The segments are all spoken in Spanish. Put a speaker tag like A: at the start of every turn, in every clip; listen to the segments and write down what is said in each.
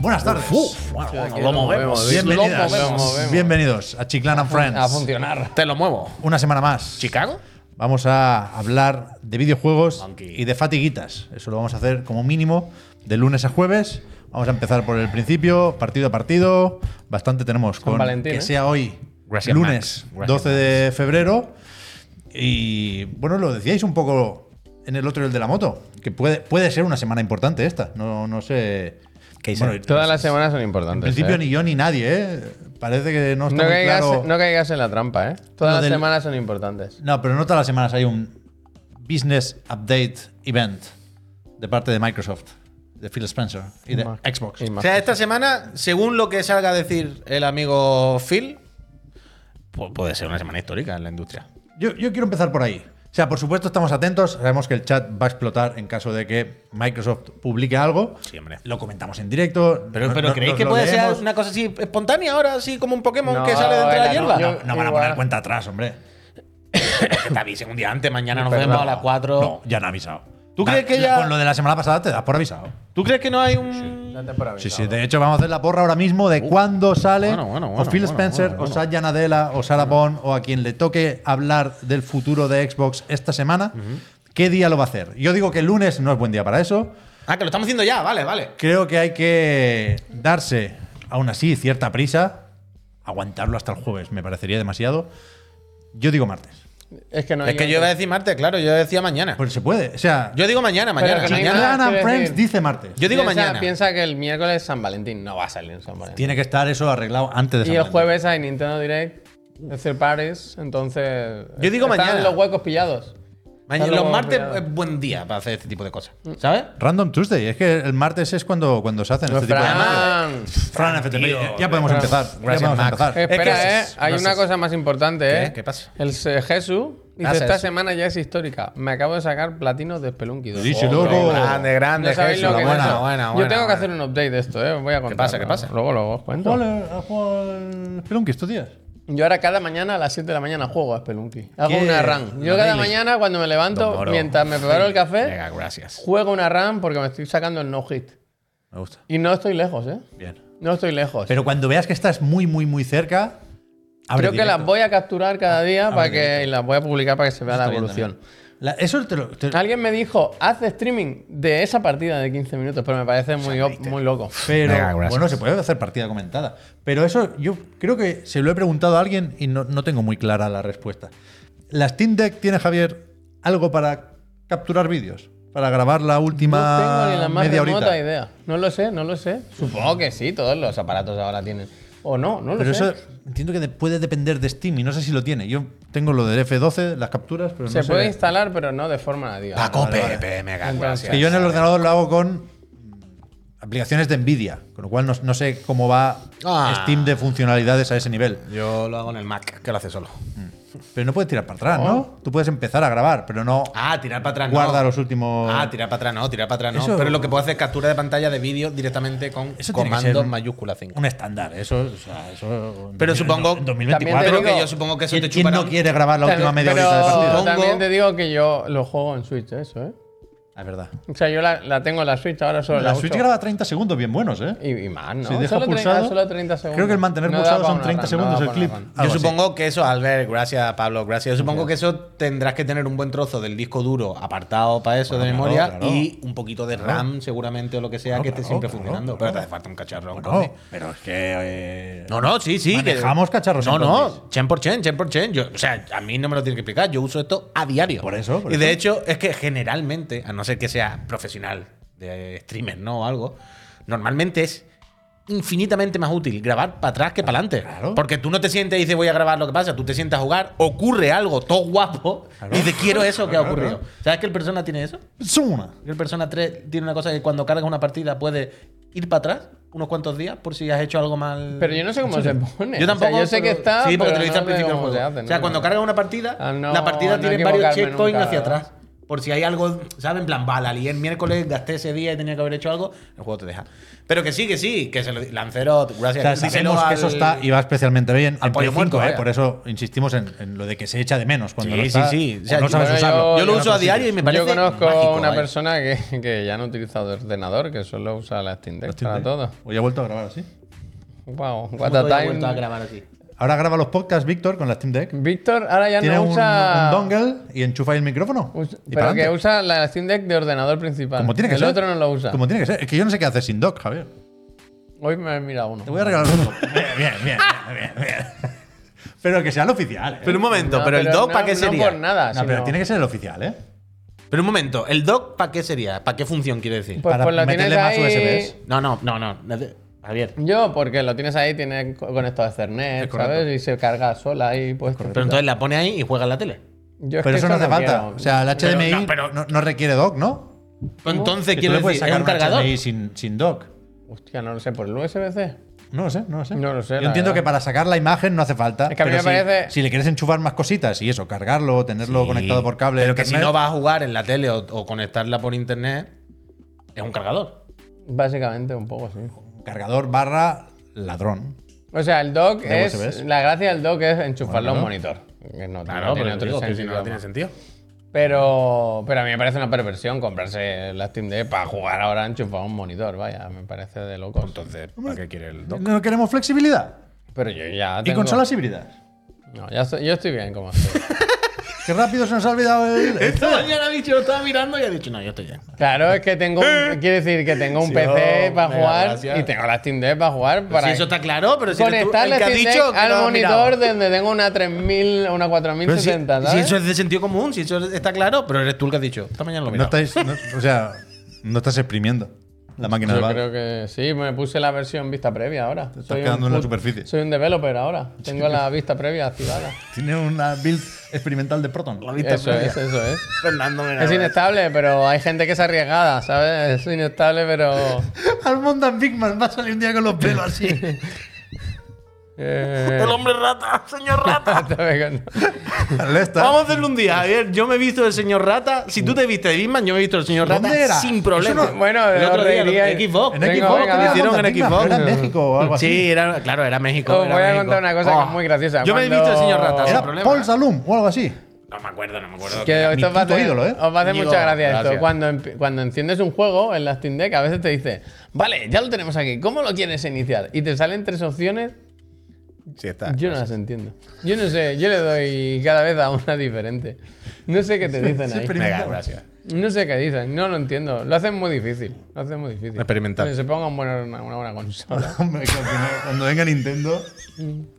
A: Buenas tardes.
B: Bueno,
C: Sí, aquí lo
B: lo movemos.
C: movemos.
A: Bienvenidas.
C: Lo movemos.
A: Bienvenidos a Chiclan and
C: A
A: Friends.
C: funcionar. Te lo muevo.
A: Una semana más.
C: ¿Chicago?
A: Vamos a hablar de videojuegos
B: Monkey.
A: y de fatiguitas. Eso lo vamos a hacer como mínimo de lunes a jueves. Vamos a empezar por el principio, partido a partido. Bastante tenemos con
C: Valentín,
A: que
C: ¿eh?
A: sea hoy,
B: Gracias,
A: lunes
B: Max. Gracias,
A: 12 de febrero. Y bueno, lo decíais un poco en el otro y el de la moto, que puede, puede ser una semana importante esta. No, no sé. Bueno,
C: Todas las
A: en
C: semanas son importantes.
A: principio
C: ¿eh?
A: ni yo ni nadie, ¿eh? Parece que no está
C: no,
A: muy
C: caigas,
A: claro.
C: no caigas en la trampa, ¿eh? Todas
A: Lo
C: las
A: del-
C: semanas son importantes.
A: No, pero no todas las semanas hay un Business Update Event de parte de Microsoft, de Phil Spencer y de
C: Más-
A: Xbox.
C: y más.
D: O sea, esta semana, según lo que salga a decir el amigo Phil, pu- puede ser una semana histórica en la industria.
A: Yo, yo quiero empezar por ahí. O sea, por supuesto estamos atentos, sabemos que el chat va a explotar en caso de que Microsoft publique algo.
D: Sí, hombre.
A: Lo comentamos en directo.
D: Pero,
A: no-
D: pero
A: no-
D: ¿creéis
A: nos
D: que
A: lo
D: puede
A: leemos.
D: ser una cosa así espontánea ahora, así como un Pokémon
C: No,
D: que sale de entre la
C: era, no,
D: hierba?
C: yo-
A: No, no van a
C: Igual.
D: eh,
A: poner cuenta atrás, hombre.
D: David, un día antes, mañana nos
C: Perdón.
D: vemos a las 4.
A: No, ya han avisado.
D: ¿Tú
A: Da-
D: crees que ya-
A: Con lo de la semana pasada te das por avisado.
D: ¿Tú crees que no hay un.
C: Date por
A: Sí,
C: avisado.
A: sí, de hecho vamos Uh. a hacer la porra ahora mismo de cuándo sale
D: bueno, bueno,
A: o
D: bueno,
A: Phil
D: bueno,
A: Spencer
D: bueno,
A: o
D: bueno.
A: Satya Nadella o Sarah Bond o a quien le toque hablar del futuro de Xbox esta semana, ¿qué día lo va a hacer? Yo digo que el lunes no es buen día para eso.
D: Ah, que lo estamos haciendo ya, vale, vale.
A: Creo que hay que darse, aún así, cierta prisa. Aguantarlo hasta el jueves me parecería demasiado. Yo digo martes.
C: Es que no hay
D: es que yo iba a decir martes, claro, yo decía mañana.
A: Pues se puede. O sea,
D: Yo digo mañana, mañana.
C: que no hay
D: mañana.
C: nada.
A: Plan and
C: quiero
A: Friends
C: decir-
A: dice martes.
D: Yo digo
C: Piensa-
D: mañana.
C: Piensa que el miércoles es San Valentín. No va a salir en San Valentín.
A: Tiene que estar eso arreglado antes de
C: Y
A: San
C: el
A: Valentín.
C: jueves hay Nintendo Direct, Third Paris, entonces.
D: Yo digo
C: están
D: mañana.
C: los huecos pillados.
D: Maña-
C: Están
D: los
C: huecos
D: martes eh,
C: pillados.
D: es buen día para hacer este tipo de cosas, ¿sabes?
A: Random Tuesday, es que el martes es cuando, cuando se hacen este tipo de martes.
C: Fran,
A: Fran, FTP,
D: tío.
A: ya podemos
C: Fran.
A: empezar.
D: Gracias,
A: ya podemos
D: Max.
A: empezar.
D: Eh,
C: Espera,
D: ¿qué
C: eh.
D: haces?
C: Hay
D: No
C: una
D: sé.
C: cosa más importante,
D: ¿Qué?
C: eh.
D: ¿Qué pasa?
C: El eh, Jesús dice:
D: Gracias.
C: Esta semana ya es histórica. Me acabo de sacar platino de Spelunky 2.
A: Sí, sí, loco.
C: qué
D: Grande, grande,
C: No sabéis
D: Jesús.
C: lo que
D: Buena,
C: es eso.
D: buena,
C: Yo
D: buena,
C: tengo que
D: buena.
C: hacer un update de esto, eh. Os Voy a contar.
D: pasa, qué pasa?
C: Luego, luego os cuento.
A: ¿Has jugado Pelón que estos días?
C: Yo ahora cada mañana a las 7 de la mañana juego a Spelunky. Hago
A: ¿Qué?
C: una run. Yo
A: Lo
C: cada
A: daily.
C: mañana cuando me
D: Don
C: levanto,
D: Moro.
C: mientras me preparo el café,
D: Venga, gracias.
C: juego una run porque me estoy sacando el no hit.
A: Me gusta.
C: Y no estoy lejos, eh.
A: Bien.
C: No estoy lejos.
A: Pero cuando veas que estás muy, muy, muy cerca, abre
C: Creo que las
A: directo.
C: voy a capturar cada día para que,
A: directo.
C: y las voy a publicar para que se vea la
A: Está bien
C: evolución.
A: también. La- eso te lo. te-
C: Alguien me dijo, haz streaming de esa partida de 15 minutos, pero me parece muy, op- muy loco.
A: pero
D: Venga, gracias.
A: bueno, se puede hacer partida comentada. Pero eso yo creo que se lo he preguntado a alguien y no, no tengo muy clara la respuesta. ¿La Steam Deck tiene, Javier, algo para capturar vídeos? Para grabar la
C: No
A: última
C: tengo ni la más
A: media
C: remota
A: horita.
C: idea. No lo sé, no lo sé. Supongo que sí, todos los aparatos ahora tienen. O no, no lo
A: Pero
C: sé.
A: eso entiendo que de- puede depender de Steam y no sé si lo tiene. Yo tengo lo del F12, las capturas, pero no
C: se
A: sé.
C: puede instalar, pero no de forma nativa.
D: Paco
A: vale, vale.
D: Pepe, mega
C: Entonces,
D: gracias.
A: que yo en el ordenador lo hago con mm, aplicaciones de Nvidia, con lo cual no, no sé cómo va
D: Ah.
A: Steam de funcionalidades a ese nivel.
D: Yo lo hago en el Mac, que lo hace solo.
A: Pero no puedes tirar para atrás,
C: Oh.
A: ¿no? Tú puedes empezar a grabar, pero no
D: Ah, tirar para atrás.
A: guarda
D: no.
A: los últimos.
D: Ah, tirar para atrás no, tirar para atrás no.
A: Eso-
D: Pero lo que puedo hacer es captura de pantalla de vídeo directamente con
A: Eso tiene que
D: comando
A: ser
D: mayúscula 5.
A: un estándar, eso, o sea, eso en
D: Pero
A: 2000,
D: supongo-
A: en 2024.
C: También
D: Pero
C: te digo-
D: que yo supongo que eso
A: ¿Quién,
D: te
A: quién
D: chupará.
A: no quiere grabar la última media
C: pero
A: horita de partido?
C: También
D: Supongo-
C: te digo que yo lo juego en Switch, eso, ¿eh?
A: Ah, Es verdad.
C: O sea, yo la, la tengo en la Switch ahora solo
A: La
C: la
A: Switch
C: uso.
A: graba 30 segundos bien buenos, ¿eh?
C: Y, y más, ¿no?
A: Si deja
C: solo,
A: pulsado-
C: 30, solo 30 segundos.
A: creo que el mantener
C: No da
A: pulsado
C: pa'
A: son
C: una
A: 30
C: run, no da
A: segundos el
C: pa' una
A: clip.
C: run.
A: Algo
D: Yo
A: así.
D: supongo que eso, Albert, gracias Pablo, gracias. Yo supongo que eso tendrás que tener un buen trozo del disco duro apartado para eso de
A: Bueno, claro,
D: memoria
A: claro.
D: y un poquito de RAM seguramente o lo que sea
A: Bueno,
D: que esté
A: claro,
D: siempre
A: claro,
D: funcionando.
A: claro.
D: Pero te hace falta un cacharro. un
A: Bueno,
D: combi.
A: pero es que. eh,
D: No, no, sí, sí.
A: Manejamos cacharros
D: No,
A: en
D: no, 100%, 100%. Yo, o sea, a mí no me lo tiene que explicar. Yo uso esto a diario.
A: Por eso, por
D: y de
A: eso.
D: hecho, es que generalmente, a no ser que sea profesional de streamer, ¿no? O algo, normalmente es infinitamente más útil grabar para atrás que para adelante.
A: Claro.
D: Porque tú no te sientes y dices voy a grabar lo que pasa, tú te sientas a jugar, ocurre algo todo guapo y dices quiero eso que ha
A: Claro,
D: ocurrido. ¿Sabes que el Persona tiene eso?
A: Zuna.
D: Que El Persona 3 tiene una cosa que cuando cargas una partida puedes ir para atrás unos cuantos días por si has hecho algo mal.
C: Pero yo no sé cómo se pone.
D: Yo tampoco.
C: O sea, yo sé que
D: pero-
C: está.
D: Sí,
C: pero
D: porque te lo
C: no
D: dice al
C: sé
D: principio del
C: cómo
D: juego.
C: se hace,
D: o sea,
C: ¿no?
D: cuando cargas una partida,
C: Ah, no,
D: la partida
C: no
D: tiene varios
C: equivocarme
D: checkpoints
C: nunca,
D: hacia
C: ¿verdad?
D: atrás. Por si hay algo, ¿sabes? En plan, vale, y el miércoles gasté ese día y tenía que haber hecho algo, el juego te deja. Pero que sí, que sí, que se lo Lancerot,
A: O
D: gracias.
A: sea,
D: Díselo
A: sabemos que eso
D: al-
A: está y va especialmente bien
D: al
A: en
D: pollo
A: Play 5,
D: muerto,
A: ¿eh?
D: vaya.
A: por eso insistimos en, en lo de que se echa de menos cuando
D: Sí,
A: pues no está,
D: sí, sí.
A: o
D: O sea,
A: no sabes
C: yo-
A: usarlo.
D: Yo lo
C: Yo
D: uso a
A: no sé si-
D: diario y me parece.
C: Yo conozco
D: mágico,
C: una
D: vaya.
C: persona que, que ya no ha utilizado ordenador, que solo usa la Steam Deck para todo.
A: Hoy ha vuelto a grabar así.
C: Wow,
D: ¿Cómo
C: what a
D: te he vuelto a
C: time.
D: grabar así?
A: Ahora graba los podcasts, Víctor, con la Steam Deck.
C: Víctor ahora ya
A: Tiene
C: no
A: un,
C: usa.
A: un dongle y enchufa ahí el micrófono.
C: Usa-
A: y
C: pero que
A: pa'lante.
C: usa la Steam Deck de ordenador principal.
A: Como tiene que
C: el
A: ser.
C: otro no lo usa.
A: Como tiene que ser. Es que yo no sé qué hacer sin dock, Javier.
C: Hoy me he mirado uno.
A: Te voy a regalar uno. bien, bien, bien, bien, bien. Pero que sea el oficial. ¿eh?
D: Pero un momento,
C: No,
D: pero, el doc,
C: no-
D: ¿para qué
C: no
D: sería?
C: por nada.
A: No, pero
C: sino-
A: tiene que ser el oficial, ¿eh?
D: Pero un momento, ¿el doc para qué sería? ¿Para qué función quiere decir?
C: Pues,
A: para
C: pues lo tienes
A: meterle más
C: ahí.
A: USBs.
D: No, no, no, no. Javier.
C: Yo, porque lo tienes ahí, tiene co- conectado a Ethernet,
A: Es correcto.
C: ¿sabes? Y se carga sola ahí, pues.
D: Pero entonces la pone ahí y juega en la tele.
C: Yo es
A: Pero
C: que
A: eso no hace falta.
C: quiero.
A: O sea, el
D: Pero
A: HDMI no,
D: no, pero-
A: no requiere dock, ¿no?
D: Pues
A: Que
D: entonces
A: tú
D: quiero
A: le puedes
D: decir,
A: sacar
D: es un
A: un
D: cargador.
A: HDMI sin, sin dock.
C: Hostia, no lo sé, por el USB-C.
A: No lo sé, no lo sé.
C: No lo sé,
A: Yo
C: la
A: entiendo
C: verdad.
A: que para sacar la imagen no hace falta.
C: Es que a mí
A: pero
C: me
A: si,
C: parece-
A: si le quieres enchufar más cositas y eso, cargarlo, tenerlo
D: Sí,
A: conectado por cable.
D: Pero que si
A: Ethernet,
D: no vas a jugar en la tele o, o conectarla por internet, es un cargador.
C: Básicamente, un poco, sí.
A: Cargador barra ladrón.
C: O sea, el dock
A: ¿De
C: es.
A: USBs?
C: La gracia del dock es enchufarlo a un
A: Bueno,
C: monitor. que no- no
D: Claro,
C: tiene
D: pero
C: otro
D: digo que si
C: sentido
D: no, no tiene
C: más.
D: sentido.
C: Pero, pero a mí me parece una perversión comprarse la Steam Deck para jugar ahora enchufado a un monitor, vaya, me parece de locos.
D: Entonces, ¿para qué quiere el doc?
A: No queremos flexibilidad.
C: Pero yo ya
A: Y
C: tengo...
A: consolas híbridas.
C: No, ya estoy- yo estoy bien como estoy.
A: Qué rápido se nos ha olvidado el.
D: Esta mañana ha dicho, lo estaba mirando y ha dicho, no, yo estoy bien.
C: claro, es que tengo... un- quiere decir que tengo un
D: Sí,
C: PC
D: oh,
C: para
D: mega
C: jugar
D: gracias.
C: y tengo la Steam Deck para jugar para...
D: Si eso está claro, pero si eres tú
C: Conectar
D: el
C: la
D: que ha
C: Steam Deck
D: dicho que
C: al
D: no ha
C: monitor
D: mirado.
C: donde tengo una 3000, una
D: Pero
C: 4060,
D: si,
C: ¿sabes?
D: si eso es de sentido común, si eso está claro, pero eres tú el que has dicho. Esta mañana lo
A: No
D: mira.
A: estáis. no- o sea, no estás exprimiendo la máquina
C: Yo
A: del bar.
C: creo que sí, me puse la versión vista previa ahora. Te
A: quedando en la superficie.
C: Soy un developer ahora. Tengo la vista previa activada.
A: Tiene una build experimental de Proton.
C: eso es, eso es.
D: Fernando
C: Es inestable, pero hay gente que es arriesgada, ¿sabes? Es inestable, pero.
A: Al Mondan Bigman va a salir un día con los pelos así.
C: eh,
D: El hombre rata, señor rata.
C: ¿sabes?
D: Vamos a hacerlo un día, Javier. Yo me he visto el señor Rata. Si tú te viste de Bisman, yo me he visto el señor
A: ¿Dónde
D: Rata
A: era?
D: sin problema.
A: Eso no-
C: Bueno,
D: el otro
C: os
D: día,
C: reiríais.
D: en Xbox.
A: En
C: Venga,
A: Xbox,
C: venga,
A: que
C: venga.
A: lo hicieron
D: Mondan
A: en Xbox.
D: Bigman, pero
A: Era en México o algo así. Oh,
D: Sí, era, claro, era México.
C: Os
D: era
C: voy a
D: México. Oh.
C: contar una cosa que es muy graciosa.
D: Yo me he
C: Cuando-
D: visto el señor Rata, sin
A: Era
D: problema.
A: Paul Salum o algo así.
D: No me acuerdo, no me acuerdo.
C: Que
A: mi
C: esto os va a
A: puto
C: hacer,
A: ídolo, ¿eh?
C: os va a hacer
D: Íñigo,
C: mucha gracia
D: gracias.
C: esto. Cuando, empi- cuando enciendes un juego en la Steam Deck, a veces te dice, vale, ya lo tenemos aquí, ¿cómo lo quieres iniciar? Y te salen tres opciones
D: Sí, está.
C: Yo no las entiendo. Yo no sé, yo le doy cada vez a una diferente. No sé qué te dicen
A: Se
C: ahí.
D: Venga,
A: experimentaba.
D: gracias.
C: No sé qué dicen, no lo entiendo. Lo hacen muy difícil. Lo hacen muy difícil.
D: Experimental.
C: Que se ponga un buen- una, una buena consola.
A: Hombre, cuando- Cuando venga Nintendo,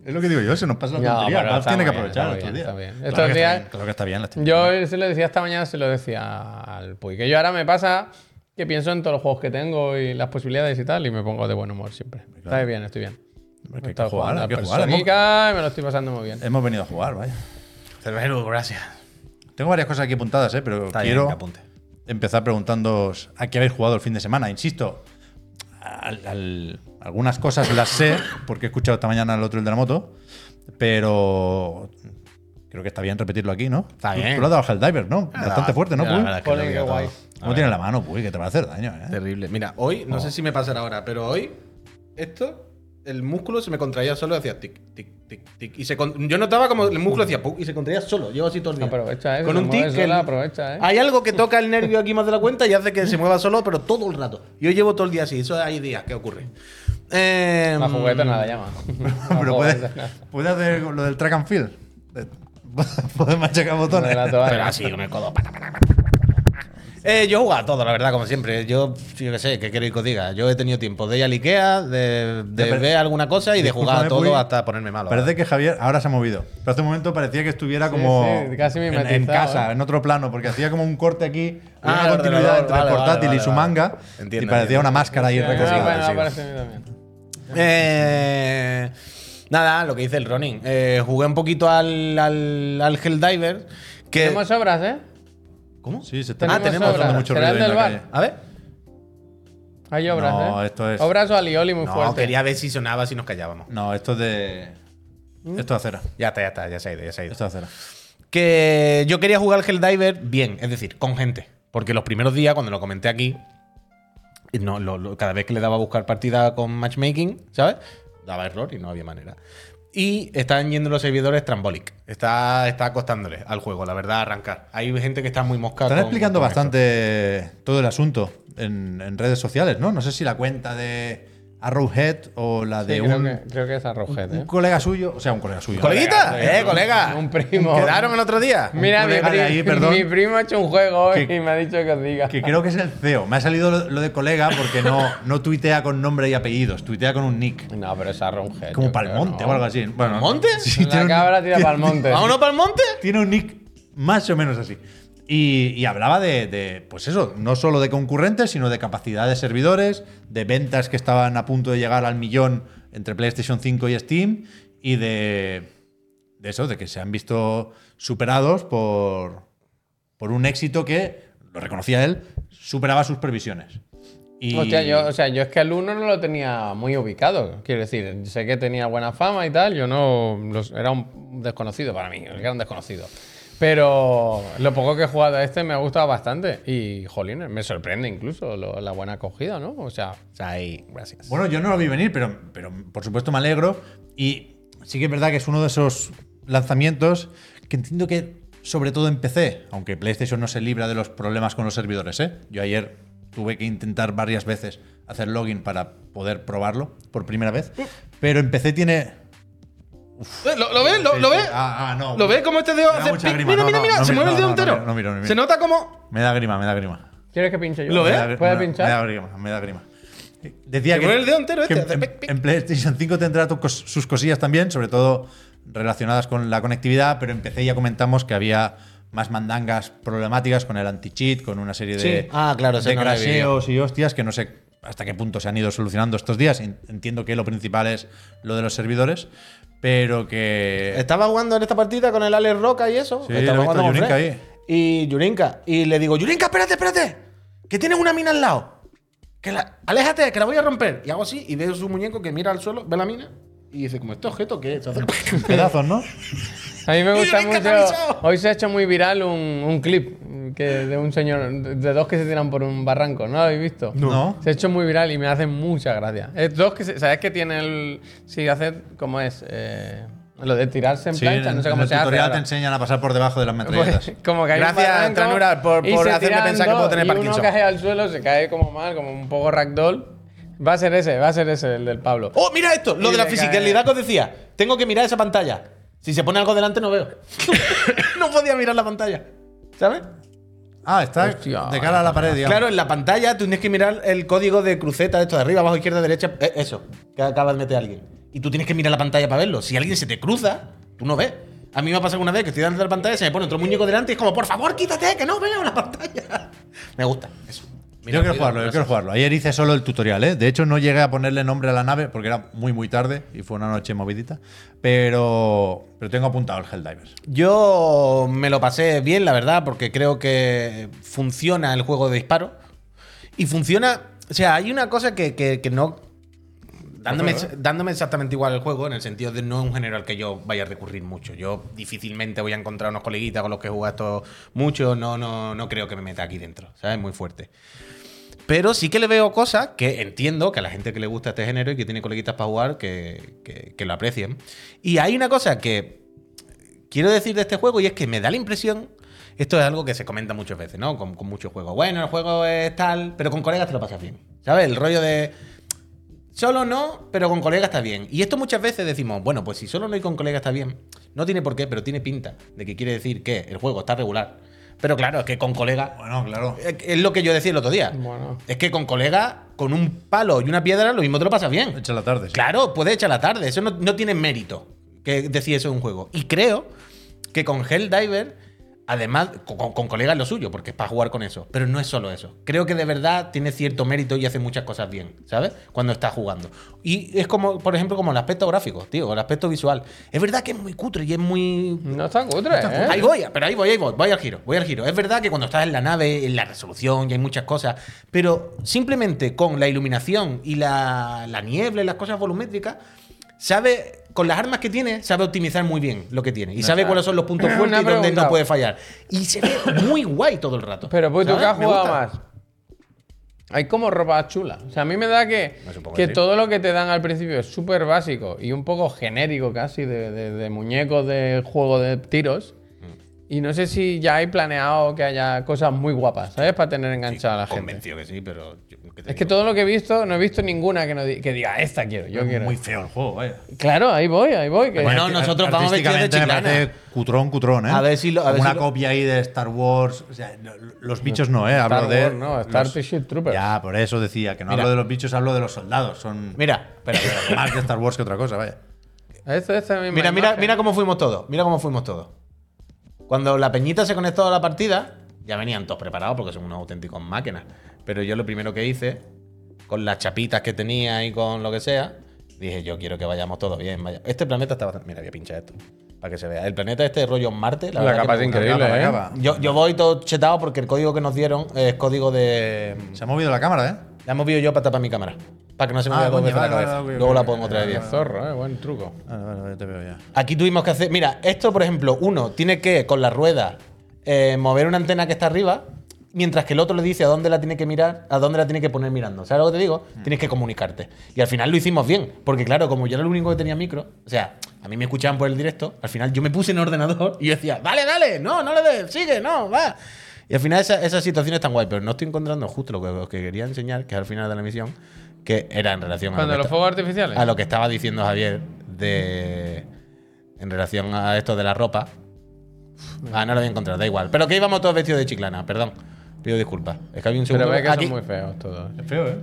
A: es lo que digo yo, se nos pasa la
C: No,
A: tontería.
C: pero
A: Valve
C: está
A: tiene que
C: muy bien,
A: aprovechar
C: está
A: otro
C: muy
A: día.
C: bien, está bien.
A: Claro
C: Estos
A: que está
C: días-
A: bien, Claro que está bien la Steam Deck.
C: Yo se lo decía esta mañana, se lo decía al Puy. Que yo ahora me pasa que pienso en todos los juegos que tengo y las posibilidades y tal, y me pongo de buen humor siempre. Está bien, estoy bien.
A: Hombre, que
C: He
A: hay que
C: estado
A: jugar,
C: jugando
A: hay
C: a
A: que jugar. Hemos-
C: Personiga y me lo estoy pasando muy bien.
A: Hemos venido a jugar, vaya.
D: Cervero, gracias.
A: Tengo varias cosas aquí apuntadas, ¿eh? pero
D: Está bien,
A: quiero
D: que apunte.
A: empezar preguntándoos a qué habéis jugado el fin de semana. Insisto, al- al- algunas cosas las sé porque he escuchado esta mañana al otro el de la moto, pero creo que está bien repetirlo aquí, ¿no?
D: Está
A: Tú-
D: bien.
A: Tú lo has dado al Helldiver, ¿no? Bastante fuerte, ¿no?
D: Yo la
A: Puy?
D: verdad es que lo
C: Jolín,
D: digo
C: qué
D: todo.
C: guay.
A: ¿Cómo tiene la mano, Puy? Que te va a hacer daño, ¿eh?
D: Terrible. Mira, hoy, no sé si me pasará ahora, pero hoy, esto, el músculo se me contraía solo y hacía tic, tic, tic, tic. Y se con- yo notaba como el músculo hacía puk y se contraía solo. Llevo así todo el día.
C: Aprovecha, eh.
D: Con
C: si
D: un
C: te mueves
D: tic. que
C: sola,
D: el-
C: aprovecha, eh.
D: Hay algo que toca el nervio aquí más de la cuenta y hace que se mueva solo, pero todo el rato. Yo llevo todo el día así. Eso hay días que ocurre. Eh,
C: La juguetona la llama. La
A: Pero Em, puede,
C: juguetona.
A: puede hacer lo del track and field. Eh, Puede machacar
C: Lo de
A: botones.
C: la toalla. Ah,
D: Pero así, con el codo. pa, pa, pa, pa, pa, pa. Eh, yo he jugado a todo, la verdad, como siempre. Yo, yo qué sé, qué queréis que os diga. Yo he tenido tiempo de ir al Ikea, de, de
A: Ya, pero-
D: ver alguna cosa y de jugar a
A: Discúlpame,
D: todo
A: Puy,
D: hasta ponerme malo.
A: Parece que Javier ahora se ha movido. Pero hace un momento parecía que estuviera como
C: sí, casi
A: en- en,
C: mimetizado,
A: casa,
C: ¿eh?
A: en otro plano, porque hacía como un corte aquí,
D: Ah,
A: una
D: el
A: continuidad
D: ordenador,
A: entre el
D: vale, vale,
A: portátil y
D: vale,
A: su
D: vale.
A: manga, y
D: Entiendo,
A: parecía
D: entiendo.
A: una máscara ahí
C: Sí, Ah,
A: recostada.
C: bueno,
D: sí.
C: aparece a mí también.
D: Eh, nada, lo que dice el Ronin. Eh, jugué un poquito al, al, al Helldiver. Que,
C: Tenemos obras, ¿eh?
D: ¿Cómo?
A: Sí, se está
C: Tenemos
D: Ah, tenemos
A: haciendo
C: obras.
A: mucho
C: ¿Será
A: ruido
C: el
A: ahí en
C: del
A: la
C: bar?
A: calle.
D: A ver.
C: Hay obras, ¿eh?
A: No, esto es-
C: Obras o alioli muy
D: No,
C: fuerte.
D: quería ver si sonaba, si nos callábamos.
A: No, esto es de. Esto es acera.
D: Ya está, ya está, ya se ha ido, ya se ha ido.
A: Esto es acera.
D: Que yo quería jugar al Helldiver bien, es decir, con gente. Porque los primeros días, cuando lo comenté aquí, y no, lo- lo- cada vez que le daba a buscar partida con matchmaking, ¿sabes? Daba error y no había manera. Y están yendo los servidores trambolic. Está, está costándoles al juego, la verdad, arrancar. Hay gente que está muy mosca.
A: Están
D: con-
A: explicando
D: con esto.
A: bastante todo el asunto en, en redes sociales, ¿no? No sé si la cuenta de Arrowhead o la de
C: Sí, creo,
A: un,
C: que, creo que es arrojete. ¿eh?
A: un colega suyo, o sea, un colega suyo.
D: ¡Coleguita!
C: Colega,
D: ¡Eh, colega!
C: un primo.
D: Quedaron el otro día.
C: Mira, mi,
A: colega de
C: pri-
A: ahí, perdón.
C: mi primo ha hecho un juego hoy
A: Que-
C: y me ha dicho que os diga.
A: Que creo que es el CEO. Me ha salido lo, lo de colega porque no, no tuitea con nombre y apellidos, tuitea con un nick.
C: No, pero es arrojete.
A: Como Palmonte o algo así. Bueno,
D: ¿Palmonte?
A: Sí, tiene
C: La
A: un-
C: cabra tira
A: tiene-
C: Palmonte.
D: ¿Vámonos para el monte?
A: tiene un nick más o menos así. Y, y hablaba de, de, pues eso, no solo de concurrentes, sino de capacidad de servidores, de ventas que estaban a punto de llegar al millón entre PlayStation 5 y Steam, y de, de eso, de que se han visto superados por, por un éxito que, lo reconocía él, superaba sus previsiones. Y,
C: Hostia, yo, o sea, yo es que al uno no lo tenía muy ubicado. Quiero decir, sé que tenía buena fama y tal. Yo no. los- era un desconocido para mí. Era un desconocido. Pero lo poco que he jugado a este me ha gustado bastante. Y, jolín, me sorprende incluso lo- la buena acogida, ¿no? O sea,
D: O sea, ahí, gracias.
A: Bueno, yo no lo vi venir, pero, pero por supuesto me alegro. Y sí que es verdad que es uno de esos lanzamientos que entiendo que, sobre todo en PC, aunque PlayStation no se libra de los problemas con los servidores, ¿eh? Yo ayer tuve que intentar varias veces hacer login para poder probarlo por primera vez, pero en PC tiene.
D: Eh, ¿Lo, lo ves? ¿Lo, lo ves?
A: Ah, ah, no.
D: ¿Lo ves cómo este dedo
A: Me da
D: hace
A: mucha
D: pi-
A: grima.
D: Mira,
A: No,
D: mira,
A: no,
D: mira,
A: no
D: se
A: miro,
D: mueve el
A: no, no,
D: dedo
A: no
D: entero.
A: miro, no miro, no miro.
D: Se nota como.
A: Me da grima, me da grima.
C: ¿quieres que pinche yo?
D: ¿Lo
A: Me
D: ¿eh? ves?
A: da gri-
C: ¿Puedes
A: me da-
C: pinchar?
A: Me da grima, me da grima. Eh, Decía
D: Te
A: que,
D: pone el dedo entero
A: que
D: este, hace
A: en,
D: pic, pic.
A: en PlayStation 5 tendrá tu cos- sus cosillas también, sobre todo relacionadas con la conectividad, pero en PC ya comentamos que había más mandangas problemáticas con el anti-cheat, con una serie de,
D: Sí. Ah, claro, ese
A: de
D: no lo he
A: crasheos y hostias que no sé hasta qué punto se han ido solucionando estos días. En- Entiendo que lo principal es lo de los servidores, pero que...
D: Eh, Estaba jugando en esta partida con el Alex Roca y eso.
A: Sí,
D: Estaba
A: lo he
D: jugando
A: visto,
D: con
A: Yurinka
D: Fred.
A: ahí.
D: Y Yurinka. Y le digo, Yurinka, espérate, espérate. Que tienes una mina al lado. Que la, aléjate, que la voy a romper. Y hago así y veo su muñeco que mira al suelo, ve la mina y dice, como este objeto que es.
A: Pedazos, ¿no?
C: A mí me gusta
D: Yurinka te ha
C: mucho.
D: avisado.
C: Hoy se ha hecho muy viral un, un clip que de un señor, de dos que se tiran por un barranco. ¿No lo habéis visto?
A: No. No.
C: Se ha hecho muy viral y me hace mucha gracia. Es dos que, se- ¿sabes que tiene el. Si hace. ¿Cómo es? Eh, lo de tirarse en
A: Sí,
C: plancha, no sé cómo
A: en
C: se
A: el
C: hace.
A: tutorial te
C: ahora.
A: enseñan a pasar por debajo de las metralletas.
C: Pues, como que hay un
D: Gracias,
C: barranco
D: Tranura, por-
C: y
D: por
C: se
D: hacerme
C: tiran
D: pensar que
C: dos
D: puedo tener
C: y
D: Parkinson.
C: uno cae al suelo, se cae como mal, como un poco ragdoll. Va a ser ese, va a ser ese, el del Pablo.
D: ¡Oh, mira esto! Lo
C: Y
D: de la
C: le
D: fisicalidad que os decía. Tengo que mirar esa pantalla. Si se pone algo delante, no veo. no podía mirar la pantalla. ¿Sabes?
A: Ah, está
C: Hostia.
A: de cara a la pared, digamos.
D: Claro, en la pantalla tú tienes que mirar el código de cruceta, esto de arriba, abajo, izquierda, derecha, eh, eso, que acaba de meter alguien. Y tú tienes que mirar la pantalla para verlo. Si alguien se te cruza, tú no ves. A mí me ha pasado una vez que estoy delante de la pantalla, se me pone otro muñeco delante y es como, por favor, quítate, que no veo la pantalla. Me gusta, eso. Mira,
A: yo quiero
D: mira,
A: jugarlo, yo
D: gracias.
A: quiero jugarlo. Ayer hice solo el tutorial, ¿eh? De hecho, no llegué a ponerle nombre a la nave porque era muy, muy tarde y fue una noche movidita. Pero, pero tengo apuntado el Helldivers.
D: Yo me lo pasé bien, la verdad, porque creo que funciona el juego de disparo. Y funciona. O sea, hay una cosa que, que- que no. Dándome, dándome exactamente igual el juego, en el sentido de no es un género al que yo vaya a recurrir mucho. Yo difícilmente voy a encontrar unos coleguitas con los que he jugado esto mucho. No, no, no creo que me meta aquí dentro. ¿Sabes? Muy fuerte. Pero sí que le veo cosas que entiendo que a la gente que le gusta este género y que tiene coleguitas para jugar, que, que- que lo aprecien. Y hay una cosa que quiero decir de este juego y es que me da la impresión, esto es algo que se comenta muchas veces, ¿no? Con, con muchos juegos. Bueno, el juego es tal, pero con colegas te lo pasas bien. ¿Sabes? El rollo de... Solo no, pero con colegas está bien. Y esto muchas veces decimos, bueno, pues si solo no y con colegas está bien, no tiene por qué, pero tiene pinta de que quiere decir que el juego está regular. Pero claro, es que con colegas...
A: Bueno, claro.
D: Es es lo que yo decía el otro día.
C: Bueno.
D: Es que con colegas, con un palo y una piedra, lo mismo te lo pasas bien.
A: Echa la tarde. sí.
D: Claro, puede echar la tarde. Eso no, no tiene mérito que decir eso en un juego. Y creo que con Helldiver, además, con, con- con colegas lo suyo, porque es para jugar con eso. Pero no es solo eso. Creo que de verdad tiene cierto mérito y hace muchas cosas bien, ¿sabes? Cuando estás jugando. Y es como, por ejemplo, como el aspecto gráfico, tío, el aspecto visual. Es verdad que es muy cutre y es muy
C: No está cutre, ¿eh?
D: Ahí voy, pero ahí voy, ahí voy, voy al giro, voy al giro. Es verdad que cuando estás en la nave, en la resolución, y hay muchas cosas, pero simplemente con la iluminación y la, la niebla y las cosas volumétricas, sabe, con las armas que tiene, sabe optimizar muy bien lo que tiene. Y sabe
C: Ajá.
D: cuáles son los puntos
C: Una
D: fuertes y dónde
C: pregunta.
D: no puede fallar. Y se ve muy guay todo el rato.
C: Pero pues tú que
D: ¿Sabes?
C: has
D: Me
C: jugado
D: gusta.
C: más. Hay como ropa chula. O sea, a mí me da que,
D: No, supongo
C: que
D: que sí.
C: todo lo que te dan al principio es súper básico y un poco genérico casi de, de- de muñecos de juego de tiros.
D: Mm.
C: Y no sé si ya hay planeado que haya cosas muy guapas, ¿sabes? Para tener enganchada a la gente.
D: Convencido que sí, pero. yo- ¿qué te
C: Es que
D: digo?
C: todo lo que he visto, no he visto ninguna que, no di- que diga, esta quiero, yo quiero.
A: Muy feo el juego, vaya.
C: Claro, ahí voy, ahí voy. que-
D: Bueno,
A: Arti-
D: nosotros vamos vestidos de
A: artísticamente me
D: chiclana.
A: parece cutrón, cutrón, ¿eh?
D: A ver si lo- a ver
A: Una
D: si lo-
A: copia ahí de Star Wars. o sea, no, los bichos no, ¿eh? Hablo
C: Star
A: de.
C: Wars, no, Star
A: los-
C: Starship Troopers.
A: Ya, por eso decía que no
D: Mira.
A: hablo de los bichos, hablo de los soldados. Son
D: Mira, espera, espera.
A: más de Star Wars que otra cosa, vaya.
C: Esta- esta misma
D: Mira, mira,
C: imagen.
D: mira cómo fuimos todos. Mira cómo fuimos todos. Cuando la peñita se conectó a la partida, ya venían todos preparados porque son unos auténticos máquinas. Pero yo lo primero que hice, con las chapitas que tenía y con lo que sea, dije, yo quiero que vayamos todos bien. vaya. Este planeta está bastante. Mira, voy a pinchar esto. Para que se vea. El planeta este rollo Marte.
C: La
D: verdad que
C: capa
D: me
C: es
D: gusta.
C: increíble,
A: Acaba,
C: ¿eh?
A: acaba.
D: Yo, yo voy todo chetado porque el código que nos dieron es código de.
A: Se ha movido la cámara, ¿eh?
D: La he movido yo para tapar mi cámara. Para que no se me
A: Ah,
D: vea dos
A: coño,
D: veces la
A: vale, vale,
D: cabeza.
A: vale,
D: Luego
A: ok,
D: la
A: ok,
D: pongo
A: ok,
D: otra
A: vale,
D: vez.
A: vale.
C: Zorro, ¿eh? Buen truco.
A: Vale, vale, vale, te veo ya.
D: Aquí tuvimos que hacer. Mira, esto, por ejemplo, uno tiene que, con la rueda, eh, mover una antena que está arriba, mientras que el otro le dice a dónde la tiene que mirar, a dónde la tiene que poner mirando. ¿Sabes lo que te digo? Tienes que comunicarte. Y al final lo hicimos bien, porque claro, como yo era el único que tenía micro, o sea, a mí me escuchaban por el directo, al final yo me puse en el ordenador y yo decía, dale, dale, no, no le des, sigue, no, va. Y al final esa, esa situación es tan guay, pero no estoy encontrando justo lo que, lo que quería enseñar, que es al final de la misión, que era en relación a lo
C: Cuando
D: que
C: los
D: está-
C: fuegos artificiales.
D: a lo que estaba diciendo Javier de en relación a esto de la ropa. Ah, no lo voy a encontrar, da igual. Pero que íbamos todos vestidos de chiclana, perdón. Pido disculpas. Es que había un segundo.
C: Pero ve que
D: aquí.
C: son muy feos todos.
A: Es feo, ¿eh?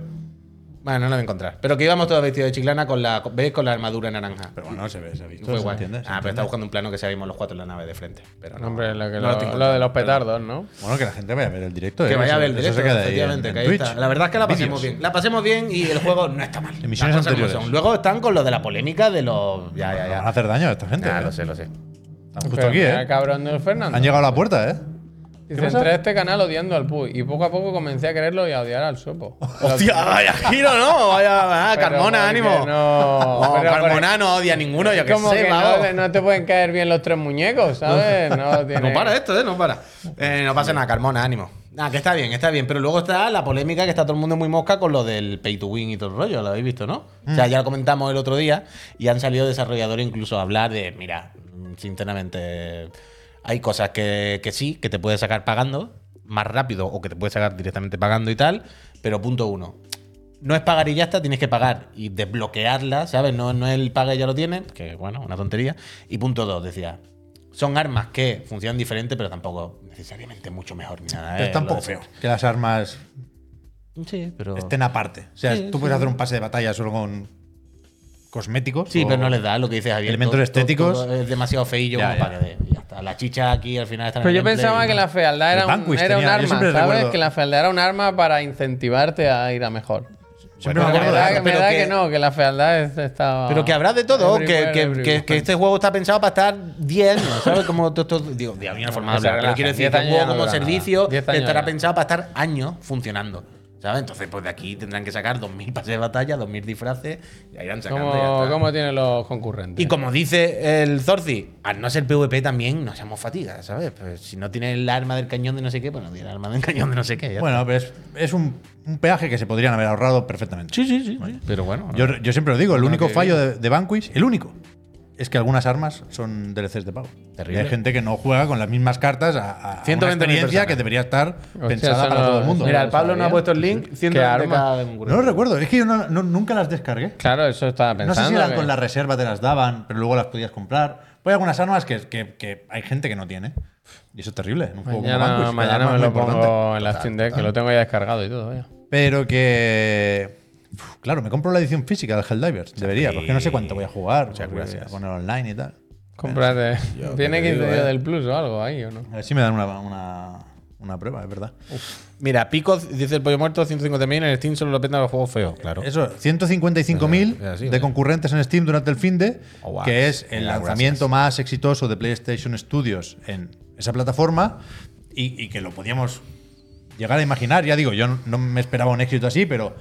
D: Bueno, no lo voy a encontrar. Pero que íbamos todos vestidos de chiclana con la. ¿Veis? Con la armadura naranja.
A: Pero bueno, se ve, se ha visto.
D: Fue
A: se
D: guay.
A: entiende, se
D: ah, pero
A: entiende.
D: estaba buscando un plano que sabíamos los cuatro en la nave de frente. Pero no.
C: Hombre, lo, que
D: no
C: lo-
D: lo estoy
C: lo
D: encontrando.
C: de los petardos, ¿no?
A: Bueno, que la gente vaya a ver el directo.
D: Que
A: ¿eh?
D: vaya a
A: Eso-
D: ver el
A: eso se
D: directo,
A: queda ahí en-
D: efectivamente,
A: en
D: que ahí
A: Twitch.
D: está. La verdad es que la pasemos
A: Vídeos.
D: bien. La pasemos bien y el juego no está mal.
A: En misiones
D: Las cosas como
A: anteriores.
D: son. Luego están con lo de la polémica de los. Ya, ya,
A: Van
D: ya.
A: a hacer daño a esta gente.
D: Ah,
A: ¿eh?
D: lo sé, lo sé.
A: Están
D: Pues
A: justo
C: Pero
A: aquí,
C: Pues, mira,
A: ¿eh?
C: cabrón del Fernando.
A: Han llegado a la puerta, ¿eh?
C: Dice, entré a este canal odiando al Puy y poco a poco comencé a quererlo y a odiar al Sopo.
D: Hostia, vaya giro, ¿no? Vaya, vaya,
C: Pero
D: Carmona,
C: porque
D: ánimo.
C: No,
D: No,
C: pero porque-
D: Carmona no odia a ninguno, yo que
C: como
D: sé,
C: que
D: vamos.
C: no, no te pueden caer bien los tres muñecos, ¿sabes? No, tiene...
D: No para esto, ¿eh? No para. Eh, no pasa nada, Carmona, ánimo. Nada, que está bien, está bien. Pero luego está la polémica que está todo el mundo muy mosca con lo del pay to win y todo el rollo, lo habéis visto, ¿no? O
C: Mm.
D: sea, ya lo comentamos el otro día y han salido desarrolladores incluso a hablar de, mira, mm, sinceramente, hay cosas que, que sí, que te puedes sacar pagando más rápido o que te puedes sacar directamente pagando y tal, pero punto uno. No es pagar y ya está, tienes que pagar y desbloquearla, ¿sabes? No, no es el paga y ya lo tienes, que bueno, una tontería. Y punto dos, decía, son armas que funcionan diferente, pero tampoco necesariamente mucho mejor ni nada.
A: Pero
D: ¿eh?
A: está un
D: Lo
A: poco
D: de- Este-
A: feo. Que las armas
D: Sí, pero.
A: estén aparte. O sea,
D: Sí,
A: tú puedes hacer un pase de batalla solo con cosméticos.
D: Sí,
A: o-
D: pero no les da lo que dices Javier.
A: Elementos
D: Todo-
A: estéticos.
D: todo- todo es demasiado feillo
A: Ya,
D: como
A: ya.
D: para que. de- Ya está. La chicha aquí al final está en
C: Pero
D: el
C: yo
D: gameplay
C: pensaba
D: y
C: que
D: no.
C: la fealdad era
A: El
C: un,
A: Vanquish
C: era un
A: tenía- yo
C: arma,
A: siempre
C: ¿sabes?
A: recuerdo-
C: Que la fealdad era un arma para incentivarte a ir a mejor.
A: Siempre
D: Bueno,
A: me
C: me
A: acuerdo
C: da,
A: de
C: que,
A: eso.
C: me
D: pero
C: da
D: que-
C: que no, que la fealdad es- estaba.
D: Pero que habrá de todo, que,
C: Everywhere,
D: que- que-
C: everywhere.
D: que este juego está pensado para estar 10 años, ¿sabes? Como todo esto. Digo, de una forma de
C: Que se
D: hablar, pero
C: relaja.
D: quiero decir,
C: 10
D: este
C: años
D: juego
C: ya no
D: como
C: dura nada.
D: servicio
C: 10 años
D: estará
C: ya.
D: pensado para estar años funcionando, ¿sabes? Entonces, pues de aquí tendrán que sacar 2.000 pases de batalla, 2.000 disfraces, y ahí irán sacando. y ya
C: ¿Cómo,
D: está.
C: cómo tienen los concurrentes?
D: Y como dice el Zorzi, al no ser PvP también nos hemos fatiga, ¿sabes? Pues si no tiene el arma del cañón de no sé qué, pues no tiene el arma del cañón de no sé qué. ya
A: Bueno, pero es, es un, un peaje que se podrían haber ahorrado perfectamente. Sí, sí, sí.
D: está. Pero bueno.
A: Yo, yo siempre lo digo, el único
C: que-
A: fallo de, de Vanquish, el único, es que algunas armas son DLCs de pago.
D: Terrible.
A: Hay gente que no juega con las mismas cartas a, a- a una
D: 120.000
A: experiencia
D: personas.
A: que debería estar pensada
C: eso
A: para
C: no-
A: todo el mundo.
C: eso Mira, el Pablo no ha puesto
D: el link,
C: 100 de cada
A: No lo recuerdo, es que yo no- no- nunca las descargué.
C: Claro, eso estaba
A: No
C: pensando.
A: sé si eran
C: que-
A: con la reserva, te las daban, pero luego las podías comprar. Pues hay algunas armas que, que- que hay gente que no tiene. Y eso es terrible. En un juego como
C: Mañana,
A: Vanquish, que
C: mañana
A: además
C: me
A: es
C: lo
A: muy
C: pongo
A: importante.
C: en la Steam Deck, que lo tengo ya descargado y todo. vaya.
A: Pero que. Uf, claro, me compro la edición física del Helldivers. Debería,
D: sí.
A: porque no sé cuánto voy a jugar. Muchas
D: gracias.
A: Voy a poner online y tal.
C: Cómprate.
A: yo
C: Tiene
A: te
C: 15
A: digo,
C: días
A: eh.
C: del Plus o algo ahí, ¿o no?
A: A ver si me dan una, una, una prueba, es verdad.
D: Mira, Pico dice el pollo muerto, 150.000 en Steam solo lo pintan los juegos feos, claro.
A: Eso,
D: Eh, así,
A: 155.000 de
D: oye.
A: concurrentes en Steam durante el fin de,
D: Oh, wow.
A: que es el
D: Mira,
A: lanzamiento más exitoso de PlayStation Studios en esa plataforma y, y que lo podíamos llegar a imaginar. Ya digo, yo no- no me esperaba un éxito así, pero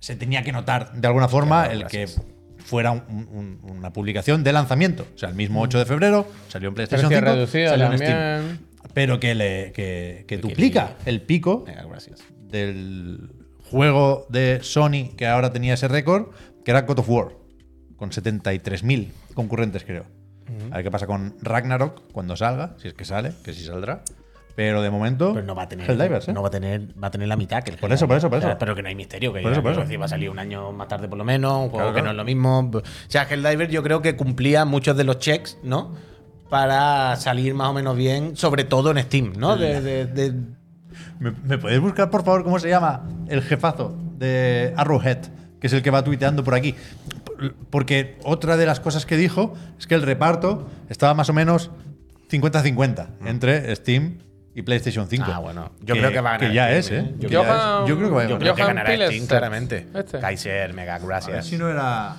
A: se tenía que notar de alguna forma
D: Claro,
A: el que
D: gracias.
A: fuera un- un- un- una publicación de lanzamiento. O sea, el mismo 8 de febrero salió en PlayStation
C: Precio
A: 5,
C: reducido
A: salió en
C: también.
A: Steam. Pero que, le, que, que duplica el pico
D: Venga, gracias.
A: del juego de Sony que ahora tenía ese récord, que era God of War, con 73.000 concurrentes, creo. A ver qué pasa con Ragnarok cuando salga, si es que sale, que sí saldrá. Pero de momento.
D: Pero no va a tener.
A: Helldivers, ¿eh?
D: No va a tener, va a tener la mitad que el
A: Por eso, por eso, por
D: O sea,
A: eso.
D: Pero que no hay misterio. Que
A: Por
D: ya,
A: eso, por
D: es
A: eso.
D: decir, va a salir un año más tarde por lo menos, un juego
A: Claro,
D: que
A: claro.
D: no es lo mismo. O sea, Helldiver yo creo que cumplía muchos de los checks, ¿no? Para salir más o menos bien, sobre todo en Steam, ¿no? De, de- de-
A: ¿Me, me podéis buscar, por favor, cómo se llama el jefazo de Arrowhead? Que es el que va tuiteando por aquí. P- Porque otra de las cosas que dijo es que el reparto estaba más o menos 50-50 entre Steam y PlayStation 5.
D: Mm. Ah, bueno. Yo creo que va a ganar
A: ya
D: Steam,
A: es, ¿eh?
D: ¿eh? Yo
A: Que ya
C: creo-
A: es. Yo creo que va a
D: yo
A: ganar.
D: creo que
C: Johan
D: ganará
C: Piles,
D: Steam, claramente.
C: este.
D: Kaiser, mega,
A: A ver
D: gracias.
A: si no era.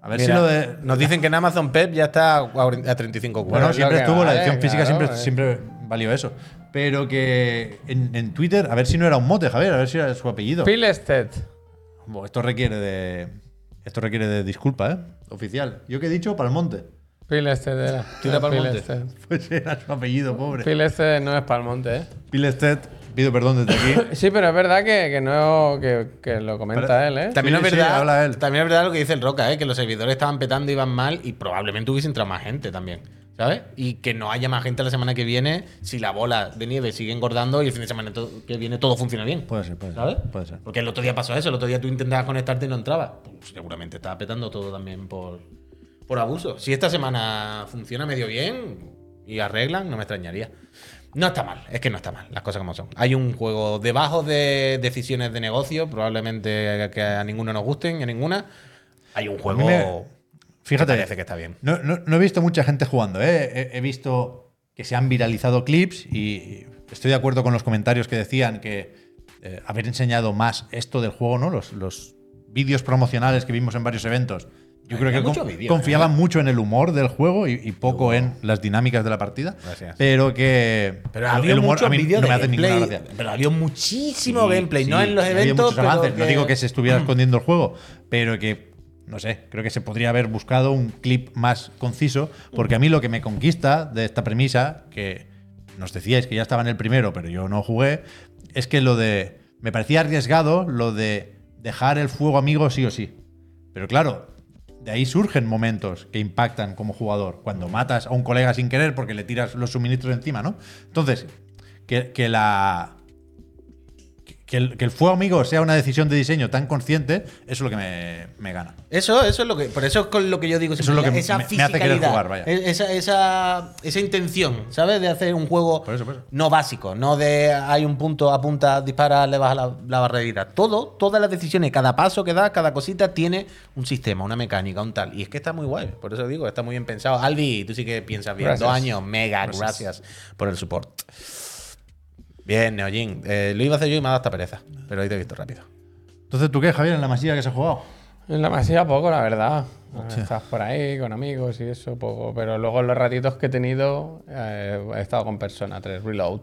A: A ver
D: Mira,
A: si lo de.
D: Nos dicen que en Amazon Pep ya está a 35
A: Bueno,
C: Pero es lo
A: siempre
C: que
A: estuvo, la
C: vale,
A: edición física
C: claro,
A: siempre,
C: eh.
A: siempre valió eso. Pero que en, en Twitter, a ver si no era un mote, Javier, a ver si era su apellido.
C: Pilested.
A: Buah, esto requiere de. Esto requiere de disculpa, ¿eh? Oficial. ¿Yo qué he dicho? Palmonte.
C: Pilested era.
A: Tira Palmonte.
C: Pilested.
A: Pues era su apellido, pobre.
C: Pilested no es Palmonte, ¿eh?
A: Pilested, pido perdón desde aquí.
C: Sí, pero es verdad que, que no que, que lo comenta
A: Pero-
C: él, ¿eh?
D: También,
A: Sí,
D: es
A: sí,
D: verdad,
A: habla él.
D: también es verdad lo que dice el Roca, ¿eh? que los servidores estaban petando, iban mal y probablemente hubiese entrado más gente también, ¿sabes? Y que no haya más gente la semana que viene si la bola de nieve sigue engordando y el fin de semana to- que viene todo funciona bien.
A: Puede ser, puede ser.
D: ¿Sabes?
A: Puede ser.
D: Porque el otro día pasó eso, el otro día tú intentabas conectarte y no entrabas. Pues seguramente estaba petando todo también por, por abuso. Si esta semana funciona medio bien y arreglan, no me extrañaría. No está mal, es que no está mal, las cosas como son. Hay un juego debajo de decisiones de negocio, probablemente que a ninguno nos gusten, a ninguna. Hay un
A: mí
D: juego
A: me- Fíjate.
D: que parece que está bien.
A: No, no- no he visto mucha gente jugando, ¿eh? He, he visto que se han viralizado clips y estoy de acuerdo con los comentarios que decían que eh, haber enseñado más esto del juego, ¿no? Los, los vídeos promocionales que vimos en varios eventos. Yo
D: Había
A: creo que
D: mucho
A: con-
D: vídeo, ¿eh?
A: confiaban mucho en el humor del juego y, y poco en las dinámicas de la partida.
D: Gracias.
A: Pero que
D: Pero
A: el-
D: había
A: el humor
D: muchos
A: a mí
D: vídeos
A: no me
D: de
A: hace ninguna
D: gameplay,
A: gracia.
D: Pero había muchísimo
A: Sí,
D: gameplay,
A: sí,
D: no en los
A: sí, había
D: eventos.
A: muchos
D: pero
A: avances. No
D: que-
A: digo que se estuviera escondiendo el juego, pero que, no sé, creo que se podría haber buscado un clip más conciso, porque a mí lo que me conquista de esta premisa, que nos decíais que ya estaba en el primero, pero yo no jugué, es que lo de. Me parecía arriesgado lo de dejar el fuego amigo sí o sí. Pero claro, de ahí surgen momentos que impactan como jugador. Cuando matas a un colega sin querer porque le tiras los suministros encima, ¿no? Entonces, que, que la. que- Que el, que el fuego amigo sea una decisión de diseño tan consciente, eso es lo que me, me gana.
D: Eso, eso es lo que. Por eso es con lo que yo digo.
A: Eso
D: siempre,
A: es lo que me-
D: esa
A: me hace querer
D: fisicalidad,
A: jugar, vaya.
D: e- Esa, esa, esa intención, ¿sabes? De hacer un juego
A: Por eso, por eso.
D: no básico, no de hay un punto, apunta, dispara, le baja la, la barrerita. Todo, todas las decisiones, cada paso que das, cada cosita tiene un sistema, una mecánica, un tal. Y es que está muy guay. Por eso digo, está muy bien pensado. Albi, tú sí que piensas bien.
C: Gracias.
D: Dos años, mega, gracias, por el support. Bien, Neojin. Eh, lo iba a hacer yo y me ha dado hasta pereza. Pero hoy te he visto rápido.
A: Entonces, ¿tú qué, Javier, en la masilla que se ha jugado?
C: En la masía poco, la verdad. Estás por ahí con amigos y eso, poco. Pero luego los ratitos que he tenido eh, he estado con Persona 3 Reload.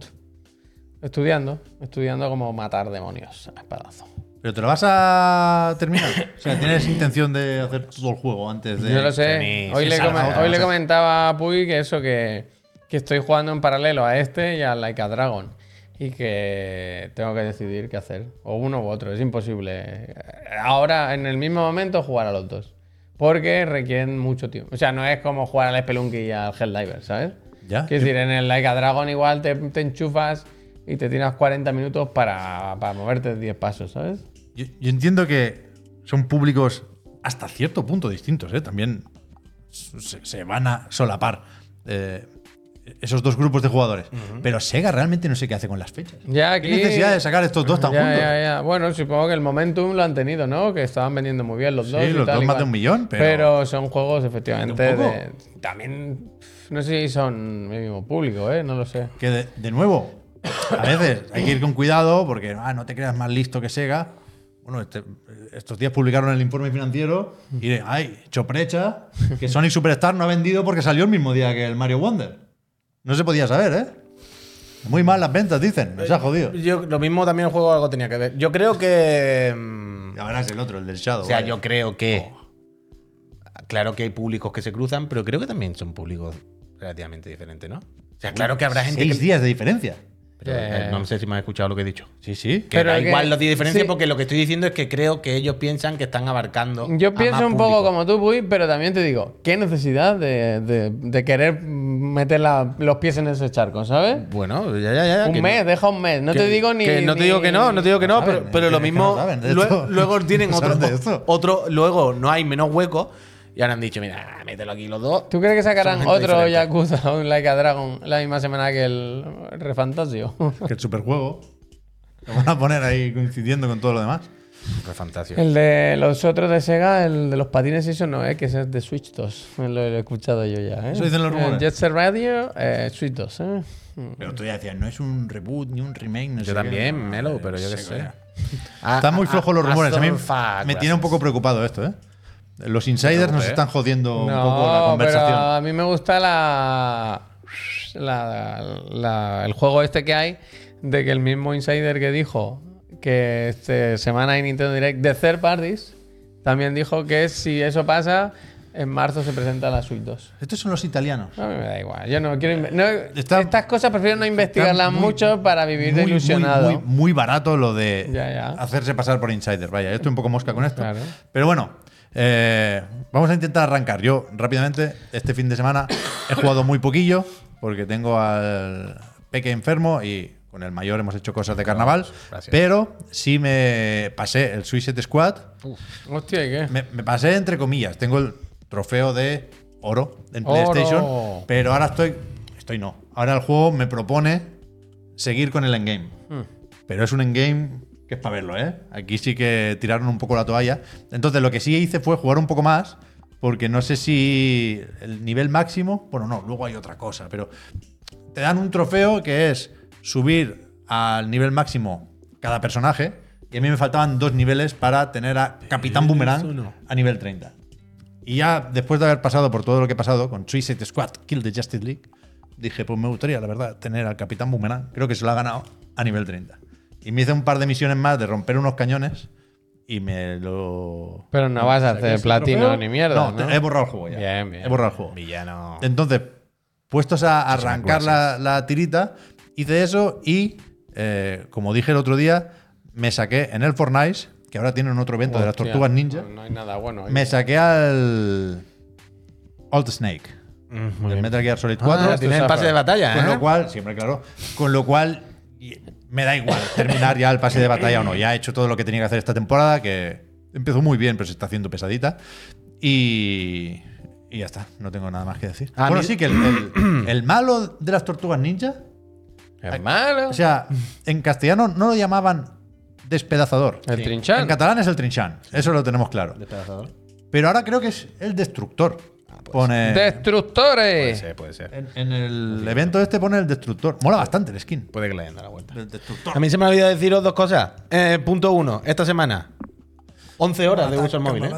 C: Estudiando, estudiando cómo matar demonios a espadazo.
A: ¿Pero te lo vas a terminar? o sea, ¿tienes intención de hacer todo el juego antes de.?
C: Yo lo sé.
D: tenéis-
C: Hoy,
D: sí,
C: le,
D: salga
C: come-
D: otra
C: hoy le
D: cosa.
C: comentaba a Puy que eso, que, que estoy jugando en paralelo a este y a Like a Dragon. Y que tengo que decidir qué hacer. O uno u otro. Es imposible. Ahora, en el mismo momento, jugar a los dos. Porque requieren mucho tiempo. O sea, no es como jugar al Spelunky y al Helldiver, ¿sabes?
A: Ya.
C: Quiero decir, en el Like a Dragon igual te, te enchufas y te tiras 40 minutos para, para moverte 10 pasos, ¿sabes?
A: Yo, yo entiendo que son públicos hasta cierto punto distintos, ¿eh? También se, se van a solapar eh, esos dos grupos de jugadores. Pero Sega realmente no sé qué hace con las fechas.
C: Ya
A: ¿Qué
C: aquí-
A: necesidad de sacar estos dos tan
C: Eh, ya,
A: juntos?
C: ya, ya. Bueno, supongo que el momentum lo han tenido, ¿no? Que estaban vendiendo muy bien los
A: Sí,
C: dos. y
A: los
C: tal
A: dos
C: y
A: más
C: cual.
A: de un millón, pero-
C: son juegos, efectivamente.
A: Un poco.
C: de- También. pff, No sé si son el mismo público, ¿eh? No lo sé.
A: Que de, de nuevo, a veces hay que ir con cuidado porque ah, no te creas más listo que Sega. Bueno, este- estos días publicaron el informe financiero y de, ay, choprecha, que Sonic Superstar no ha vendido porque salió el mismo día que el Mario Wonder. No se podía saber, ¿eh? Muy mal las ventas, dicen. Nos ha jodido.
D: Yo, lo mismo también el juego algo tenía que ver. Yo creo que. mm,
A: Ya verás el otro, el del Shadow.
D: O sea,
A: vaya.
D: yo creo que Claro que hay públicos que se cruzan, pero creo que también son públicos relativamente diferentes, ¿no? O sea, claro que habrá gente
A: Seis
D: que.
A: días de diferencia.
D: Pero, eh, no sé si me has escuchado lo que he dicho.
A: Sí, sí.
D: Que
C: Pero
D: da
C: que-
D: igual los días de diferencia
C: sí.
D: porque lo que estoy diciendo es que creo que ellos piensan que están abarcando. a
C: Yo
D: Ah, más
C: pienso un poco
D: público.
C: como tú, Puy, pero también te digo, qué necesidad de, de- de querer meter la- los pies en ese charco, ¿sabes?
D: Bueno, ya, ya, ya. Ah, que
C: Un
D: no-
C: mes, deja un mes. No te
D: que-
C: digo ni.
D: que no te digo
C: ni-
D: que no, no te digo que no,
A: saben,
D: pero, pero
A: es
D: lo
A: que no
D: mismo.
A: saben de
D: lue-
A: esto.
D: luego tienen
A: No
D: otro,
A: saben de esto.
D: otro. Luego no hay menos huecos y ahora han dicho, mira, mételo aquí los dos.
C: ¿Tú crees que sacarán
D: Son gente
C: otro
D: diferente.
C: Yakuza, un Like a Dragon, la misma semana que el Refantasio?
A: Que el superjuego. Lo van a poner ahí coincidiendo con todo lo demás.
D: Fue fantástico.
C: el de los otros de Sega, el de los patines, eso no, ¿eh? que ese es de Switch 2. Lo he escuchado yo ya. ¿eh?
A: Eso dicen los
C: Eh,
A: rumores.
C: Jet Set Radio, eh, Switch 2. ¿eh?
A: Pero tú ya decías, no es un reboot ni un remake. No
D: Yo también, Melo, pero yo qué sé.
A: Están muy flojos
C: Ah,
A: los rumores. A mí
D: Azorfa,
A: me tiene un poco preocupado esto, ¿eh? Los insiders nos
D: preocupes,
A: están jodiendo un
C: eh. No,
A: poco la
C: Pero
A: conversación.
C: a mí me gusta la, la- la- el juego este que hay de que el mismo insider que dijo que este semana hay Nintendo Direct de third parties también dijo que si eso pasa en marzo se presenta la Switch 2.
A: Estos son los italianos.
C: A mí me da igual, yo no quiero inve- no-
A: Está-
C: estas cosas prefiero no investigarlas
A: muy-
C: mucho para vivir de
A: muy,
C: ilusionado.
A: Muy, muy barato lo de
C: Ya, ya.
A: hacerse pasar por insider. Vaya, yo estoy un poco mosca con esto.
C: Claro.
A: Pero bueno, eh, vamos a intentar arrancar. Yo rápidamente, este fin de semana he jugado muy poquillo porque tengo al peque enfermo y con el mayor hemos hecho cosas de carnaval.
D: gracias.
A: Pero sí me pasé el Suicide Squad.
C: Hostia, ¿y qué?
A: Me, me pasé entre comillas. Tengo el trofeo de oro en
C: Oro.
A: PlayStation. Pero ahora estoy. Estoy no. Ahora el juego me propone seguir con el endgame. Pero es un endgame que es para verlo, ¿eh? Aquí sí que tiraron un poco la toalla. Entonces lo que sí hice fue jugar un poco más. Porque no sé si el nivel máximo. Bueno, no, luego hay otra cosa. Pero te dan un trofeo que es subir al nivel máximo cada personaje. Y a mí me faltaban dos niveles para tener a Capitán Boomerang a nivel 30. Y ya después de haber pasado por todo lo que he pasado con Suicide Squad, Kill the Justice League, dije, pues me gustaría, la verdad, tener al Capitán Boomerang. Creo que se lo ha ganado a nivel 30. Y me hice un par de misiones más de romper unos cañones y me lo...
C: Pero no vas a hacer platino ni mierda,
A: No,
C: ¿no?
A: te- he borrado el juego ya.
C: Bien, bien.
A: He borrado el juego.
D: Villano.
A: Entonces, puestos a arrancar la, la tirita, hice eso y, eh, como dije el otro día, me saqué en el Fortnite, que ahora tienen otro evento de las
C: Hostia,
A: tortugas ninja,
C: No, no hay nada bueno. ahí.
A: me saqué al Old Snake,
D: Mm,
A: del Metal Gear Solid 4.
D: Ah, tienes el pase de batalla,
A: Con
D: ¿eh?
A: lo cual, siempre claro, con lo cual y- me da igual terminar ya el pase de batalla o no. Ya he hecho todo lo que tenía que hacer esta temporada, que empezó muy bien, pero se está haciendo pesadita. Y, y ya está, no tengo nada más que decir.
D: A
A: bueno,
D: mí-
A: sí que el, el- el malo de las tortugas ninja,
C: Hermano.
A: o sea, en castellano no lo llamaban despedazador.
C: El Trinchan.
A: En catalán es el trinchán, eso lo tenemos claro. Pero ahora creo que es el destructor. Pone,
C: Destructores.
D: Puede ser, puede ser.
A: en, en el evento este pone el destructor. Mola bastante el skin.
D: Puede que le hayan dado la vuelta.
A: El destructor.
D: Eh, A mí se me ha olvidado deciros dos cosas. Eh, punto uno, esta semana. 11 horas
A: Ah,
D: de uso al móvil, ¿eh?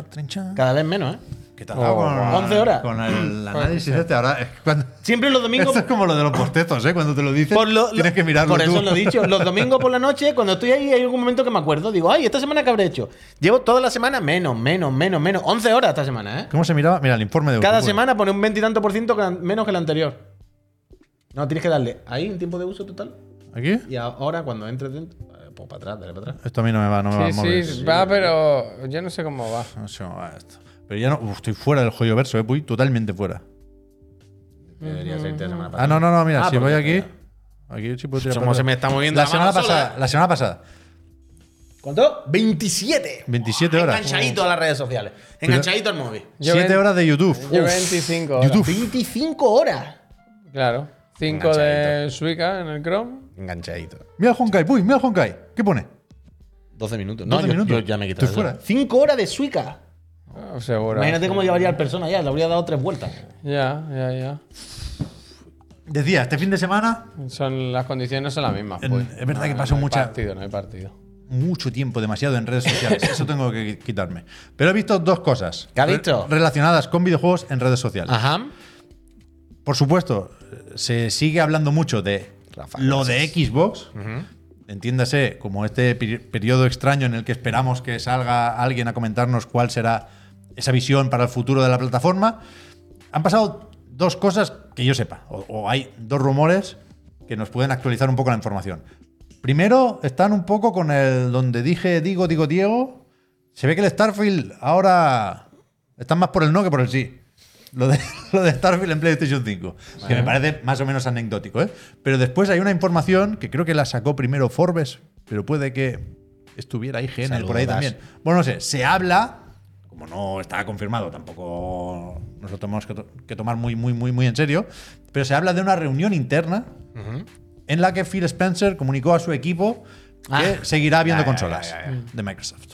D: Cada vez menos, ¿eh?
A: ¿Qué tal? con,
D: 11 horas.
A: Con
C: Pues
A: el análisis este ahora. es cuando-
D: Siempre los domingos.
A: esto es como lo de los postezos, ¿eh? Cuando te lo dicen,
D: Por lo- lo-
A: tienes que mirarlo
D: Por eso
A: tú.
D: lo he dicho. Los domingos por la noche, cuando estoy ahí, hay algún momento que me acuerdo. Digo, ay, esta semana que habré hecho. Llevo toda la semana menos, menos, menos, menos. 11 horas esta semana, ¿eh?
A: ¿Cómo se miraba? Mira, el informe de
D: Cada
A: Autopura.
D: semana pone un 20 y tanto por ciento que la- menos que el anterior. No, tienes que darle ahí un tiempo de uso total.
A: ¿Aquí?
D: Y ahora, cuando entres dentro, eh, pues para atrás, dale para atrás.
A: Esto a mí no me va, no me va
C: Sí,
A: el móvil.
C: sí, va, pero yo no sé cómo va.
A: No sé cómo va esto. Pero ya no. uf, estoy fuera del joyo verso, ¿eh? Puy, totalmente fuera.
D: Debería ser esta semana
A: Ah, no, no, no, mira,
D: Ah,
A: si voy
D: porque-
A: aquí. Aquí sí puedo tirar.
D: ¿Cómo
A: para
D: se me
A: atrás.
D: está moviendo
A: La
D: la
A: semana
D: mano sola,
A: pasada, la semana pasada.
D: ¿Cuánto? 27.
A: 27 horas.
D: Enganchadito a las redes sociales. Enganchadito al móvil.
C: Yo
A: 7
C: ven-
A: horas de YouTube.
C: Yo
A: Uf.
C: 25 horas.
D: 25 horas.
C: Claro. 5 de Suica en el Chrome.
D: Enganchadito.
A: Mira el Honkai, Puy, mira el Honkai. ¿Qué pone?
D: 12 minutos.
A: 12
D: yo,
A: minutos.
D: yo ya me he
A: Estoy
D: quitado. eso.
A: fuera.
D: 5 horas de suica.
C: Ah, Seguro.
D: Imagínate cómo llevaría al persona ya. Le habría dado tres vueltas.
C: Ya, ya, ya.
A: Decía, este fin de semana,
C: Son, las condiciones son las mismas.
A: En-
C: pues.
A: es verdad que
C: No,
A: paso
C: no hay
A: mucha-
C: partido, no hay partido.
A: mucho tiempo, demasiado en redes sociales. Eso tengo que quitarme. Pero he visto dos cosas
D: ¿Qué ha dicho?
A: re- relacionadas con videojuegos en redes sociales.
D: Ajá.
A: Por supuesto, se sigue hablando mucho de
D: Rafa,
A: lo de Xbox. Entiéndase, como este peri- periodo extraño en el que esperamos que salga alguien a comentarnos cuál será esa visión para el futuro de la plataforma. Han pasado dos cosas que yo sepa, o, o hay dos rumores que nos pueden actualizar un poco la información. Primero, están un poco con el donde dije digo, digo Diego. Se ve que el Starfield ahora están más por el no que por el sí. Lo de, lo de Starfield en PlayStation 5, que me parece más o menos anecdótico. ¿eh? Pero después hay una información que creo que la sacó primero Forbes, pero puede que estuviera IGN por ahí
D: Saludos.
A: también. Bueno, no sé, se habla, como no está confirmado, tampoco nos lo tenemos que, to- que tomar muy, muy, muy, muy en serio, pero se habla de una reunión interna en la que Phil Spencer comunicó a su equipo que
D: Ah.
A: seguirá habiendo
D: Ya, ya,
A: consolas
D: ya, ya,
A: de Microsoft.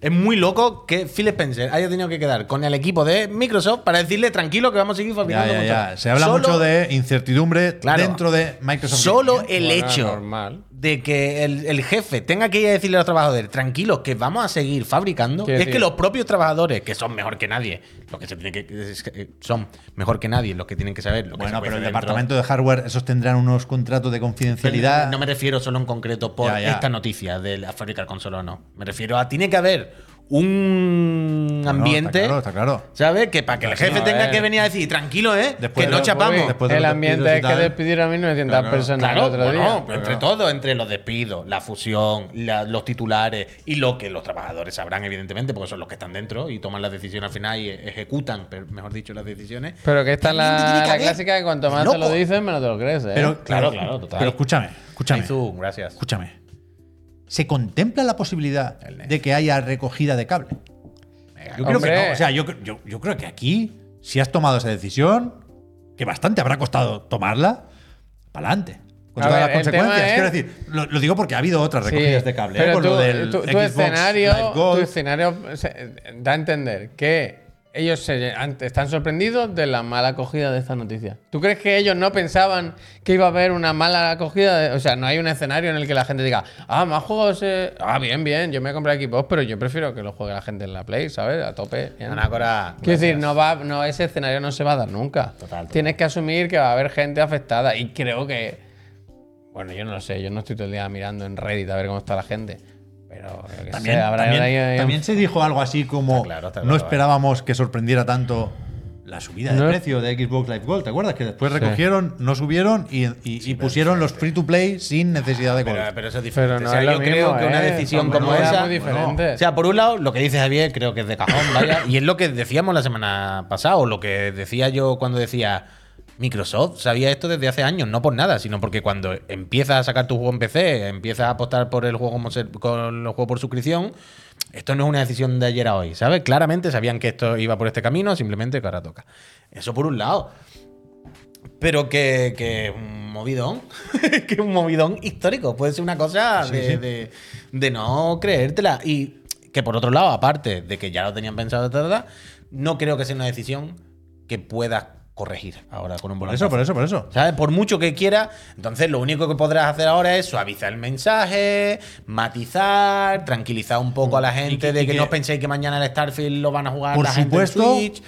D: Es muy loco que Phil Spencer haya tenido que quedar con el equipo de Microsoft para decirle tranquilo que vamos a seguir
A: Ya,
D: fabricando
A: ya, ya.
D: consolas".
A: Se habla
D: Solo-
A: mucho de incertidumbre
D: Claro.
A: dentro de Microsoft.
D: Solo
A: Gaming, ¿eh?
D: el
C: Bueno,
D: hecho
C: normal.
D: de que el, el jefe tenga que ir a decirle a los trabajadores, tranquilos, que vamos a seguir fabricando,
C: Quiero
D: es
C: decir-
D: que los propios trabajadores, que son mejor que nadie, los que se tienen que es que son mejor que nadie, los que tienen que saber. Lo que se
A: Bueno,
D: puede
A: pero el
D: hacer dentro.
A: departamento de hardware, esos tendrán unos contratos de confidencialidad.
D: No me refiero solo en concreto por
A: Ya, ya.
D: esta noticia de la fabricar consola o no. Me refiero a tiene que haber un
A: No, no,
D: ambiente,
A: está
D: Eh,
A: claro, está claro.
D: ¿sabes? Que para que el
C: Claro,
D: jefe
C: a
D: tenga
C: ver.
D: que venir a decir, tranquilo, ¿eh?
A: Después
D: que
A: de
D: no
A: los-
D: chapamos.
A: después de
C: el
A: los
C: ambiente
A: despidos y
C: es que
A: tal.
C: despidieron a 1900
A: Claro,
C: personas
D: Claro,
C: el otro
D: bueno,
C: día.
D: pero entre todo, entre los despidos, la fusión, la- los titulares y lo que los trabajadores sabrán, evidentemente, porque son los que están dentro y toman las decisiones al final y e, ejecutan, pero, mejor dicho, las decisiones.
C: Pero que esta es
D: También tiene
C: la,
D: que
C: la
D: haber-
C: clásica que cuanto más te lo
D: Loco.
C: dicen, menos te lo crees. ¿eh?
A: Pero,
D: Claro, claro, total.
A: Pero escúchame, escúchame.
D: Zoom, gracias.
A: Escúchame. ¿Se contempla la posibilidad
D: Dale.
A: de que haya recogida de cable? Yo creo que
C: Hombre.
A: no. O sea, yo, cre- yo- yo creo que aquí, si has tomado esa decisión, que bastante habrá costado tomarla, para adelante. Con
C: A
A: todas
C: ver,
A: las
C: el tema
A: consecuencias. Quiero
C: es-
A: decir, lo, lo digo porque ha habido otras
C: Sí,
A: recogidas
D: este
A: de cable. ¿eh?
C: pero
A: Con
C: tú-
A: lo del
C: tu, tu
A: Xbox Live
C: escenario,
A: Gold.
C: tu escenario o sea, da a entender que ellos se- an- están sorprendidos de la mala acogida de esta noticia. ¿Tú crees que ellos no pensaban que iba a haber una mala acogida? de- o sea, no hay un escenario en el que la gente diga, ah, más juegos. eh, ah, bien, bien, yo me he comprado equipos, pero yo prefiero que lo juegue la gente en la Play, ¿sabes? A tope. bien".
D: Anácora,
C: Quiero decir,
D: gracias.
C: no va, no, ese escenario no se va a dar nunca.
D: Total, total.
C: Tienes que asumir que va a haber gente afectada y creo que. Bueno, yo no lo sé, yo no estoy todo el día mirando en Reddit a ver cómo está la gente. Pero yo qué
A: También,
C: sé, habrá
A: también-
C: ahí- eh, ahí-
A: también se dijo algo así como
D: Está claro, está
A: no
D: claro,
A: esperábamos que sorprendiera tanto la subida de
C: No.
A: precio de Xbox Live Gold. ¿Te acuerdas? Que después recogieron, no subieron y, y- y pusieron los free to play sin necesidad de
D: Pero,
A: gold.
D: pero eso es diferente.
C: Pero no
D: O sea,
C: es
D: yo
C: lo mismo,
D: creo que una
C: ¿eh?
D: decisión
C: Son
D: como
C: monedas
D: esa.
C: muy diferentes.
D: O sea, por un lado, lo que dice Javier creo que es de cajón, vaya. Y es lo que decíamos la semana pasada, o lo que decía yo cuando decía. Microsoft sabía esto desde hace años, no por nada, sino porque cuando empiezas a sacar tu juego en PC, empiezas a apostar por el juego como ser- con los juegos por suscripción, esto no es una decisión de ayer a hoy, ¿sabes? Claramente sabían que esto iba por este camino, simplemente que ahora toca. Eso por un lado. Pero que, que un movidón, que un movidón histórico. Puede ser una cosa de, de- de no creértela. Y que por otro lado, aparte de que ya lo tenían pensado, ta, ta, ta, no creo que sea una decisión que puedas corregir ahora con un
A: Por
D: volante.
A: eso, por eso, por eso.
D: ¿Sabes? Por mucho que quiera, entonces lo único que podrás hacer ahora es suavizar el mensaje, matizar, tranquilizar un poco a la gente
A: que-
D: de
A: y
D: que,
A: que-
D: no penséis que mañana el Starfield lo van a jugar
A: Por
D: la gente en
A: supuesto,
D: Switch.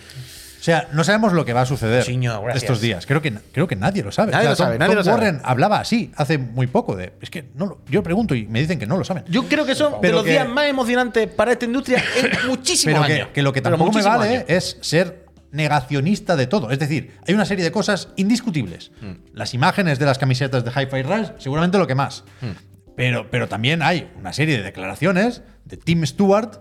A: O sea, no sabemos lo que va a suceder
D: Chiño, gracias.
A: estos días. Creo que, creo que nadie lo sabe.
D: Nadie
A: O sea,
D: lo sabe,
A: Tom,
D: nadie
A: Tom
D: lo sabe.
A: Warren hablaba así hace muy poco. De, es que no lo- yo pregunto y me dicen que no lo saben.
D: Yo creo que son de
A: Pero
D: los
A: que-
D: días más emocionantes para esta industria en muchísimos
A: Pero que,
D: años.
A: que lo que
D: Pero
A: tampoco me
D: muchísimos
A: vale
D: años.
A: es ser negacionista de todo. Es decir, hay una serie de cosas indiscutibles.
D: Mm.
A: Las imágenes de las camisetas de Hi-Fi Rush, seguramente lo que más.
D: Mm.
A: Pero, pero también hay una serie de declaraciones de Tim Stewart,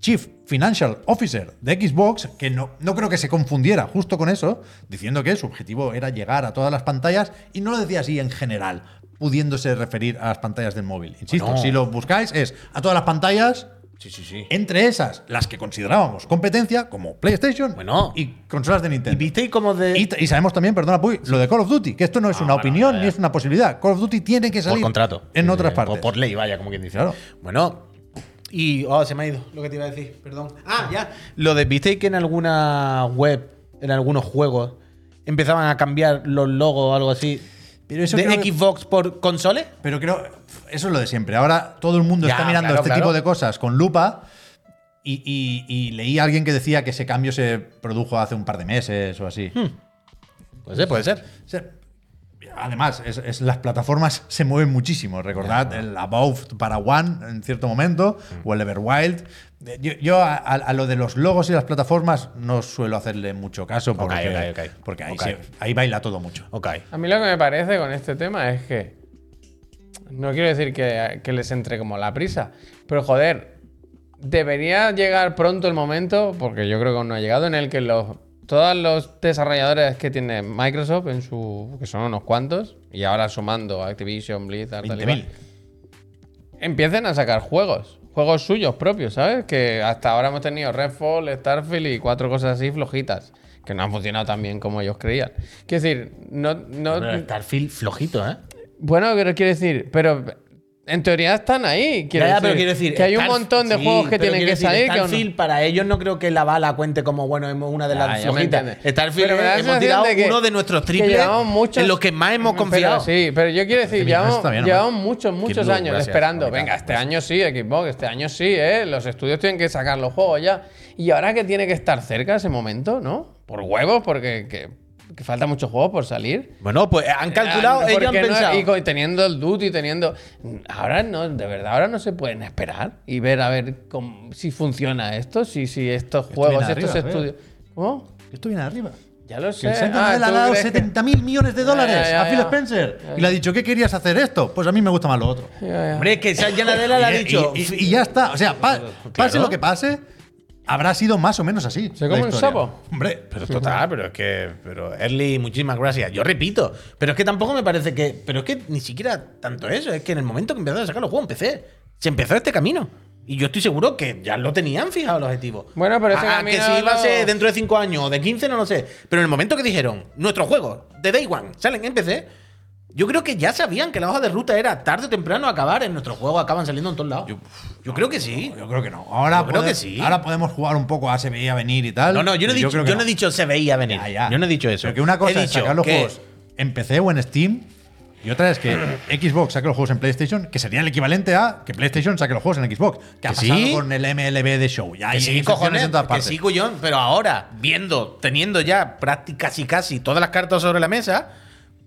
A: Chief Financial Officer de Xbox, que no, no creo que se confundiera justo con eso, diciendo que su objetivo era llegar a todas las pantallas y no lo decía así en general, pudiéndose referir a las pantallas del móvil. Insisto,
D: Bueno.
A: si lo buscáis es a todas las pantallas
D: Sí, sí, sí.
A: entre esas, las que considerábamos competencia, como PlayStation
D: Bueno.
A: y consolas de
D: ¿Y
A: Nintendo.
D: visteis como de.
A: Y, y sabemos también, perdona, Puy, lo de Call of Duty, que esto no es
D: Ah,
A: una
D: bueno,
A: opinión
D: ya, ya.
A: ni es una posibilidad. Call of Duty tiene que salir
D: por contrato.
A: en
D: Sí,
A: otras
D: sí,
A: partes.
D: Por, por ley, vaya, como quien dice.
A: Claro.
D: Bueno. Y. Oh, se me ha ido lo que te iba a decir, perdón. Ah, ya. Lo de. ¿Visteis que en alguna web, en algunos juegos, empezaban a cambiar los logos o algo así?
A: Pero eso
D: de
A: creo que-
D: Xbox por consoles?
A: Pero creo, eso es lo de siempre. Ahora todo el mundo
D: Ya,
A: está mirando
D: claro,
A: este
D: claro.
A: tipo de cosas con lupa. Y, y- y leí a alguien que decía que ese
D: Hmm.
A: cambio se produjo hace un par de meses o así.
D: Pues Puede ser, puede ser.
A: O sea, Además, es- es- las plataformas se mueven muchísimo. Recordad el Above para One en cierto momento
C: Mm.
A: o el Everwild. Eh, Yo, yo a, a- a lo de los logos y las plataformas no suelo hacerle mucho caso porque,
D: ok, ok.
A: porque ahí,
D: Ok.
A: se- ahí baila todo mucho.
D: Ok.
C: A mí lo que me parece con este tema es que. No quiero decir que, que les entre como la prisa, pero joder, debería llegar pronto el momento, porque yo creo que aún no ha llegado, en el que los, todos los desarrolladores que tiene Microsoft, en su, que son unos cuantos, y ahora sumando Activision, Blizzard, tal y cual,
A: 20.000.
C: empiecen a sacar juegos. Juegos suyos propios, ¿sabes? Que hasta ahora hemos tenido Redfall, Starfield y cuatro cosas así flojitas. Que no han funcionado tan bien como ellos creían. Quiero decir, no, no,
D: Pero Starfield flojito, ¿eh?
C: bueno, pero quiero decir, pero en teoría están ahí. Quiero,
D: Ya, ya,
C: decir,
D: pero quiero decir,
C: que hay un
D: Starf-
C: montón de
D: sí,
C: juegos que
D: pero
C: tienen
D: quiero
C: que
D: decir,
C: salir. que aún no-
D: Starfield, para ellos no creo que la bala cuente como, bueno, hemos una de
C: Ya,
D: las
C: ya me
D: flojitas.
C: entiendes.
D: Starfield
C: Pero me da la
D: hemos
C: sensación
D: tirado
C: de que-
D: uno de nuestros
C: que
D: triples
C: llevamos muchos-
D: en los que más hemos
C: Pero
D: confiado.
C: sí, pero yo quiero decir,
A: Está bien,
C: llevamos,
A: está bien,
C: llevamos
A: hombre.
C: muchos, muchos
D: Kirlu,
C: años
D: gracias,
C: esperando.
D: ahorita,
C: Venga, este
D: gracias.
C: año sí, Xbox, este año sí, ¿eh? Los estudios tienen que sacar los juegos ya. Y ahora que tiene que estar cerca ese momento, ¿no? Por huevos, porque que, que falta muchos juegos por salir.
D: Bueno, pues han calculado,
C: Ah,
D: ellos han
C: porque no-
D: pensado.
C: Y co- teniendo el duty, teniendo. Ahora no, de verdad, ahora no se pueden esperar y ver a ver cómo- si funciona esto, si, si estos juegos,
A: viene
C: estos
A: arriba,
C: estudios. ¿Cómo?
A: Esto viene arriba.
C: Ya lo sé.
A: Que el Sentence
C: Ah,
A: le ha
C: ¿tú
A: dado
C: crees que-
A: 70 mil millones de dólares
C: Ya, ya,
A: a Phil
C: ya.
A: Spencer. Y le ha dicho, ¿qué querías hacer esto? Pues a mí me gusta más lo otro.
C: Ya, ya.
D: Hombre, es que esa Yanadela le ha
A: Y-
D: dicho.
A: Y, y- y ya está. O sea, pa- pase
D: Claro.
A: lo que pase, habrá sido más o menos así.
C: Se
A: la
C: come un
A: historia.
C: sapo.
A: Hombre,
D: Pero total, pero es que. Pero Early, muchísimas gracias. Yo repito, pero es que tampoco me parece que. Pero es que ni siquiera tanto eso. Es que en el momento que empezaron a sacar los juegos, empecé. Se empezó este camino. Y yo estoy seguro que ya lo tenían fijado el objetivo.
C: Bueno, pero ese
D: Ah,
C: camino
D: Que si iba a ser
C: lo-
D: dentro de 5 años o de 15, no lo sé. Pero en el momento que dijeron, nuestros juegos de Day One salen en PC, yo creo que ya sabían que la hoja de ruta era tarde o temprano acabar en nuestros juegos, acaban saliendo en todos lados. Yo, creo que sí.
A: yo creo que no. Ahora,
D: Yo creo
A: pode-
D: que sí.
A: ahora podemos jugar un poco a se veía venir y tal.
D: No, no, yo
A: pero
D: no he dicho, yo
A: creo que
D: no he dicho se veía venir.
A: Ya, ya.
D: Yo no he dicho eso.
A: Pero que una cosa
D: he
A: es sacar los
D: que-
A: juegos en PC o en Steam. Y otra es que Xbox saque los juegos en PlayStation, que sería el equivalente a que PlayStation saque los juegos en Xbox. Que, ha
D: Que sí.
A: pasado con el MLB de Show. Ya
D: Que
A: hay
D: sí,
A: excepciones
D: cojones,
A: en todas
D: que
A: partes.
D: sí, cuyón, pero ahora, viendo, teniendo ya prácti- casi casi todas las cartas sobre la mesa,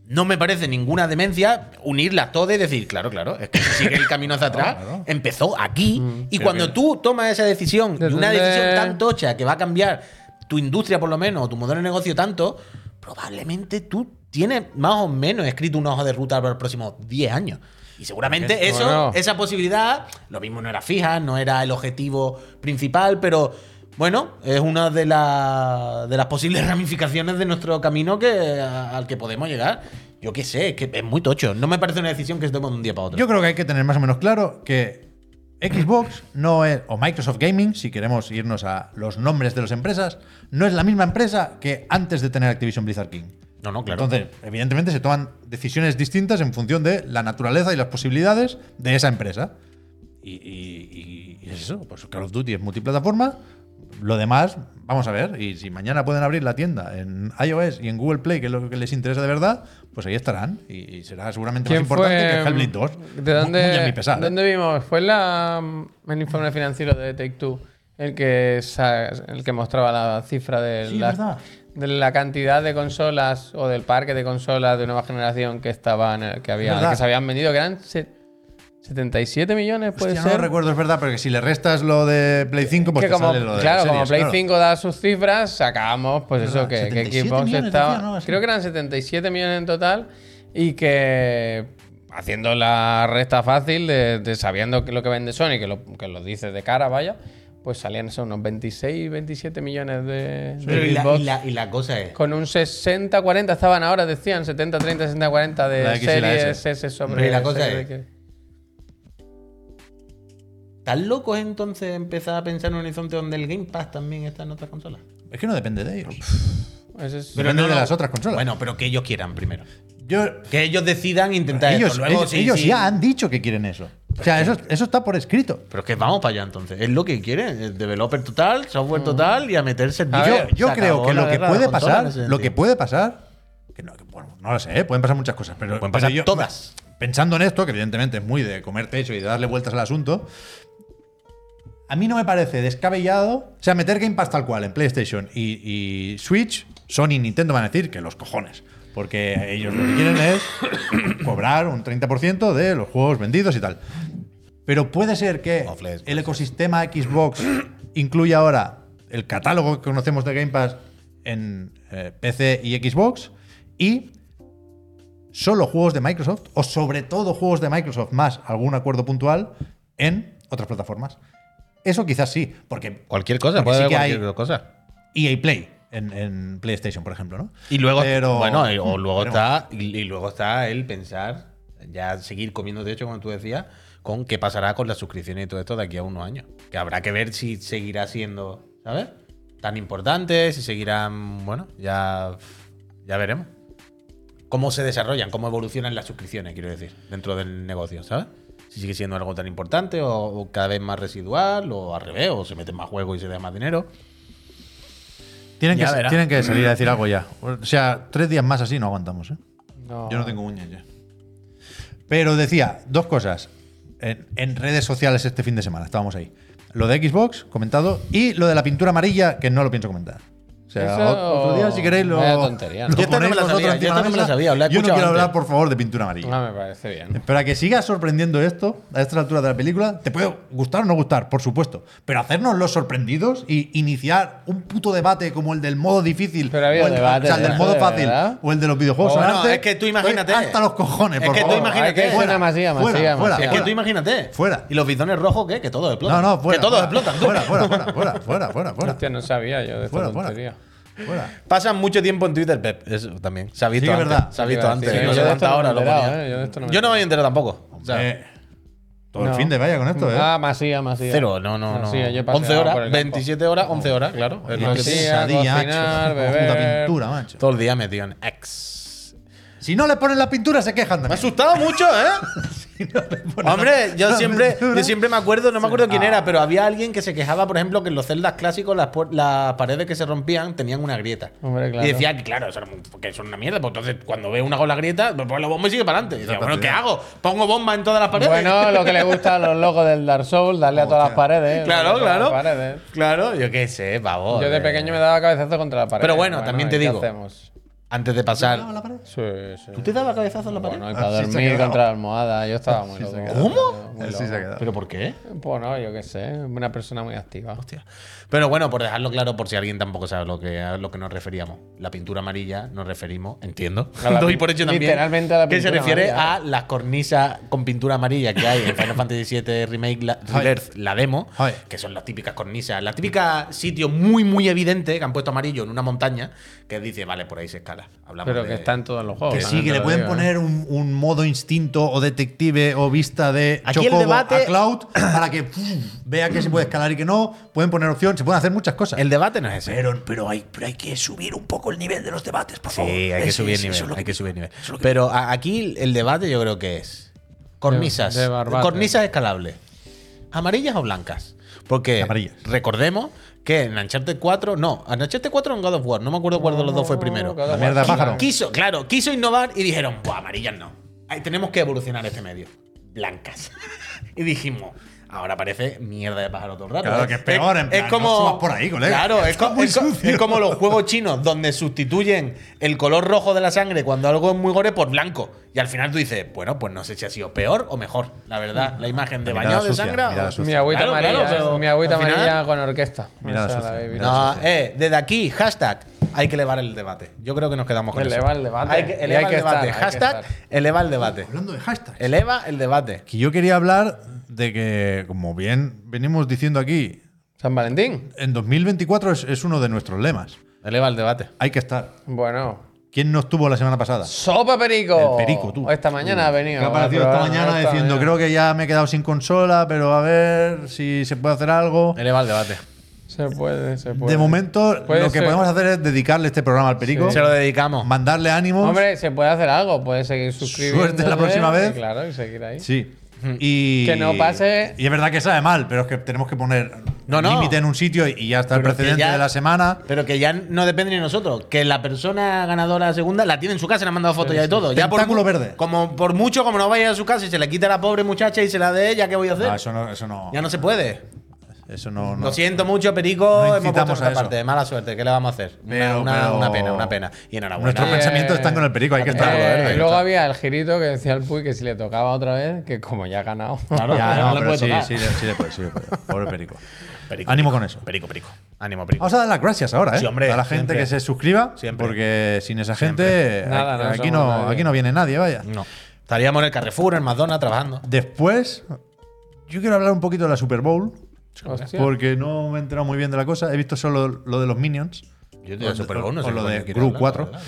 D: no me parece ninguna demencia unirlas todas y decir, claro, claro, es que si sigue el camino hacia atrás,
A: Claro, Mm, claro.
D: empezó aquí, y cuando tú tomas esa decisión, y una
C: Desde-
D: decisión tan tocha que va a cambiar tu industria por lo menos, o tu modelo de negocio tanto, probablemente tú tienes más o menos escrito una hoja de ruta para los próximos 10 años. Y seguramente eso,
C: Bueno.
D: esa posibilidad, lo mismo no era fija, no era el objetivo principal, pero bueno, es una de, la- de las posibles ramificaciones de nuestro camino que, a- al que podemos llegar. Yo qué sé, es que es muy tocho. No me parece una decisión que se toma de un día para otro.
A: Yo creo que hay que tener más o menos claro que Xbox no es, o Microsoft Gaming, si queremos irnos a los nombres de las empresas, no es la misma empresa que antes de tener Activision Blizzard King.
D: no, no, claro.
A: Entonces, evidentemente se toman decisiones distintas en función de la naturaleza y las posibilidades de esa empresa. Y, y- y- y es eso, pues Call of Duty es multiplataforma. Lo demás, vamos a ver. Y si mañana pueden abrir la tienda en iOS y en Google Play, que es lo que les interesa de verdad, pues ahí estarán. Y, y será seguramente más
C: ¿Quién
A: importante
C: fue, mm,
A: que Hellblade 2.
C: ¿De
A: Mu-
C: dónde,
A: muy a mi pesar, ¿eh?
C: dónde vimos? ¿Fue en la, en el informe financiero de Take Two el que, sa- el que mostraba la cifra de,
A: Sí,
C: la,
A: verdad.
C: de la cantidad de consolas o del parque de consolas de nueva generación que estaban eh, que había
A: Verdad.
C: que se habían vendido? Que eran se- 77 millones, puede
A: Hostia, no
C: ser. Eh,
A: lo recuerdo, es verdad, porque si le restas lo de Play 5, pues
C: que
A: te
C: como,
A: sale lo de
C: claro,
A: las
C: como
A: series,
C: Play
A: claro.
C: 5 da sus cifras, sacamos, pues eso,
A: ¿Verdad?
C: que, que
A: 77
C: Xbox
A: millones
C: estaba.
A: decía, ¿no? Así.
C: Creo que eran 77 millones en total y que haciendo la resta fácil, de, de sabiendo que lo que vende Sony, que lo, que lo dice de cara, vaya, pues salían esos unos 26, 27 millones de,
D: Pero
C: de
D: y, la,
C: Xbox.
D: y la- y la cosa es.
C: Con un 60-40 estaban ahora, decían, 70-30, 60-40
A: La
C: de
A: X y la S.
C: series S sobre.
D: Hombre, y la cosa
C: series
D: es-
C: X.
D: ¿Están locos entonces empezar a pensar en un horizonte donde el Game Pass también está en otras consolas?
A: Es que no depende de ellos.
C: Ese Pues es-
A: Pero- Depende de las otras consolas.
D: Bueno, pero que ellos quieran primero.
A: Yo,
D: Que ellos decidan intentar
A: ellos
D: esto. Luego,
A: ellos-
D: sí,
A: ellos
D: sí.
A: ya han dicho que quieren eso. O sea, eso, eso está por escrito.
D: Pero es que vamos para allá entonces. Es lo que quieren. El developer total, software total y a meterse en
C: A
A: yo,
C: ver,
A: Mm. yo creo que lo que puede pasar, lo que
D: puede.
A: puede pasar, que no, que, bueno, no lo sé, ¿eh? pueden pasar muchas cosas, pero
D: Pueden pasar
A: pero yo-
D: todas.
A: Pensando en esto, que evidentemente es muy de comer techo y de darle vueltas al asunto, a mí no me parece descabellado, o sea, meter Game Pass tal cual en PlayStation y, y Switch, Sony y Nintendo van a decir que los cojones. Porque ellos lo que quieren es cobrar un 30% de los juegos vendidos y tal. Pero puede ser que
D: Offline,
A: el ecosistema Xbox incluya ahora el catálogo que conocemos de Game Pass en eh, PC y Xbox y solo juegos de Microsoft o sobre todo juegos de Microsoft más algún acuerdo puntual en otras plataformas. Eso quizás sí, porque
D: Cualquier cosa,
A: Porque
D: puede
A: sí
D: haber
A: que hay-
D: cualquier cosa.
A: EA Play en, en PlayStation, por ejemplo, ¿no?
D: Y luego,
A: Pero-
D: bueno, y- o luego
A: pero-
D: está, y, y luego está el pensar, ya seguir comiendo de hecho, como tú decías, con qué pasará con las suscripciones y todo esto de aquí a unos años. Que habrá que ver si seguirá siendo, ¿sabes? Tan importante, si seguirán, bueno, ya, ya veremos. Cómo se desarrollan, cómo evolucionan las suscripciones, quiero decir, dentro del negocio, ¿sabes? Si sigue siendo algo tan importante o, o cada vez más residual o al revés, o se meten más juegos y se da más dinero.
A: Tienen que,
D: Ya verá.
A: tienen que salir a decir algo ya. O sea, tres días más así no aguantamos, ¿eh?
C: No.
A: Yo no tengo uñas ya. Pero decía, dos cosas. En, en redes sociales este fin de semana, estábamos ahí. Lo de Xbox, comentado, y lo de la pintura amarilla, que no lo pienso comentar. O sea,
C: Eso-
A: otro día, si queréis, lo.
C: vaya tontería, ¿no?
A: lo
D: Yo esta no me
A: ponéis
D: la
A: vosotros
D: sabía,
A: encima
D: yo esta
A: de
D: no me la
A: mesa.
D: sabía, la he
A: Yo no
D: escuchado
A: quiero hablar,
D: antes.
A: por favor, de pintura amarilla.
C: Ah, me parece bien.
A: Para que siga sorprendiendo esto, a estas alturas de la película, te puede gustar o no gustar, por supuesto, pero hacernos los sorprendidos y iniciar un puto debate como el del modo difícil,
C: Pero ha habido
A: o el,
C: debate
A: o sea, el
C: de
A: del
C: esto,
A: modo
C: ¿de
A: fácil,
C: verdad?
A: o el de los videojuegos.
D: Bueno,
A: son arte,
D: es que tú imagínate.
A: Hasta los cojones,
D: Es
A: por
D: que tú
A: favor.
D: imagínate.
C: Hay que
D: Fuera,
C: ser masía, masía,
A: fuera, fuera,
C: masía.
D: Es que tú imagínate.
A: Fuera.
D: ¿Y los bidones rojos qué? Que todos explotan.
A: No, no, fuera.
D: Que todos
A: fuera,
D: explotan. tú.
A: Fuera, fuera, fuera, fuera, fuera, fuera, fuera.
C: Hostia, no sabía yo de esta
A: Fuera, fuera.
C: tontería.
A: fuera.
D: Pasan mucho tiempo en Twitter, Pep. Eso también. Se ha visto
A: Sí, que es
D: antes.
A: verdad.
D: Se ha visto
C: Sí,
D: antes. ¿eh?
C: sí,
D: no
C: yo
D: sé
C: de
D: cuántas
C: esto no
D: horas
C: me
D: lo
C: he enterado,
D: ponía.
C: eh, yo de esto no me he
D: Yo no me había
C: enterado.
D: enterado tampoco. O sea,
A: Eh, todo el
C: No.
A: fin de vaya con esto, ¿eh?
C: Ah, masía, masía.
D: Cero, no, no, no.
C: Sí, yo he
D: 11
C: paseado por
D: horas,
C: el campo.
D: 27 horas, 11 horas, claro. Es lo
A: Qué
D: que
C: sí, eh.
D: tiene.
A: pesadilla,
C: pues cocinar,
A: macho. Puta
C: beber.
A: pintura, macho.
D: Todo el día metido en X.
A: Si no le ponen la pintura, se quejan
D: Me ha
A: también.
D: asustado mucho, ¿eh? Hombre, yo siempre, yo siempre me acuerdo, no me acuerdo
A: Ah.
D: quién era, pero había alguien que se quejaba, por ejemplo, que en los celdas clásicos las, puer- las paredes que se rompían tenían una grieta.
C: Hombre, claro.
D: Y decía que, claro, eso era muy- que son una mierda. Pues entonces, cuando veo una con la grieta, pues pongo la bomba y sigue para adelante. Y decía, bueno, ¿qué hago? ¿Pongo bomba en todas las paredes?
C: Bueno, lo que le gusta a los locos del Dark Souls, darle a todas las paredes. ¿eh?
D: claro,
C: darle a todas
D: claro.
C: las paredes.
D: Claro, yo qué sé, pavo.
C: Yo de
D: eh.
C: pequeño me daba cabezazo contra la pared.
D: Pero bueno, también
C: ¿y
D: te
C: qué
D: digo.
C: hacemos?
D: Antes de
A: No,
D: pasar.
A: la pared.
C: Sí, sí.
D: ¿Tú te dabas cabezazo en la pared?
C: Bueno, y para
A: Así Ah, se Ah, ha
C: dormir
A: quedado.
C: contra la almohada, yo estaba muy loco.
D: ¿Cómo?
C: Muy
A: Así se ha
C: loco.
A: quedado.
D: ¿Pero por qué?
C: Bueno, yo qué sé, una persona muy activa.
D: Hostia. Pero bueno, por dejarlo claro, por si alguien tampoco sabe lo que, a lo que nos referíamos. La pintura amarilla nos referimos, entiendo.
C: A la
D: Doy
C: pin-
D: por hecho también.
C: literalmente a la
D: Que se
C: pintura
D: refiere
C: amarilla.
D: a las cornisas con pintura amarilla que hay en Final Fantasy VII Remake, la,
A: Ay.
D: Rebirth, la demo,
A: Ay.
D: que son las típicas cornisas, la típica sitio muy, muy evidente que han puesto amarillo en una montaña, que dice, vale, por ahí se escala. Hablamos
C: Pero
D: de-
C: que está en todos los juegos.
A: Que sí,
C: también
A: que
C: te
A: le
C: lo
A: pueden
C: digo, ¿eh?
A: poner un, un modo instinto o detective o vista de
D: Aquí el
A: Chocobo
D: debate-
A: a Cloud para que puf, vea que se puede escalar y que no. Pueden poner opción, se pueden hacer muchas cosas.
D: El debate no es ese.
A: pero, pero, hay, pero hay que subir un poco el nivel de los debates, por
D: Sí,
A: favor.
D: hay que
A: Eso
D: subir
A: es-
D: nivel.
A: eso es lo
D: hay
A: que-
D: que subir nivel. Pero a- aquí el debate yo creo que es cornisas,
C: De- de barbate.
D: cornisas escalables, amarillas o blancas. Porque
A: Amarillas.
D: recordemos que en Uncharted 4, no, en Uncharted 4 o en God of War, no me acuerdo cuál de los dos fue primero.
C: God of
A: La mierda
C: War.
A: pájaro.
D: Quiso, claro, quiso innovar y dijeron, Buah, amarillas no. Ay, tenemos que evolucionar este medio. Blancas. y dijimos, ahora parece mierda de pájaro todo el rato.
A: Claro,
D: ¿eh?
A: que es peor, en plan, no subas por ahí, colega.
D: Claro, es,
A: Está
D: co-
A: muy
D: es co-
A: sucio.
D: es como los juegos chinos donde sustituyen el color rojo de la sangre cuando algo es muy gore por blanco. Y al final tú dices, bueno, pues no sé si ha sido peor o mejor, la verdad. La imagen de
A: La mirada
D: bañado de
A: sucia,
D: sangre.
A: mirada
D: o-
A: sucia.
C: Mi agüita
D: Claro, claro,
C: amarilla,
D: pero
C: mi agüita
D: al final-
C: amarilla con orquesta.
A: Mirada
C: Esa la
A: sucia,
C: he visto.
A: mirada
D: No, eh, desde aquí, hashtag, hay que elevar el debate. Yo creo que nos quedamos con
C: Eleva
D: eso.
C: el debate.
D: Hay que
C: Y hay
D: elevar
C: que
D: el
C: estar,
D: debate.
C: hay que
D: hashtag, eleva el debate.
A: Hablando de hashtags.
D: Eleva el debate.
A: Que yo quería hablar de que, como bien venimos diciendo aquí,
C: San Valentín.
A: en 2024 es, es uno de nuestros lemas.
D: Eleva el debate.
A: Hay que estar.
C: Bueno.
A: ¿Quién no estuvo la semana pasada?
C: Sopa Perico.
A: El Perico, tú.
C: Esta mañana ha venido.
A: Que ha aparecido esta mañana diciendo,
C: ¿eh?
A: creo que ya me he quedado sin consola, pero a ver si se puede hacer algo.
D: Eleva el debate.
C: Se puede, se puede.
A: De momento,
C: Puede
A: lo que
C: ser.
A: podemos hacer es dedicarle este programa al Perico,
D: Se lo dedicamos.
A: mandarle ánimos.
C: Hombre, se puede hacer algo. Puedes seguir suscribiendo.
A: Suerte la próxima vez.
C: Claro, y seguir ahí.
A: Sí. Y,
C: Que no pase-
A: Y es verdad que sabe mal, pero es que tenemos que poner
D: No, no.
A: límite en un sitio y ya está el
D: Pero que
A: precedente
D: ya-
A: de la semana.
D: Pero que ya no depende de nosotros. Que la persona ganadora segunda la tiene en su casa, le han mandado fotos ya de todo. Ya por
A: Tentáculo
D: mu-
A: verde.
D: Como por mucho, como no vaya a su casa y se le quita la pobre muchacha y se la dé, ¿ya qué voy a hacer?
A: Ah, eso no, eso no.
D: Ya no se puede.
A: Eso no. no-
D: Lo siento mucho, Perico.
A: No
D: hemos
A: incitamos
D: puesto nuestra
A: a eso.
D: parte. Mala suerte. ¿Qué le vamos a hacer? Una,
A: Pero-
D: una-
A: pero-
D: una pena, una pena. Y enhorabuena.
A: Nuestros
C: Sí,
A: pensamientos
C: eh,
A: están con el perico, hay que
C: Eh,
A: estar.
D: verde,
C: y luego había el girito que decía el Puy que si le tocaba otra vez, que como ya ha ganado.
D: Claro,
A: Ya, no,
D: le
A: pero
D: puede
A: sí,
D: tocar.
A: sí, le- sí le puede, sí le puede. Pobre perico.
D: Perico,
A: Ánimo
D: perico,
A: con eso.
D: Perico, perico. Ánimo, perico.
A: Vamos a dar las gracias ahora, ¿eh?
D: Sí, hombre,
A: a la gente
D: siempre.
A: que se suscriba,
D: Siempre.
A: porque sin esa gente
C: Siempre. Nada,
A: aquí-
C: no
A: aquí,
C: somos
A: no,
C: nadie.
A: aquí no viene nadie, vaya.
D: No. Estaríamos en el Carrefour, en Madonna, trabajando.
A: Después, yo quiero hablar un poquito de la Super Bowl,
C: Hostia.
A: porque no me he enterado muy bien de la cosa. He visto solo lo de los Minions, O-
D: Yo
A: o
D: sé
A: lo
D: qué
A: de
D: coño quiere
A: Gru
D: hablar,
A: 4.
D: la verdad.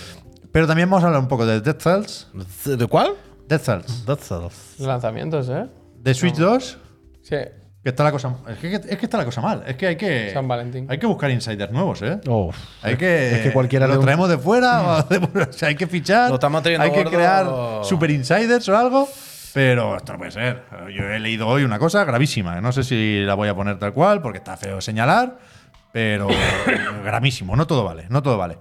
A: pero también vamos a hablar un poco de Dead Cells.
D: ¿De cuál?
A: Dead Cells. Dead Cells.
C: Los lanzamientos, ¿eh?
A: De Switch 2,
C: Sí.
A: que está la cosa. Es que, es que está la cosa mal. Es que hay que.
C: San Valentín.
A: Hay que buscar insiders nuevos, ¿eh?
B: Oh,
A: Hay que,
B: Es que cualquiera
A: lo
B: de un-
A: traemos de fuera, o de- o sea, hay que fichar,
D: Lo estamos teniendo
A: hay que
D: gordo.
A: crear super insiders o algo, pero esto no puede ser. Yo he leído hoy una cosa gravísima, no sé si la voy a poner tal cual porque está feo señalar, pero gravísimo, no todo vale, no todo vale.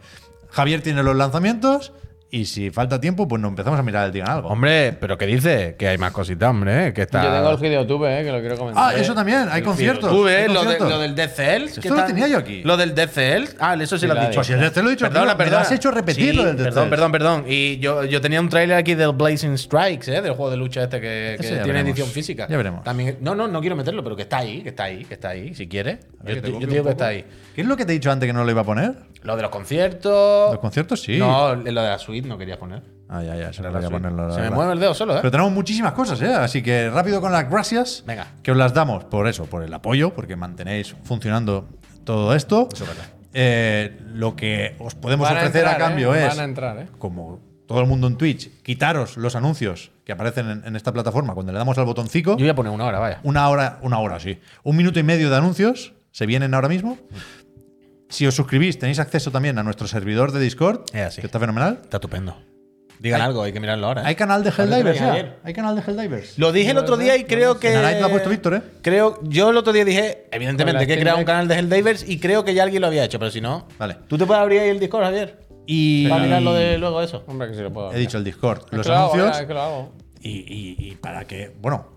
A: Javier tiene los lanzamientos y si falta tiempo, pues nos empezamos a mirar el día en algo.
D: Hombre, pero ¿qué dice? Que hay más cositas, hombre. ¿eh? Que está...
C: Yo tengo el GideoTube, ¿eh? Que lo quiero comentar.
A: Ah, eso también, hay conciertos.
D: Tú
A: hay
D: ves lo, de-
A: conciertos.
D: lo del DCL.
A: Esto
D: que
A: lo
D: está-
A: tenía yo aquí.
D: Lo del DCL. Ah, eso sí
C: Sí,
D: lo
C: la
D: has
C: de-
D: dicho.
A: Pues si el te lo he dicho, perdona, me lo has hecho repetir
D: Sí,
A: lo del
D: Perdón,
A: Death
D: perdón, perdón. Y yo, yo tenía un tráiler aquí del Blazing Strikes, ¿eh? del juego de lucha este que, que
A: Ese ya
D: tiene
A: veremos.
D: edición física.
A: Ya veremos.
D: También, no, no, no quiero meterlo, pero que está ahí, que está ahí, que está ahí, si quieres.
A: A ver, que te
D: Yo, te- yo
A: copio
D: te digo
A: un
D: que
A: poco.
D: está ahí.
A: ¿Qué es lo que te he dicho antes que no lo iba a poner?
D: Lo de los conciertos.
A: Los conciertos sí.
D: No, lo de la suite no quería poner.
A: Ah, ya, ya, se me
D: La
A: voy a
D: suite.
A: ponerlo. la
D: Se me
A: verdad.
D: mueve el dedo solo, ¿eh?
A: Pero tenemos muchísimas cosas, ¿eh? Así que rápido con las gracias.
D: Venga.
A: Que os las damos por eso, por el apoyo, porque mantenéis funcionando todo esto. Eh, lo que os podemos
C: Van a
A: ofrecer a,
C: entrar, ¿eh?
A: cambio es,
C: Van a entrar, ¿eh?
A: como todo el mundo en Twitch, quitaros los anuncios que aparecen en, en esta plataforma cuando le damos al botoncito.
D: Yo voy a poner una hora, vaya.
A: Una hora, una hora, sí. Un minuto y medio de anuncios se vienen ahora mismo. Si os suscribís, tenéis acceso también a nuestro servidor de Discord,
D: Es así.
A: que está fenomenal.
D: Está estupendo. Digan algo, hay que mirarlo ahora. ¿eh?
A: Hay canal de Helldivers,
D: Ahora te lo
A: ya.
D: voy a leer.
A: Hay canal de Helldivers.
D: Lo dije el otro día y creo que.
A: En Araiz lo ha puesto Víctor, ¿eh?
D: Creo, yo el otro día dije,
C: Con
D: evidentemente,
C: la
D: que he
C: Steam
D: creado un
C: Deck.
D: canal de Helldivers y creo que ya alguien lo había hecho, pero si no.
A: Vale.
D: ¿Tú te puedes abrir ahí el Discord, Javier?
A: Y
D: Para mirar lo de luego eso.
C: Hombre, que si lo puedo.
A: he dicho el Discord,
C: Es
A: los
C: que lo hago,
A: anuncios
C: mira, es que lo hago.
A: y, y- y para que, bueno,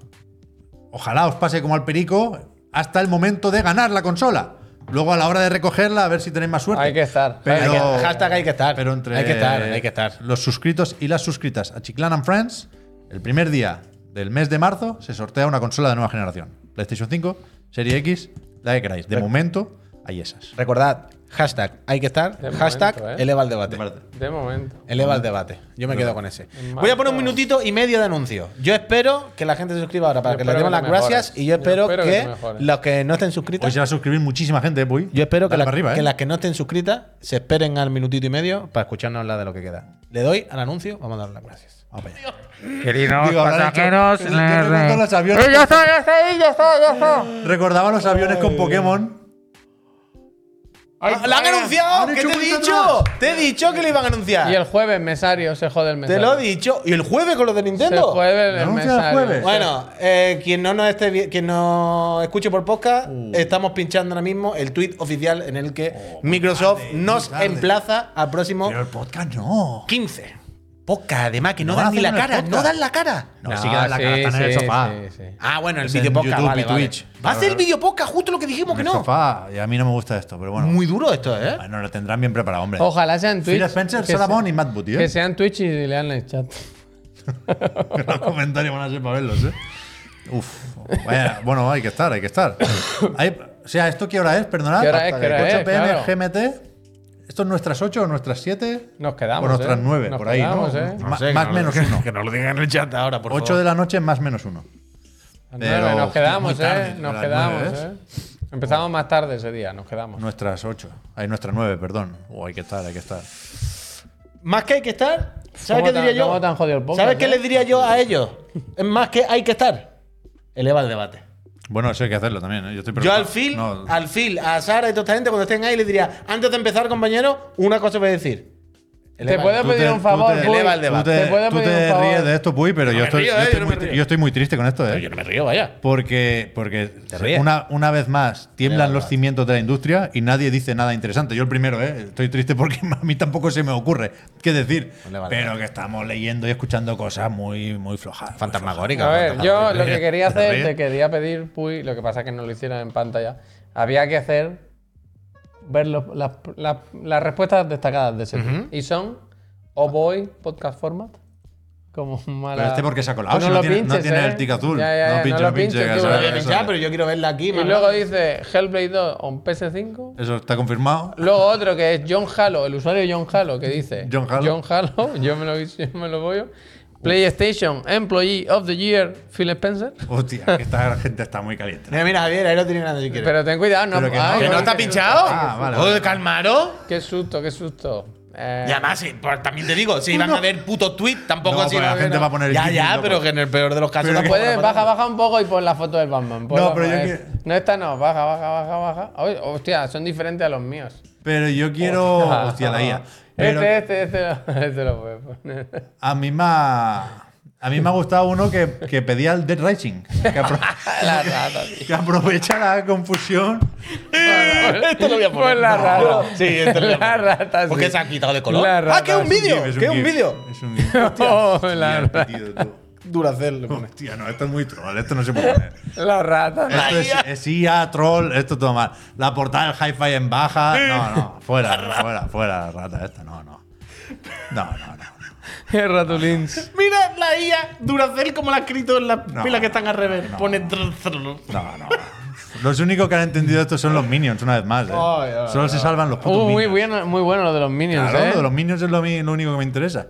A: ojalá os pase como al perico hasta el momento de ganar la consola. Luego a la hora de recogerla a ver si tenéis más suerte.
C: Hay que estar.
A: Pero,
D: Hay que- hashtag hay que estar.
A: Pero entre
D: Hay que estar, hay que estar.
A: Los suscritos y las suscritas a Chiclan and Friends, el primer día del mes de marzo se sortea una consola de nueva generación. PlayStation 5, Serie X, la que queráis. De momento hay esas.
D: Recordad, hashtag hay que estar,
C: De
D: hashtag
C: momento, ¿eh?
D: eleva el debate.
C: De momento.
D: Eleva el debate. Yo me quedo con ese.
C: En
D: Voy a
C: marzo.
D: poner un minutito y medio de anuncio. Yo espero que la gente se suscriba ahora para
C: Yo
D: que le
C: espero
D: demos las
C: que mejores.
D: gracias y yo espero,
C: espero que
D: que,
C: te mejores.
D: los que no estén
A: Hoy
D: suscritos.
A: se va a suscribir muchísima gente, ¿eh, Puy.
D: Yo espero que,
A: Dale
D: la-
A: para arriba, ¿eh?
D: que las que no estén suscritas se esperen al minutito y medio para escucharnos hablar de lo que queda. Le doy al anuncio, vamos a dar las gracias.
A: Vamos para allá.
B: queridos
A: Digo, habrán hecho-
B: pasajeros.
A: Yo recuerdo los aviones.
B: Eh, ya está, ya está ahí, ya está, ya está.
A: Recordaba los aviones con Pokémon.
D: Ah, ¡La han anunciado!
A: han
D: ¿Qué
A: hecho
D: te he
A: vuelta
D: dicho? Te he dicho que le iban a anunciar.
C: Y el jueves, mesario, se jode el mesario.
D: Te lo he dicho. ¿Y el jueves con los de
C: Se
D: Nintendo?
C: jode el,
A: ¿Lo anuncia el
C: mesario.
A: jueves?
D: Bueno, eh, quien no nos esté vi- quien no escuche por podcast, estamos pinchando ahora mismo el tweet oficial en el que Microsoft
A: Uh. Oh, tarde, muy
D: nos
A: tarde.
D: emplaza al próximo
A: Pero el podcast no.
D: 15. Podcast, además, que no,
A: No van
D: dan
A: a
D: ni la
A: hacer un
D: cara,
A: podcast.
D: no dan la cara.
A: No, sí que dan la cara, están en el sofá.
C: sí, sí.
D: Ah, bueno, el
A: Es en
D: video podcast,
A: YouTube
D: vale,
A: y
D: vale.
A: Twitch.
D: Va a ser el video podcast, justo lo que dijimos que
A: En el
D: no.
A: sofá. Y a mí no me gusta esto, pero bueno.
D: Muy duro esto, ¿eh?
A: Bueno, lo tendrán bien preparado, hombre.
C: Ojalá sean Twitch.
A: Phil Spencer,
C: que
A: Sarah
C: se-
A: Vaughan y Matt Booty, ¿eh?
C: Que sean Twitch y lean el chat.
A: Los comentarios van a ser para verlos, ¿eh? Uf. Vaya, bueno, hay que estar, hay que estar. Hay- o sea, ¿esto qué hora es? Perdonad.
C: ¿Qué hora
A: Hasta
C: es? ¿Qué
A: las
C: hora
A: 8
C: es?
A: pm
C: Claro.
A: GMT. ¿Esto es nuestras 8 o nuestras 7?
C: Nos quedamos,
A: O nuestras
C: ¿eh?
A: 9,
C: Nos
A: por ahí,
C: quedamos,
A: ¿no?
C: ¿eh?
A: Ma- más
D: o
A: menos uno.
D: Que nos lo digan en el chat ahora, por
A: 8 de la noche más menos uno. Pero,
C: Nueve, nos
A: hostia,
C: quedamos,
A: muy tarde,
C: ¿eh?
A: a
C: Nos
A: las
C: quedamos,
A: nueve,
C: ¿eh? Empezamos más tarde ese día, nos quedamos.
A: Nuestras 8. Hay nuestras 9, perdón. Oh, hay que estar, hay que estar.
D: Más que hay que estar, ¿sabes
C: ¿Cómo
D: qué
C: tan-
D: diría yo?
C: cómo tan jodido el podcast,
D: ¿Sabes qué
C: eh?
D: les diría yo a ellos? Es más que hay que estar. Eleva el debate.
A: Bueno, eso hay que hacerlo también, ¿eh? Yo estoy
D: Yo
A: preocupado.
D: al Phil,
A: No,
D: al Phil, a Sara y toda esta gente, cuando estén ahí, les diría, antes de empezar, compañeros, una cosa voy a decir.
C: Te
D: Eleva-
C: puedo
A: Tú
C: pedir
A: te-
C: un favor,
A: tú te-
C: Puy?
D: eleva el debate.
A: Tú te,
C: Te puedo
A: tú
C: pedir
A: te
C: un favor.
A: ríes de esto, Puy, pero yo
D: me
A: estoy,
D: río,
A: yo
D: eh,
A: estoy
D: yo no
A: muy,
D: me río.
A: yo estoy muy triste con esto,
D: Pero
A: ¿eh?
D: Yo no me río, vaya.
A: Porque, porque
D: ríes.
A: una, una vez más tiemblan
D: Vale,
A: los
D: vale.
A: cimientos de la industria y nadie dice nada interesante. Yo el primero, ¿eh? estoy triste porque a mí tampoco se me ocurre qué decir.
D: Vale, vale,
A: pero
D: vale.
A: que estamos leyendo y escuchando cosas muy, muy flojas. muy
D: Fantasmagórica.
C: A ver, yo lo
A: fantasmagórica.
C: que quería
A: ¿Te
C: hacer,
A: ríes?
C: te quería pedir, Puy, lo que pasa es que no lo hicieron en pantalla. Había que hacer ver los- las, las- las respuestas destacadas de ese tweet. Y son o voy podcast format. Como mala.
A: Pero este porque se ha colado,
C: Tú
A: si no
C: lo
A: tiene- no tiene el
C: ¿eh?
A: tic azul.
C: Ya, ya,
A: No
C: ya,
A: pinche, no pinche, que
C: tú,
A: se
D: Yo
A: lo
D: la
A: había
C: no
D: voy a
C: pinche.
A: eso
D: pinchar,
A: es.
D: pero yo quiero verla aquí.
C: Y
D: más
C: luego
D: nada.
C: dice Hellblade 2 on PS5.
A: Eso está confirmado.
C: Luego otro que es John Halo, el usuario John Halo, que dice:
A: John Halo.
C: Halo, yo me lo, yo me lo voy. PlayStation Employee of the Year, Phil Spencer.
A: Hostia, que esta gente está muy caliente.
D: Eh, Mira, mira, Javier, ahí lo tiene nada si quieres.
C: Pero ten cuidado, no.
A: Pero que no,
C: ay,
A: que
D: ¿Que no
C: qué
D: está
C: susto.
D: pinchado?
A: Ah, vale, vale.
D: Joder, calmaros.
C: Qué susto, qué susto. Eh,
D: Y además, sí, pues, también te digo, si van a ver putos tweets, tampoco
A: No,
D: si
A: pues la
D: van a ver
A: gente
D: nada.
A: va a poner el
D: Ya,
A: gif
D: ya,
A: loco.
D: pero que en el peor de los casos.
A: Pero
D: tampoco
C: puedes,
D: van a
C: baja,
D: poner-
C: baja un poco y pon la foto del Batman. pon
A: No,
C: la-
A: pero yo
C: eh,
A: quiero-
C: No, esta no, baja, baja, baja, baja. Ay, hostia, son diferentes a los míos.
A: Pero yo quiero. Hostia, la IA. Pero
C: Este, este, este, lo- este lo puedes poner.
A: a mí me ha. A mí me ha gustado uno que, que pedía el Dead Rising. Que, apro-
C: La rata, tío.
A: que aprovecha la confusión.
D: Esto lo voy a poner.
C: Pon Pues la
D: No.
C: rata.
D: Sí, esto lo voy a
C: La
D: poner.
C: rata, sí.
D: Porque se ha quitado de color.
C: La
D: ah,
C: rata,
D: que es un
C: sí,
D: vídeo.
A: GIF,
D: Que es un
A: GIF,
D: vídeo.
A: Es un GIF.
C: Oh, la,
A: Hostia,
C: ra-
A: repetido, tú.
D: Duracell.
A: Hostia, no, esto es muy troll. Esto no se puede poner.
C: la rata.
A: Esto es, es IA, troll, esto todo mal. La portada del hi-fi en baja. No, no, fuera, fuera, fuera la rata esta. No, no. No, no, no.
C: Ratulins.
D: Mira la IA Duracell como la ha escrito en las
A: No,
D: pilas que están al revés.
A: no.
D: Pone. tr- tr-
A: No, no. Los únicos que han entendido esto son los minions, una vez más. ¿eh?
D: Ay, ay,
A: Solo se salvan los putos
C: Uh, muy
A: minions.
C: bueno, muy bueno lo de los minions,
A: Claro,
C: ¿eh?
A: lo de los minions es lo, mi- lo único que me interesa.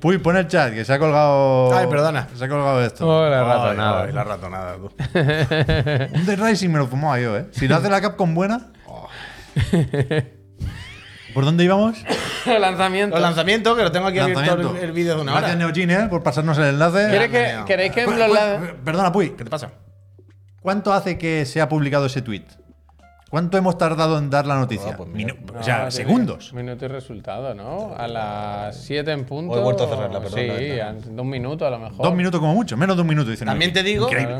A: Puy, pon el chat, que se ha colgado.
D: Ay, perdona.
A: Se ha colgado esto.
C: Oh, la rata,
D: Ay,
C: nada.
D: ay, La ratonada, tú.
A: Un The Rising me lo fumaba yo, ¿eh? Si lo hace la Capcom buena. ¿Por dónde íbamos?
C: Lanzamiento.
D: Los lanzamientos, que lo tengo aquí abierto
A: Lanzamiento.
D: el, el vídeo de una hora.
A: Gracias, Neogene, ¿eh? por pasarnos el enlace.
C: ¿Quieres que-
D: Lanzamiento.
C: ¿Queréis que
A: Pu-
C: los
A: pu-
C: lan-
A: Perdona, Puy.
D: ¿Qué te pasa?
A: ¿Cuánto hace que se ha publicado ese tweet? ¿Cuánto hemos tardado en dar la noticia?
D: Ah, pues mira.
A: Minu- o sea,
C: Ah, sí,
A: segundos.
C: Minuto y resultado, ¿no? A las 7 en punto.
D: Hoy he vuelto a cerrarla, perdón, la
C: Sí,
D: ventana.
C: antes de un minuto a lo mejor.
A: Dos minutos como mucho, menos de un minuto, dicen.
D: También te digo.
A: Increíble.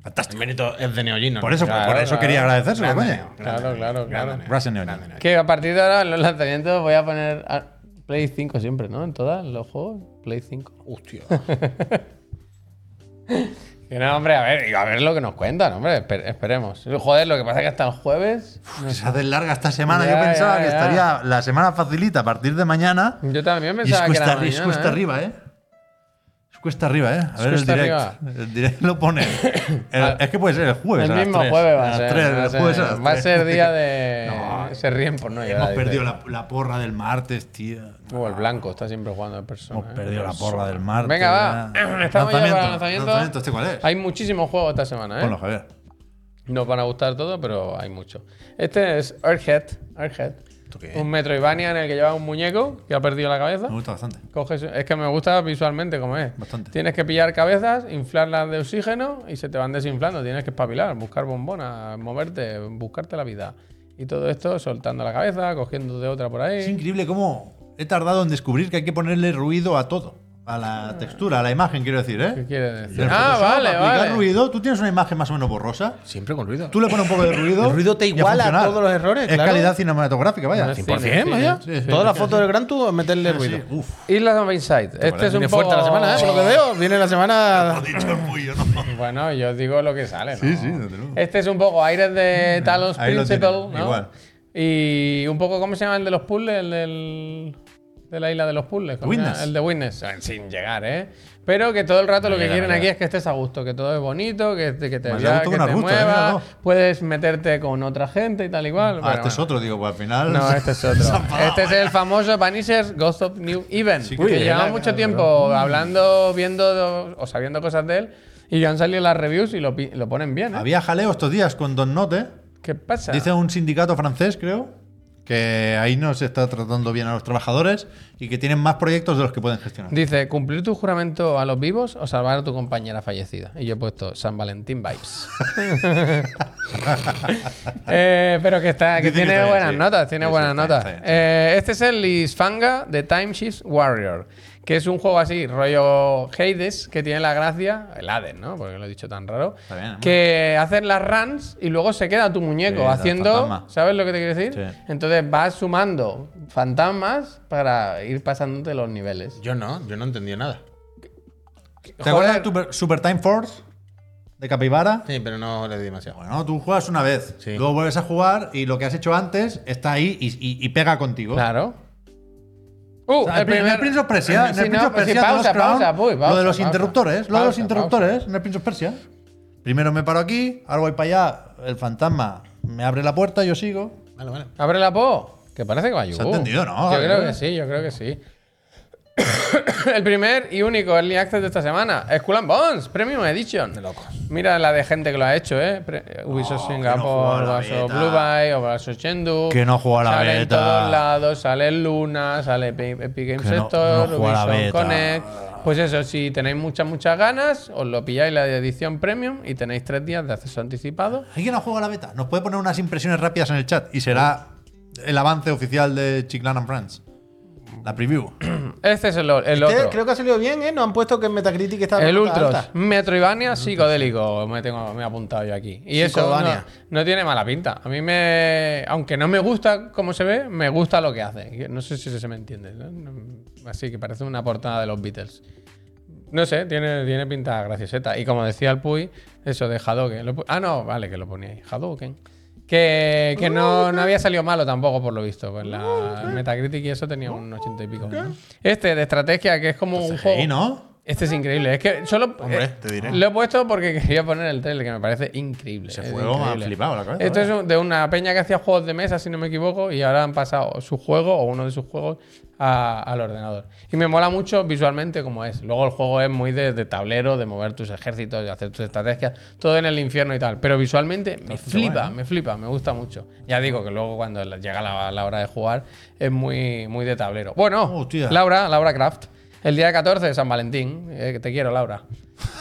C: Claro,
D: El mérito es de Neogino.
A: Por eso,
C: Claro,
A: por eso
C: claro.
A: quería agradecérselo, coño.
D: Grande, Neo.
C: claro, claro. claro.
A: Gracias, Neogene.
C: Que a partir de ahora en los lanzamientos voy a poner a- Play 5 siempre, ¿no? En todas los juegos, Play 5.
D: Hostia.
C: Que no, hombre, a ver, a ver lo que nos cuentan, hombre. esper- esperemos. Joder, lo que pasa es que hasta el jueves.
A: Se hace larga esta semana.
C: Ya,
A: Yo pensaba
C: ya,
A: que
C: ya.
A: estaría la semana facilita a partir de mañana.
C: Yo también
A: Y es
C: pensaba que
A: cuesta,
C: era
A: arri- es
C: mañana,
A: cuesta
C: ¿eh?
A: arriba, ¿eh? Es cuesta arriba, ¿eh? A ver el
C: cuesta
A: direct.
C: arriba.
A: El direct lo pone. El-
C: Ah.
A: es que puede ser el jueves. pues, a
C: El
A: las
C: mismo
A: tres,
C: jueves
A: a
C: va a
A: las
C: ser.
A: tres,
C: va a
A: el jueves a
C: ser-
A: las
C: va a
A: tres.
C: ser día de.
A: No,
C: se ríen por no llegar.
A: Hemos
C: dice.
A: perdido la, la porra del martes, tío.
C: Uh, el blanco está siempre jugando a persona.
A: Hemos
C: ¿eh?
A: perdido la porra del martes.
C: Venga, va.
A: ya.
C: Estamos ya para
A: Lanzamiento,
C: lanzamiento.
A: lanzamiento, ¿Este cuál es?
C: Hay muchísimos juegos esta semana, ¿eh?
A: Ponlo, Javier.
C: Nos van a gustar todos, pero hay muchos. Este es Earthhead. Earthhead.
D: qué es?
C: Un Metroidvania en el que lleva un muñeco que ha perdido la cabeza.
A: Me gusta bastante.
C: Coges- es que me gusta visualmente como es.
A: Bastante.
C: Tienes que pillar cabezas, inflarlas de oxígeno y se te van desinflando. Tienes que espabilar, buscar bombonas, moverte, buscarte la vida. Y todo esto soltando la cabeza, cogiendo de otra por ahí.
A: Es increíble cómo he tardado en descubrir que hay que ponerle ruido a todo. A la textura, a la imagen, quiero decir, ¿eh?
C: ¿Qué quiere decir?
A: En
C: Ah,
A: Photoshop,
C: vale,
A: aplicar
C: vale.
A: ruido, tú tienes una imagen más o menos borrosa.
D: Siempre con ruido.
A: Tú le pones un poco de ruido.
D: El ruido te
A: y a
D: iguala a
A: funcionar.
D: todos los errores,
A: Es
D: claro.
A: calidad cinematográfica, vaya. Ah,
C: Sí,
D: 100%,
C: sí,
D: vaya.
C: sí, sí.
D: Toda la foto del Gran Tour, meterle
A: Sí,
D: ruido.
A: Uf.
C: Islas of Insight. Este es un
D: Viene
C: poco...
D: fuerte la semana, ¿eh? Por lo que veo, viene la semana.
C: Bueno, yo digo lo que sale, ¿no?
A: Sí, sí, desde luego.
C: Este es un poco aires de Talos
A: Ahí lo
C: Principle,
A: tiene,
C: ¿no?
A: igual.
C: Y un poco, ¿cómo se llama el de los puzzles? El del- de la isla de los puzzles. ¿cómo se llama?
A: Witness.
C: El de Witness. Eh, Sin llegar, ¿eh? Pero que todo el rato lo que
D: llega,
C: quieren
D: no
C: aquí
D: llega.
C: es que estés a gusto, que todo es bonito, que, te- que te,
A: Más a
C: vea,
A: gusto que
C: que
A: un
C: te
A: arbusto, eh,
C: muevas,
A: míralo.
C: puedes meterte con otra gente y tal igual.
A: Ah,
C: Pero
A: este es
C: bueno.
A: otro, digo, pues al final.
C: No, este es otro. este es el famoso Vanishers Ghost of New Even.
A: Sí,
C: que
A: uy,
C: lleva
D: era-
C: mucho tiempo Mm. hablando, viendo o sabiendo cosas de él. Y ya han salido las reviews y lo, pi- lo ponen bien. ¿eh?
A: Había jaleo estos días con Don Note,
C: ¿Qué pasa?
A: dice un sindicato francés, creo, que ahí no se está tratando bien a los trabajadores y que tienen más proyectos de los que pueden gestionar.
C: Dice, cumplir tu juramento a los vivos o salvar a tu compañera fallecida. Y yo he puesto San Valentín Vibes. Eh, pero que está, que
A: Dice que
C: tiene
A: está bien,
C: buenas
A: sí.
C: notas, tiene
A: Sí, sí,
C: buenas
A: está bien,
C: notas.
A: está bien,
C: Eh, este es el Lisfanga de Time Shift Warrior, que es un juego así, rollo Hades, que tiene la gracia, el Hades, ¿no? Porque lo he dicho tan raro.
A: Está bien, hombre.
C: que hacen las runs y luego se queda tu muñeco
A: Sí, da
C: haciendo.
A: fantasma.
C: ¿Sabes lo que te quiero decir?
A: Sí.
C: Entonces vas sumando fantasmas para ir pasándote los niveles.
D: Yo no, yo no entendí nada.
A: ¿Te acuerdas
C: Joder.
A: de Super, Super Time Force de Capybara?
D: Sí, pero no le di demasiado.
A: Bueno, tú juegas una vez,
D: Sí.
A: luego vuelves a jugar y lo que has hecho antes está ahí y, y- y pega contigo.
C: Claro. Uh,
A: O sea, en el Prince of Persia, en
C: Sí,
A: el Prince
C: no,
A: of
C: pues sí,
A: Persia, The
C: pausa,
A: Lost Crown,
C: pausa, uy, pausa,
A: lo de los
C: pausa.
A: interruptores, lo de los
C: Pausa,
A: interruptores en el Prince of Persia. Primero me paro aquí, ahora voy para allá, el fantasma me abre la puerta, yo sigo.
D: Vale, vale.
C: Abre la po. Que parece que va a
A: Se ha entendido, ¿no? Eh.
C: Yo
A: Yo
C: creo
A: creo.
C: que sí, yo creo que sí. el primer y único Early Access de esta semana. Skull and Bones, Premium Edition. De locos. Mira la de gente que lo ha hecho, ¿eh? Pre- Ubisoft
A: Oh, que no
C: Singapore,
A: juega la
C: Ubisoft
A: beta.
C: Blue Bay, Ubisoft Chengdu.
A: Que no juega la
C: sale en
A: beta.
C: todos lados, sale Luna, sale Epi- Epic Games
A: Que no-
C: Sector,
A: no juega la
C: Ubisoft
A: beta.
C: Connect. Pues eso, si tenéis muchas, muchas ganas, os lo pilláis la edición Premium y tenéis tres días de acceso anticipado.
A: ¿Alguien no juega la beta? Nos puede poner unas impresiones rápidas en el chat y será el avance oficial de Chiclan and Friends. La preview.
C: Este es el, el otro.
D: Este Creo que ha salido bien, ¿eh? Nos han puesto que en Metacritic está
C: El
D: la nota
C: Ultros,
D: alta.
C: Metroidvania psicodélico, me, tengo, me he apuntado yo aquí. Y eso no,
D: Psicodélia.
C: no tiene mala pinta. A mí me. Aunque no me gusta cómo se ve, me gusta lo que hace. No sé si se me entiende. ¿no? Así que parece una portada de los Beatles. No sé, tiene, tiene pinta gracioseta. Y como decía el Puy, eso de Hadoken. lo pu- ah, no, vale, que lo ponía ahí. Hadoken. Que, que no, no había salido malo tampoco, por lo visto. Pues la Metacritic y eso tenía un 80 y pico. ¿no? Este de estrategia, que es como un juego.
A: Sí, Pues ¿no?
C: Este es increíble. Es que solo.
A: Hombre,
C: eh,
A: te diré.
C: Lo he puesto porque quería poner el trailer, que me parece increíble.
A: Ese
C: es
A: juego me ha
C: increíble.
A: flipado la cabeza, ¿eh?
C: Esto es
A: vaya.
C: un- de una peña que hacía juegos de mesa, si no me equivoco, y ahora han pasado su juego o uno de sus juegos a- al ordenador. Y me mola mucho visualmente como es. Luego el juego es muy de, de tablero, de mover tus ejércitos, de hacer tus estrategias, todo en el infierno y tal. Pero visualmente me flipa,
A: guay, ¿no?
C: me flipa, me gusta mucho. Ya digo que luego cuando la- llega la, la hora de jugar es muy, muy de tablero. Bueno,
A: Hostia.
C: la Laura, Laura Kraft. El día 14 de San Valentín. Eh, que te quiero, Laura.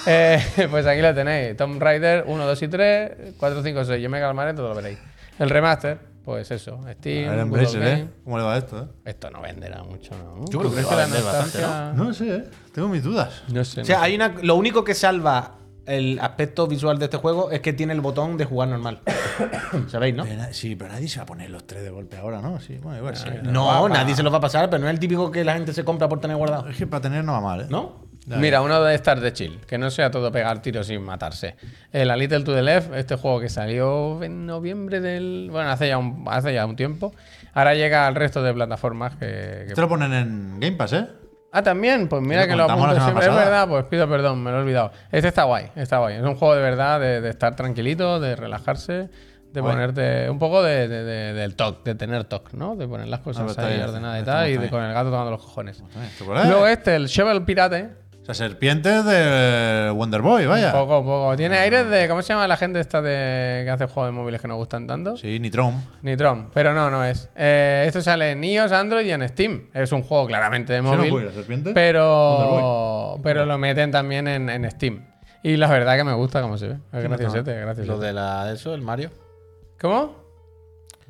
C: Eh, pues aquí lo tenéis. Tomb Raider 1, 2 y 3, 4, 5, 6. Yo me calmaré, todo lo veréis. El remaster, pues eso. Steam,
A: A ver, en
C: Google
A: Blizzard,
C: Game.
A: ¿eh? ¿Cómo le va esto, eh?
C: Esto no venderá mucho, ¿no?
D: Yo creo que
C: ¿Tú
D: va a
C: crees
D: vender bastante,
C: nostalgia-
A: No sé, ¿eh? Tengo mis dudas.
C: No sé.
D: O
C: no
D: sea,
C: sé.
D: hay una, lo único que salva el aspecto visual de este juego es que tiene el botón de jugar normal. ¿Sabéis, no? Ah,
A: Pero na- sí, pero nadie se va a poner los tres de golpe ahora, ¿no? Sí, bueno, igual sí.
D: No, nadie se los va a pasar, pero no es el típico que la gente se compra por tener guardado.
A: Es que para tener no va mal, ¿eh?
D: ¿No?
C: Mira, uno de estar de chill, que no sea todo pegar tiros sin matarse. El A Little to the Left, este juego que salió en noviembre del. Bueno, hace ya un, hace ya un tiempo. Ahora llega al resto de plataformas que- que
A: Te lo ponen en Game Pass, ¿eh?
C: Ah, también, pues mira
A: Lo
C: que lo
A: contamos
C: apunto
A: la semana
C: siempre. Es
A: pasada.
C: verdad, pues pido perdón, me lo he olvidado. Este está guay, está guay. Es un juego de verdad de, de estar tranquilito, de relajarse, de
A: Guay.
C: ponerte un poco de, de- de- del toque, de tener toque, ¿no? De poner las
A: Ah, pero
C: cosas
A: está
C: ahí
A: bien,
C: ordenadas y
A: está
C: tal,
A: bien,
C: y
A: está
C: de-
A: bien.
C: con el gato tomando los cojones.
A: ¿Te acuerdas?
C: Luego este, el Shovel Pirate,
A: O sea, serpientes de Wonder Boy, vaya.
C: poco, poco. Tiene aires de. ¿Cómo se llama la gente esta de que hace juegos de móviles que nos gustan tanto?
A: Sí, Nitron.
C: Nitron, pero no, no es. Eh, esto sale en iOS, Android y en Steam. Es un juego claramente de
A: no
C: móvil.
A: puede ir, serpiente?
C: Pero, pero lo meten también en, en Steam. Y la verdad que me gusta cómo se ve. Es graciosete, es graciosete.
D: Lo de la eso, el Mario.
C: ¿Cómo?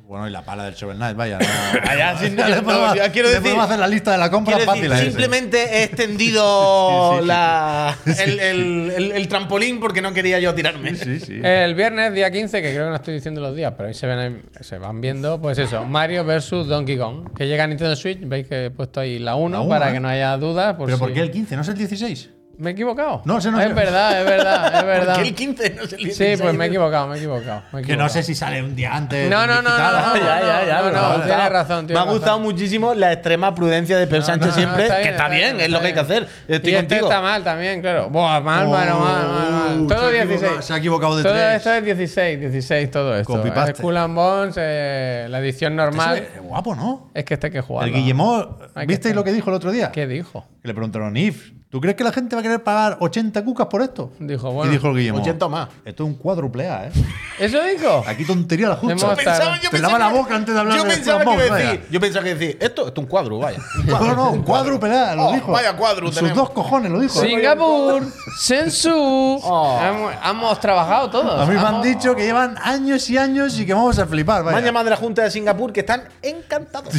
A: Bueno, y la pala del Shovel Knight, vaya. no.
D: Allá, Ah, sí,
A: Le
D: no,
A: podemos-
D: ya quiero
A: le
D: decir-
A: podemos hacer la lista de la compra
D: Quiero
A: fácil
D: decir,
A: a ese.
D: simplemente he
A: Sí,
D: extendido
A: sí, sí.
D: la- el, el- el- el trampolín porque no quería yo tirarme.
A: Sí, sí.
C: El viernes, día 15, que creo que no estoy diciendo los días, pero ahí se, ven, ahí- se van viendo, pues eso, Mario versus Donkey Kong, que llega a Nintendo Switch, veis que he puesto ahí la 1
A: La uno,
C: para
A: ¿eh?
C: que no haya dudas. por
D: Pues
A: ¿Pero por
C: si-
A: qué el 15? ¿No es el 16?
C: Me he equivocado.
A: No, ese no
C: es
A: es-
C: verdad, es verdad, es verdad.
D: Porque el 15 no se le
C: Sí, pues me he equivocado, me he equivocado. me he
A: Que no
C: equivocado.
A: sé si sale un día antes.
C: No, no, no,
A: digital,
C: no, no,
A: ¿eh?
C: ya, ya, ya,
A: No,
C: pero
A: no,
C: vale. Tienes razón,
D: Me
C: tienes
D: ha gustado
C: razón.
D: muchísimo la extrema prudencia de Pedro Sánchez
C: no, no,
D: siempre,
C: Ah, está bien,
D: que está,
C: está
D: bien,
C: bien,
D: es lo que hay que
C: está
D: hacer. Estoy
C: y este
D: contigo.
C: está mal también, claro. Buah, mal,
A: Oh,
C: mal, mal, mal, mal.
A: se
C: Todo
A: ha equivocado-
C: 16.
A: se ha equivocado de
C: Todo
A: tres.
C: esto es 16, 16 todo esto.
A: Copy-paste.
C: Skull and Bones, eh, la edición normal.
A: Ese Este es guapo, ¿no?
C: Es que este hay que jugar.
A: El Guillemot,
C: Hay que
A: ¿visteis
C: estar.
A: lo que dijo el otro día?
C: ¿Qué dijo?
A: Que le preguntaron, If, ¿Tú crees que la gente va a querer pagar 80 cucas por esto?
C: Dijo, bueno,
A: y dijo el Guillermo.
D: 80 más.
A: Esto es un cuádruple A, ¿eh?
C: ¿Eso dijo?
A: Aquí tontería la
C: Hemos-
A: justa.
C: Pensaba-
A: Te lava la boca antes de hablar
D: yo
A: de
D: pensaba
A: Elon
D: que
A: Musk,
D: decir,
A: vaya.
D: Yo pensaba que decir, esto, esto es un cuadro, vaya.
A: No, no, un cuádruple A, lo
D: Oh,
A: dijo.
D: vaya cuadro
A: Sus
D: tenemos.
A: dos cojones lo dijo.
C: Singapur, Sensu. Hemos, hemos trabajado todos.
A: Oh. A mí me han
C: Hemos-
A: dicho que llevan años y años y que vamos a flipar,
D: Ah. Me han
A: vaya.
D: llamado de la Junta de Singapur que están encantados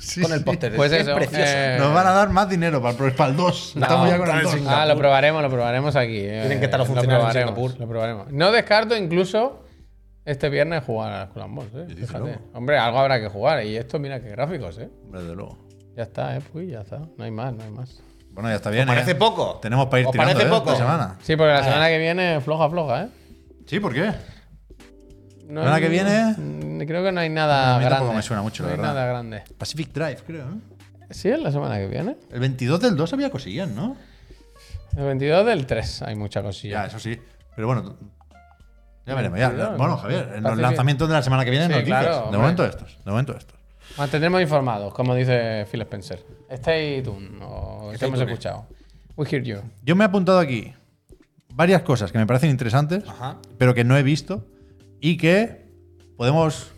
A: Sí,
D: con el
A: sí.
D: póster.
C: Pues
D: es
C: eso,
D: precioso.
C: eh,
A: Nos van a dar más dinero para el, pro- para el 2.
C: No,
A: Estamos ya con
D: claro,
A: el 2.
D: sí.
C: Ah,
D: Singapur.
C: lo probaremos, lo probaremos aquí. eh.
D: Tienen que estar los funcionarios en
C: lo probaremos,
D: Singapur.
C: lo probaremos. No descarto incluso este viernes jugar a las Columbus, ¿eh? Fíjate. Hombre, algo habrá que jugar. Y esto, mira qué gráficos, ¿eh?
A: Hombre, de luego.
C: Ya está, ¿eh? Pues ya está. No hay más, no hay más.
A: Bueno, ya está bien.
D: Parece
A: ¿eh?
D: poco.
A: Tenemos para ir
D: ¿Os
A: tirando
D: parece
A: ¿eh?
D: poco?
A: esta semana.
C: Sí, porque la semana que viene floja, floja, ¿eh?
A: Sí, ¿por qué?
C: No
A: ¿Semana
C: hay-
A: que viene?
C: Mm, Creo que no hay nada
A: A mí tampoco
C: grande.
A: me suena mucho,
C: no
A: la
C: hay
A: verdad.
C: nada grande.
A: Pacific Drive, creo. ¿eh?
C: ¿Sí es la semana que viene?
A: El 22 del 2 había cosillas, ¿no?
C: El 22 del 3 hay mucha
A: Ya,
C: cosilla.
A: eso sí. Pero bueno, ya veremos. Ya.
C: Cuidado,
A: Bueno,
C: ¿no?
A: Javier, en los
C: Pacific-
A: lanzamientos de la semana que viene
C: Sí,
A: noticias.
C: claro,
A: de
C: hombre.
A: momento estos. De momento estos.
C: Mantendremos informados, como dice Phil Spencer. Stay tuned, o que hemos escuchado. We hear you.
A: Yo me he apuntado aquí varias cosas que me parecen interesantes,
D: Ajá.
A: pero que no he visto y que podemos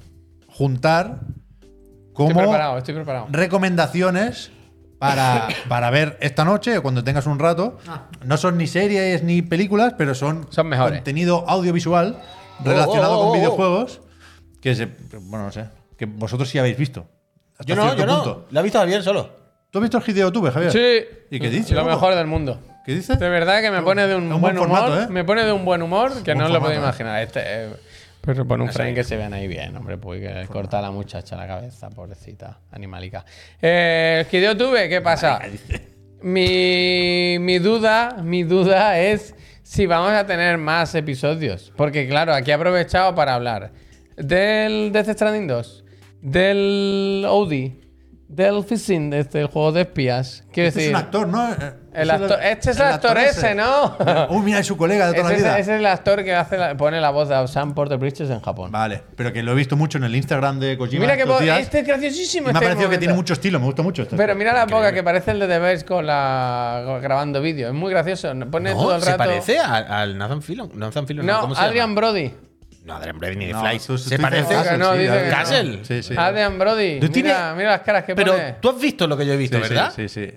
A: juntar
C: Estoy
A: como
C: preparado, estoy preparado.
A: recomendaciones para, para ver esta noche o cuando tengas un rato.
D: Ah.
A: No son ni series ni películas, pero son,
C: Son mejores.
A: contenido audiovisual relacionado
D: Oh, oh, oh,
A: con
D: oh, oh.
A: videojuegos que se, bueno, no sé, que vosotros sí habéis visto. hasta
D: Yo no,
A: cierto
D: yo no.
A: punto.
D: Lo ha visto Javier solo.
A: ¿Tú has visto el Hideo Tube, Javier?
C: Sí.
A: ¿Y qué dice,
C: Lo
A: loco?
C: mejor del mundo.
A: ¿Qué dices?
C: De verdad que me pone de un,
A: un buen
C: buen humor.
A: formato, ¿eh?
C: Me pone de un buen humor que
A: Buen
C: no os lo
A: formato,
C: podéis
A: ¿eh?
C: imaginar. Este, eh, pero pon un frame que se vean ahí bien, hombre, pues que corta a la muchacha la cabeza, pobrecita, animalica. Eh, que yo tuve, ¿qué pasa? Mi, mi duda, mi duda es si vamos a tener más episodios. Porque claro, aquí he aprovechado para hablar del Death Stranding 2, del Audi, del Fishing, este el juego de espías. Quiero
A: Este
C: decir,
A: es un actor, ¿no? Eh,
C: el
A: ese
C: actor-
A: era-
C: este es el actor ese, ¿no?
A: Uy, mira, es su colega de toda
C: Ese, es-
A: la vida.
C: ese es el actor que hace la- pone la voz de Sam Porter Bridges en Japón.
A: Vale, pero que lo he visto mucho en el Instagram de Kojima.
C: Mira que
A: estos
C: po-
A: días,
C: este es
A: y
C: graciosísimo.
A: me ha
C: este
A: parecido que
C: momento.
A: tiene mucho estilo, me gusta mucho este.
C: Pero mira la boca que parece el de The Verge con la grabando vídeo. Es muy gracioso. Pone todo el
D: se
C: rato.
D: parece a- al Nathan Fillion. Nathan Fillion, no,
C: No,
D: ¿cómo se
C: Adrian
D: llama?
C: Brody.
D: No, Adrian Brady ni de
A: No,
D: Eh, Fly.
A: tú- tú
D: Se
A: dices
D: parece
C: Castle, no,
A: sí,
C: dice
A: Adrian-
C: que no.
D: Castle.
A: Sí, sí.
C: Adrian Brody.
D: Tú
C: Mira,
D: tienes-
C: mira las caras que
D: Pero
C: pone.
D: tú has visto lo que yo he visto,
A: Sí, sí,
D: ¿verdad?
A: sí, sí.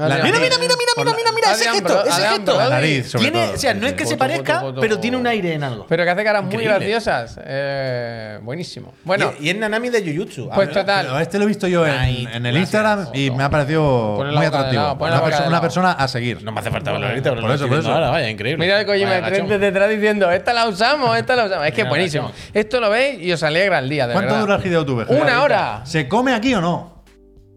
C: Adrián-
D: Mira, mira, mira,
A: Por
D: mira,
A: la-
D: mira, mira, ese
C: Adrian
D: gesto,
C: Bro-
D: ese
C: Adrian
D: gesto.
C: Brody.
A: La nariz, sobre
D: Tiene-
A: todo,
D: O sea,
A: sí,
D: no es que
C: sí.
D: se parezca,
C: Foto, foto, foto,
D: pero
C: foto.
D: tiene un aire en algo.
C: Pero que hace caras muy
D: Increíble.
C: graciosas. Eh, buenísimo. Bueno,
D: Y, y es Nanami de Jujutsu.
C: pues
D: Ah,
C: total.
A: Pero este lo he visto yo en,
D: Ay,
A: en el
D: gracias.
A: Instagram y me ha parecido
C: Ponle
A: muy
C: la boca de
A: atractivo.
C: lado, ponle
A: una,
C: la boca
A: perso-
C: de
A: una
C: lado.
A: persona a seguir.
D: No me hace falta hablar ahorita, pero
A: Por
D: lo
A: eso,
D: estoy
A: por
D: viendo
A: eso.
D: ahora, vaya, increíble.
C: Mira el Kojima
D: Vaya
C: de tren
D: gachón.
C: desde detrás diciendo, esta la usamos, esta la usamos. Es que es
D: Mira,
C: buenísimo.
D: gachón.
C: Esto lo veis y os alegra el día, de
A: ¿Cuánto
C: verdad.
A: dura el Hideo Tube? Javier?
C: Una hora.
A: ¿Se come aquí o no?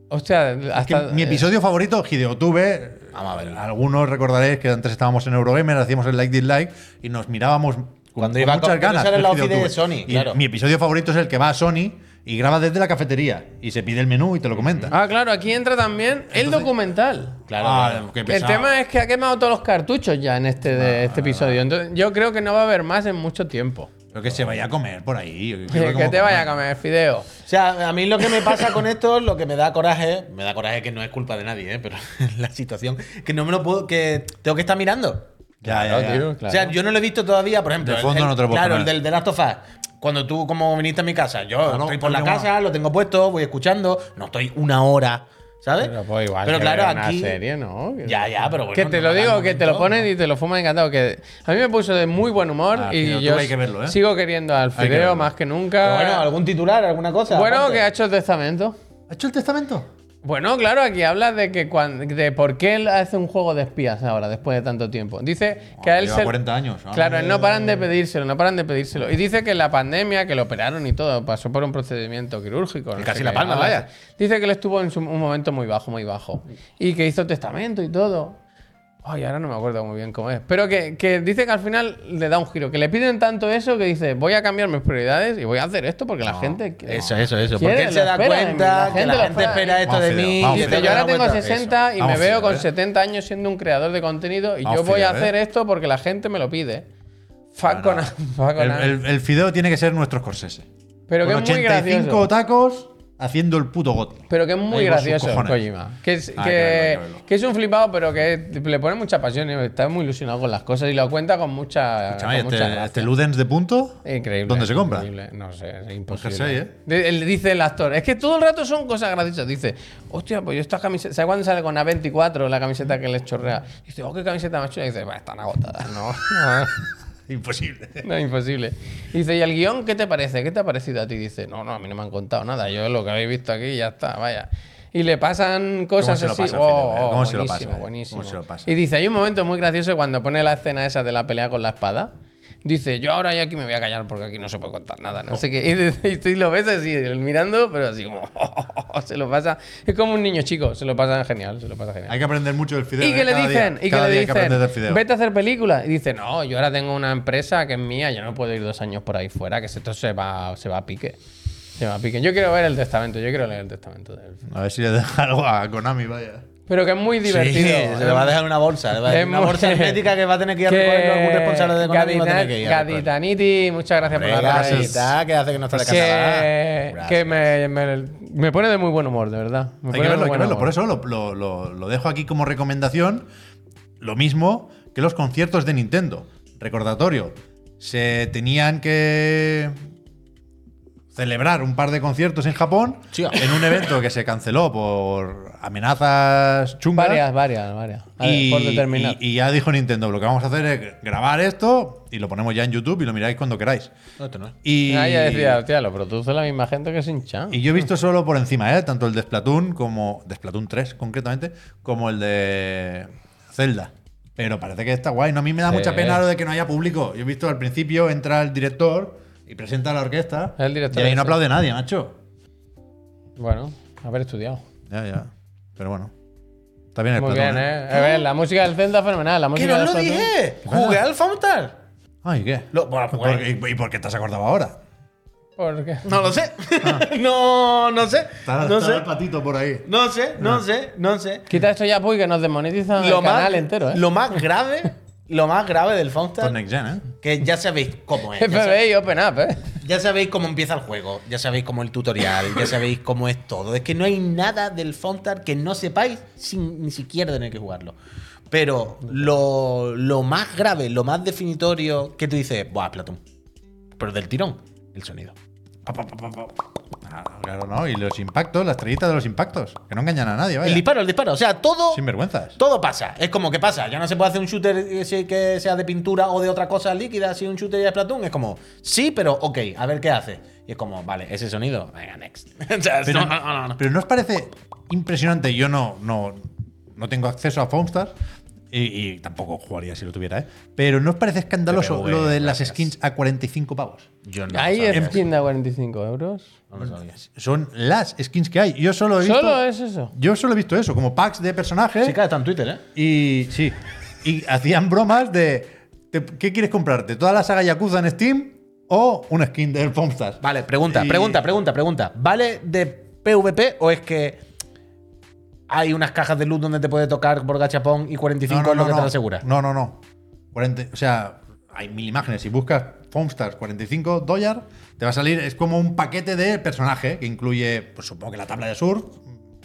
C: Hostia,
A: Que
C: hasta... eh,
A: mi episodio favorito, Hideo Tube.
D: Vamos a verlo.
A: Algunos recordaréis que antes estábamos en Eurogamer, hacíamos el like dislike y nos mirábamos con-
D: Cuando
A: con
D: iba
A: muchas
D: con-
A: ganas.
D: cuando sale
A: el
D: la ofi
A: Hideo
D: de
A: Tube.
D: Sony,
A: Y
D: claro.
A: Mi episodio favorito es el que va a Sony y graba desde la cafetería y se pide el menú y te lo comenta.
C: Ah, claro, aquí entra también el documental.
D: Claro,
A: Ah,
D: claro.
A: qué
C: El
A: pesado.
C: tema es que ha quemado todos los cartuchos ya en este, de, este episodio. Entonces, yo creo que no va a haber más en mucho tiempo.
A: Pero que se vaya a comer por ahí.
C: Que,
A: como-
C: te vaya a comer fideo.
D: O sea, a mí lo que me pasa con esto, lo que me da coraje, me da coraje que no es culpa de nadie, ¿eh? pero la situación, que no me lo puedo, que tengo que estar mirando.
A: Ya, ya, ya.
C: tío, claro.
D: O sea, yo no lo he visto todavía, por ejemplo.
A: De fondo
D: el-
A: no te lo puedo
D: Claro,
A: poner. Ah,
D: el del The Last of Us. Cuando tú, como viniste a mi casa, yo
A: Claro,
D: estoy por la
A: porque
D: casa, lo tengo puesto, voy escuchando, no estoy una hora, ¿sabes?
C: Pero pues igual
D: Pero
C: que
D: claro,
C: ver una
D: aquí.
C: serie, ¿no? Que-
D: Ya, ya, pero bueno.
C: que te
D: no
C: lo
D: me da
C: digo,
D: el
C: que te lo
D: momento.
C: pones y te lo fumas encantado. Que a mí me puso de muy buen humor
A: Ah,
C: y
A: Fideo, tú
C: yo
A: hay que verlo, ¿eh?
C: sigo queriendo al
A: que
C: fideo
A: verlo.
C: más que
D: Pero
C: nunca.
D: bueno, algún titular, alguna cosa.
C: Bueno,
D: aparte.
C: que ha hecho el testamento.
A: ¿Ha hecho el testamento?
C: Bueno, claro, aquí habla de que cuan- de por qué él hace un juego de espías ahora, después de tanto tiempo. Dice que a él
A: lleva
C: se-
A: 40 años. Ah,
C: Claro,
A: eh.
C: no paran de pedírselo, no paran de pedírselo. Y dice que en la pandemia, que lo operaron y todo, pasó por un procedimiento quirúrgico. no
D: casi
C: sé
D: la
C: qué.
D: palma,
C: Ah,
D: vaya.
C: Dice que él estuvo en su- un momento muy bajo, muy bajo. Y que hizo testamento y todo. Ay, ahora no me acuerdo muy bien cómo es. Pero que, que dice que al final le da un giro. Que le piden tanto eso que dice, voy a cambiar mis prioridades y voy a hacer esto porque la gente...
D: Eso, eso, eso.
C: Quiere,
D: Porque él
C: lo
D: se da
C: espera de mí, la
D: cuenta que
C: gente
D: la
C: lo
D: gente
C: espera.
D: espera esto
A: Vamos,
D: de
A: Fideo,
D: mí.
A: vamos,
D: y
A: Fideo.
D: se
C: Dice, yo
D: da
C: ahora tengo
D: cuenta.
C: 60 y
A: Vamos
C: me
A: a
C: veo
A: ver,
C: con
A: ¿eh?
C: 70 años siendo un creador de contenido y
A: Vamos
C: yo voy
A: a
C: a
A: ver,
C: hacer
A: ¿eh?
C: esto porque la gente me lo pide. Fuck con- fuck con-
A: El, el- el fideo tiene que ser nuestros corseses.
C: Pero que
A: Con
C: es muy
A: 85
C: gracioso.
A: tacos haciendo el puto goti.
C: Pero que es muy
A: Ahí con sus
C: gracioso,
A: cojones.
C: Kojima. Que es,
A: Ah,
C: que,
A: hay que verlo, hay que verlo.
C: que es un flipado, pero que le pone mucha pasión y está muy ilusionado con las cosas y lo cuenta con mucha.
A: Escúchame,
C: con
A: este,
C: mucha gracia.
A: este Ludens de punto.
C: Increíble.
A: ¿Dónde se compra?
C: increíble. No sé, es imposible.
A: jersey, ¿eh?
C: De- el- dice el actor. Es que todo el rato son cosas graciosas. Dice, hostia, pues yo estas camisetas. ¿Sabes cuándo sale con A24 la camiseta que les chorrea? Dice, oh, qué camiseta más chula. Dice, "Bah, están agotadas. No, no,
A: Imposible.
C: no, imposible. Dice, ¿y el guión qué te parece? ¿Qué te ha parecido a ti? Dice, no, no, a mí no me han contado nada. Yo lo que habéis visto aquí ya está, vaya. Y le pasan cosas
A: se lo
C: así.
A: pasa al
C: Oh,
A: final, eh?
C: oh,
A: ¿Cómo se lo
C: buenísimo,
A: pasa, eh?
C: buenísimo.
A: ¿Cómo se lo pasa?
C: Y dice, hay un momento muy gracioso cuando pone la escena esa de la pelea con la espada. Dice, yo ahora ya aquí me voy a callar porque aquí no se puede contar nada, no sé qué. Y, dice- y tú lo ves así, mirando, pero así como, se lo pasa. Es como un niño chico, se lo pasa genial, se lo pasa genial.
A: Hay que aprender mucho del fideo.
C: Y
A: ¿eh?
C: que le
A: Cada día-
C: dicen, y que
A: cada
C: le
A: día hay aprender del
C: dicen,
A: fideo.
C: vete a hacer películas. Y dice, no, yo ahora tengo una empresa que es mía, yo no puedo ir dos años por ahí fuera, que esto se va, se va a pique. Se va a pique. Yo quiero ver el testamento, yo quiero leer el testamento de él.
A: A ver si le deja algo a Konami, vaya.
C: Pero que es muy divertido.
D: Sí, se le va a dejar una bolsa. Le va a dejar
C: Es
D: una
C: muy-
D: bolsa hermética que va a tener que ir a
C: Que-
D: recogerlo algún responsable de Konami va a tener que ir. a
C: Gadita-
D: recogerlo.
C: Gaditaniti, muchas gracias
D: Hombre,
C: por la raid.
D: Gadita, que hace que no está de
C: Que,
D: casa.
C: que me, me- me pone de muy buen humor, de verdad. Me
A: Hay
C: pone
A: que
C: de
A: verlo, hay
C: muy
A: que
C: buen
A: verlo.
C: humor.
A: Por eso lo, lo- lo- lo dejo aquí como recomendación. Lo mismo que los conciertos de Nintendo. Recordatorio. Se tenían que celebrar un par de conciertos en Japón
D: Sí.
A: en un evento que se canceló por amenazas chungas.
C: Varias, varias, varias. A ver,
A: Y,
C: por determinar.
A: y- y ya dijo Nintendo, lo que vamos a hacer es grabar esto y lo ponemos ya en YouTube y lo miráis cuando queráis.
D: No, esto no es.
A: Y,
C: Ah, ya decía, hostia, lo produce la misma gente que Sin Chan.
A: y yo he visto solo por encima, ¿eh? tanto el de Splatoon como de Splatoon 3 concretamente, como el de Zelda. Pero parece que está guay. No, a mí me da
C: Sí.
A: mucha pena lo de que no haya público. Yo he visto al principio entra el director y presenta a la orquesta.
C: El director
A: y ahí no
C: ese.
A: aplaude nadie, macho.
C: Bueno, haber estudiado.
A: Ya, ya. Pero bueno. Está bien el
C: Muy
A: Splatoon,
C: bien,
A: ¿eh?
C: ¿eh? A ver, la música del Zelda fenomenal. La
D: ¡Que
C: música
D: no
C: del
D: lo
C: Splatoon.
D: dije! ¡Jugué al Fountain!
A: Ay, ¿qué?
D: Lo- bueno,
A: ¿Por qué- ¿Y por qué te has acordado ahora?
C: ¿Por qué?
D: No lo sé.
C: Ah.
D: no, no sé.
A: Está, está
D: No
A: Ah.
D: sé.
A: el patito por ahí.
D: No sé, no sé, no sé.
C: Quita esto ya, Puy, que nos desmonetizan Ah, el canal entero, ¿eh?
D: lo más grave, lo más grave del
A: Esto es
D: Fountain,
A: Next Gen, ¿eh?
D: que ya sabéis cómo es. Ya, sab-
C: FBI Open Up, ¿eh?
D: ya sabéis cómo empieza el juego, ya sabéis cómo el tutorial, ya sabéis cómo es todo. Es que no hay nada del Fountain que no sepáis sin ni siquiera tener que jugarlo. Pero lo, lo más grave, lo más definitorio que tú dices, buah, Platón. Pero del tirón, el sonido.
A: Pa, pa, pa, pa, pa. Ah, claro, no. Y los impactos, la estrellita de los impactos. Que no engañan a nadie, vaya.
D: El disparo, el disparo. O sea, todo.
A: Sin vergüenzas.
D: Todo pasa, es como que pasa. Ya no se puede hacer un shooter eh, sí, que sea de pintura o de otra cosa líquida, si un shooter ya es Platón. Es como, sí, pero ok, a ver qué hace. Y es como, vale, ese sonido, venga, next. O sea,
A: Pero,
D: no, no, no, no.
A: pero ¿no os parece impresionante. Yo no, no, no tengo acceso a Foamstar. Y, y tampoco jugaría si lo tuviera, ¿eh? Pero ¿no os parece escandaloso
D: TPV,
A: lo de las
D: gracias.
A: skins a 45 pavos?
D: Yo no
C: Ahí
D: sabía
C: es
D: eso.
C: tienda a 45 euros.
D: No lo sabía.
A: Son las skins que hay. Yo solo he visto.
C: Solo es eso.
A: Yo solo he visto eso, como packs de personajes.
D: Chica, está en Twitter, ¿eh?
A: Y sí, y hacían bromas de te- ¿qué quieres comprarte? ¿Toda la saga Yakuza en Steam o una skin del Pomstar?
D: Vale, pregunta,
A: Y-
D: pregunta, pregunta, pregunta. ¿Vale de PvP o es que hay unas cajas de luz donde te puede tocar por gachapón y 45 es lo que te lo asegura?
A: No, no, no. 40 o sea, hay mil imágenes. Si buscas Pomstars 45 dólar, te va a salir. Es como un paquete de personaje que incluye, pues supongo que la tabla de surf,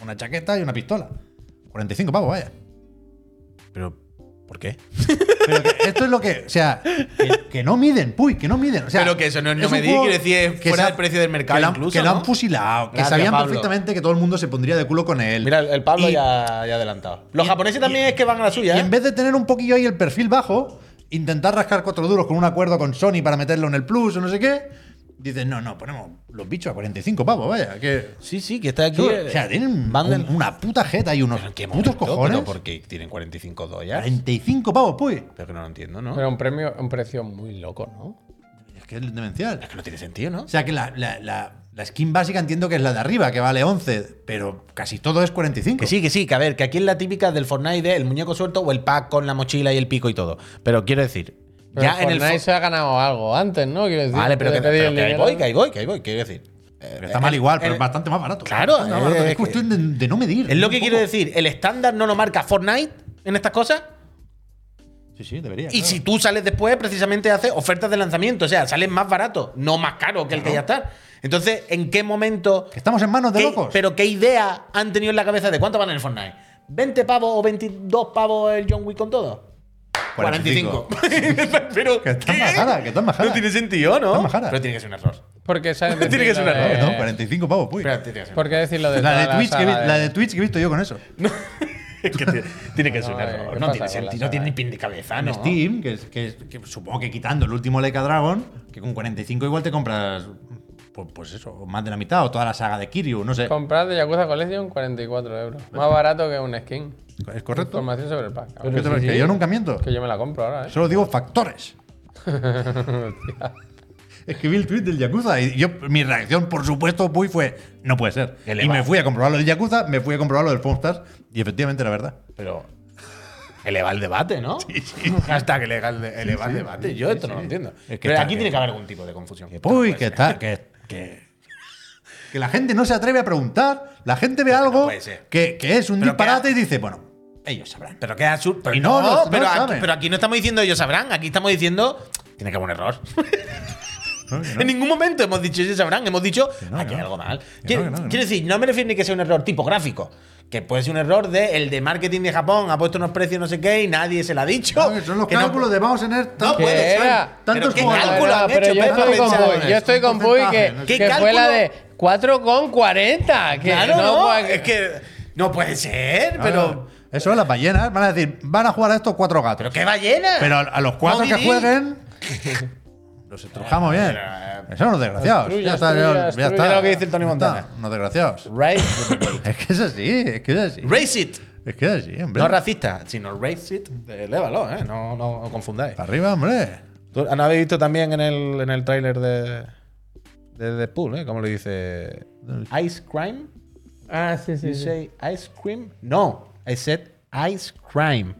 A: una chaqueta y una pistola. 45 pavos, vaya.
D: Pero, ¿por qué?
A: Pero que esto es lo que. O sea, que, que no miden, puy, que no miden. O sea,
D: Pero que eso no es no
A: un
D: medir,
A: juego
D: quiero decir, es
A: que
D: fuera
A: se ha-
D: del precio del mercado
A: Que lo han,
D: incluso,
A: que lo han
D: ¿no?
A: fusilado, que
D: Gracias,
A: sabían
D: Pablo.
A: perfectamente que todo el mundo se pondría de culo con él.
D: Mira, el, el Pablo
A: Y-
D: ya, ya adelantado. Los
A: y-
D: japoneses también es que van a la suya.
A: Y
D: ¿eh?
A: en vez de tener un poquillo ahí el perfil bajo, intentar rascar cuatro duros con un acuerdo con Sony para meterlo en el Plus o no sé qué, dicen, no, no, ponemos los bichos a 45 pavos, vaya. Que,
D: Sí, sí, que está aquí. eh,
A: o sea, tienen
D: van del-
A: un- una puta jeta y unos
D: Pero en qué
A: putos
D: momento,
A: cojones.
D: Pero porque tienen 45 dólares.
A: 45 pavos, pues.
D: Pero que no lo entiendo, ¿no?
C: Pero un premio, un precio muy loco, ¿no?
A: Es que es demencial.
D: Es que no tiene sentido, ¿no?
A: O sea que la, la- la- la skin básica entiendo que es la de arriba, que vale 11, pero casi todo es 45.
D: Que sí, que sí, que a ver, que aquí es la típica del Fortnite de el muñeco suelto o el pack con la mochila y el pico y todo. Pero quiero decir,
C: Pero
D: ya en el.
C: Fortnite
D: fo-
C: se ha ganado algo antes, ¿no? Quiero decir,
D: Vale, pero que,
C: antes de pedir
D: pero
C: el
D: que ahí
C: dinero.
D: voy, que ahí voy, que ahí voy, quiero decir.
A: Pero Eh, está mal igual, pero es bastante más barato.
D: Eh, Claro,
A: Bastante más barato.
D: eh,
A: es cuestión de, de no medir.
D: Es lo que
A: un
D: quiero
A: poco.
D: decir, el estándar no lo marca Fortnite en estas cosas.
A: Sí, sí, debería.
D: Y
A: claro.
D: si tú sales después, precisamente hace ofertas de lanzamiento. O sea, sales más barato, no más caro que el que ya está. Entonces, ¿en qué momento?
A: Que Estamos en manos de
D: qué-
A: locos.
D: Eh, pero qué idea han tenido en la cabeza de cuánto van en el Fortnite? ¿20 pavos o 22 pavos el John Wick con todo? 45. pero,
A: Que está
D: ¿qué?
A: majada, que está majada.
D: No tiene sentido, ¿no?
A: Está majada.
D: Pero tiene que ser un error.
C: Porque sabes
D: Tiene que ser una
A: No,
D: Eh,
A: que no, 45 pavos, uy.
D: Espérate, tiene que ser un
C: ¿Por qué decir lo de
A: La
C: toda
A: de, Twitch que,
C: saga
A: vi- la de Twitch que he visto yo con eso.
D: error. Que tiene- tiene que ser un
C: No, eh,
D: error.
C: ¿qué
D: No
C: pasa
D: tiene
C: con la
D: sentido, no tiene ni
C: saga?
D: pin de cabeza,
A: En
D: Ah, ¿no?
A: Steam, que, es- que es- que supongo que quitando el último Leica Dragon, que con 45 igual te compras, pues, pues eso, o más de la mitad, o toda la saga de Kiryu, no sé.
C: Comprar de Yakuza Collection 44 euros. Más barato que un skin.
A: ¿Es correcto?
C: Información sobre el pack. cabrón.
A: ¿Qué te parece? Que yo nunca miento.
C: Que yo me la compro ahora, ¿eh?
A: Solo digo factores.
C: Hostia.
A: Escribí el tweet del Yakuza y yo, mi reacción, por supuesto, Puy, fue: no puede ser.
D: Que le
A: Y
D: va.
A: me fui a comprobar lo del Yakuza, me fui a comprobar lo del Foamstars, y efectivamente era verdad.
D: Pero eleva el debate, ¿no? Hasta que eleva el, eleva el debate. Yo esto no lo entiendo.
A: que
D: Pero
A: está-
D: aquí
A: que-
D: tiene que haber algún tipo de confusión.
A: Que
D: pues,
A: Puy, que tal, que. que que la gente no se atreve a preguntar, la gente ve algo
D: puede ser.
A: que, que es un
D: Pero que
A: disparate
D: ha-
A: y dice, bueno, ellos sabrán.
D: eh, Pero queda sur. Pero
A: Y no, no, no
D: pero, aquí,
A: saben.
D: pero aquí no estamos diciendo ellos sabrán, aquí estamos diciendo. Tiene que haber un error.
A: ¿no? Que no.
D: En ningún momento hemos dicho ellos sabrán, hemos dicho
A: no,
D: aquí
A: que
D: hay
A: no.
D: algo mal.
A: Que no,
D: Quiero,
A: que no, que no.
D: quiero decir, no me refiero ni que sea un error tipográfico. Que puede ser un error de el de marketing de Japón ha puesto unos precios no sé qué y nadie se lo ha dicho.
A: No, que son los
D: Que no-
A: cálculos de vamos a tener tantos-
D: puede
A: tan-
C: ser.
A: tantos
D: Pero qué
A: jugadores.
D: cálculo han
C: pero
D: hecho,
C: yo
D: empieza a
C: estoy con
D: pensar
C: Puy.
D: en
C: Yo
A: eso.
C: estoy con Puy que,
A: Porcentaje, ¿no?
C: que
D: ¿Qué
C: fue la de
D: cálculo?
C: 4,40. Que
D: Claro,
C: no, Ah.
D: no,
C: pues,
D: es que no puede ser,
A: No,
D: pero.
A: Eso las ballenas van a decir, van a jugar a estos cuatro gatos.
D: ¿Pero qué ballena?
A: Pero a, a los cuatro
D: Moby
A: que
D: Dick.
A: jueguen, los estrujamos bien.
D: eh,
A: Son unos desgraciados.
C: Estruya,
A: ya está,
C: estruya,
A: ya
C: estruya.
A: está.
C: Mira lo que dice el Tony
A: Ya está,
D: Montana.
A: Unos desgraciados.
D: Race,
A: Es que es así, es que es así.
D: race it.
A: Es que es así, hombre.
D: No racista, sino race it. Elévalo, ¿eh? No, no os confundáis.
C: Ah.
A: Para arriba, hombre.
D: ¿Tú- ¿No habéis visto también en el, en el tráiler de, de Deadpool, ¿eh? ¿Cómo le dice? Ice Crime?
C: Ah, sí, sí.
D: You say ice cream? No, I said ice crime.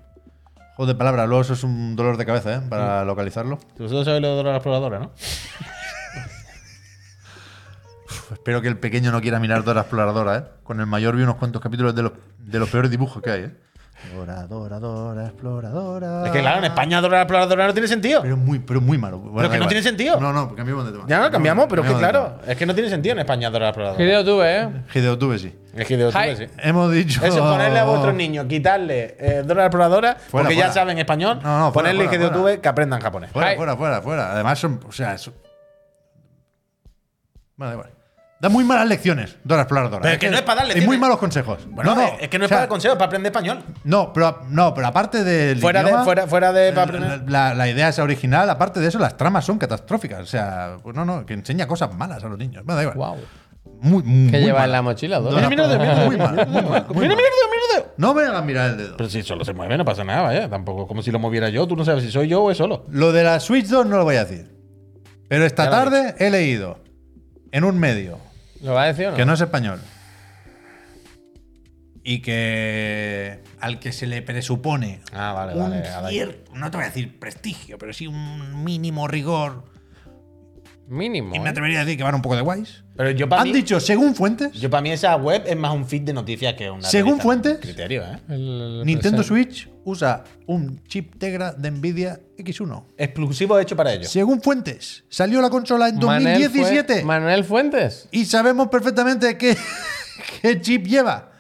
A: Joder, de palabra, luego eso es un dolor de cabeza, ¿eh? Para localizarlo.
D: Vosotros sabéis lo de la exploradora, ¿no?
A: Uf, Pues espero que el pequeño no quiera mirar Dora Exploradora, ¿eh? Con el mayor vi unos cuantos capítulos de los, de los peores dibujos que hay, ¿eh? Dora, Dora, Dora, Exploradora.
D: Es que claro, en
C: Ah.
D: España Dora la exploradora no tiene sentido.
A: Pero es muy, pero es muy malo. Bueno,
D: Pero
A: da
D: que no
A: igual.
D: tiene sentido.
A: No, no, cambiamos de tema.
D: Ya lo cambiamos, pero es que
A: Cambiamos de
D: claro, es que no tiene sentido en España Dora la exploradora.
C: Video tuve, ¿eh?
A: tema. Hideo Tube, sí.
D: Es que de otro
C: Hi.
D: sí.
A: Hemos dicho.
D: Eso, ponerle a vuestros niños, quitarle eh, Dora la exploradora, porque
A: fuera.
D: ya saben español,
A: No, no, fuera,
D: ponerle
A: fuera,
D: que de
A: fuera.
D: YouTube que aprendan japonés.
A: Fuera,
C: Hi.
A: fuera, fuera, fuera. Además, son. O sea, eso. Bueno, da igual. Da muy malas lecciones, Dora Exploradora.
D: Pero es que no es para dar
A: Y muy
D: lecciones.
A: malos consejos.
D: Bueno,
A: no, no,
D: es que no
A: o
D: es
A: sea,
D: para el consejo, es para aprender español.
A: No, pero, no, pero aparte del.
D: Fuera de,
A: idioma,
D: fuera, fuera de para aprender.
A: la, la- la idea es original, aparte de eso, las tramas son catastróficas. O sea, pues no, no, que enseña cosas malas a los niños. Bueno, da igual.
C: Wow.
A: Muy, muy,
C: ¿Qué
A: muy
C: lleva en
A: mala.
C: la mochila, Dora?
A: Dora
D: Mira, mira, mira,
A: Exploradora, muy
D: mira,
A: mala, muy mala, muy
D: Mira, mira,
A: mala.
D: mira, mira.
A: No me hagas mirar el dedo.
D: Pero si solo se mueve, no pasa nada, vaya. Tampoco es como si lo moviera yo. Tú no sabes si soy yo o es solo.
A: Lo de la Switch 2 no lo voy a decir. Pero esta
D: Ya lo has
A: tarde he leído en un medio
C: ¿Lo va a decir o no?
A: que no es español y que al que se le presupone
D: Ah, vale,
A: un
D: vale. vale.
A: cierto, no te voy a decir prestigio, pero sí un mínimo rigor,
C: Mínimo.
A: y me
C: ¿eh?
A: atrevería a decir que van un poco de guays,
D: Pero yo para
A: han
D: mí,
A: dicho, según fuentes,
D: yo pa' mí esa web es más un feed de noticias que una.
A: Según
D: revista.
A: fuentes-
D: Criterio, ¿eh?
C: El- el
A: Nintendo
C: presente.
A: Switch usa un chip Tegra de Nvidia X1.
D: Exclusivo hecho para ellos.
A: Según fuentes, salió la consola en
C: Manuel Fue-
A: 2017.
C: Manuel Fuentes.
A: y sabemos perfectamente qué, qué chip lleva.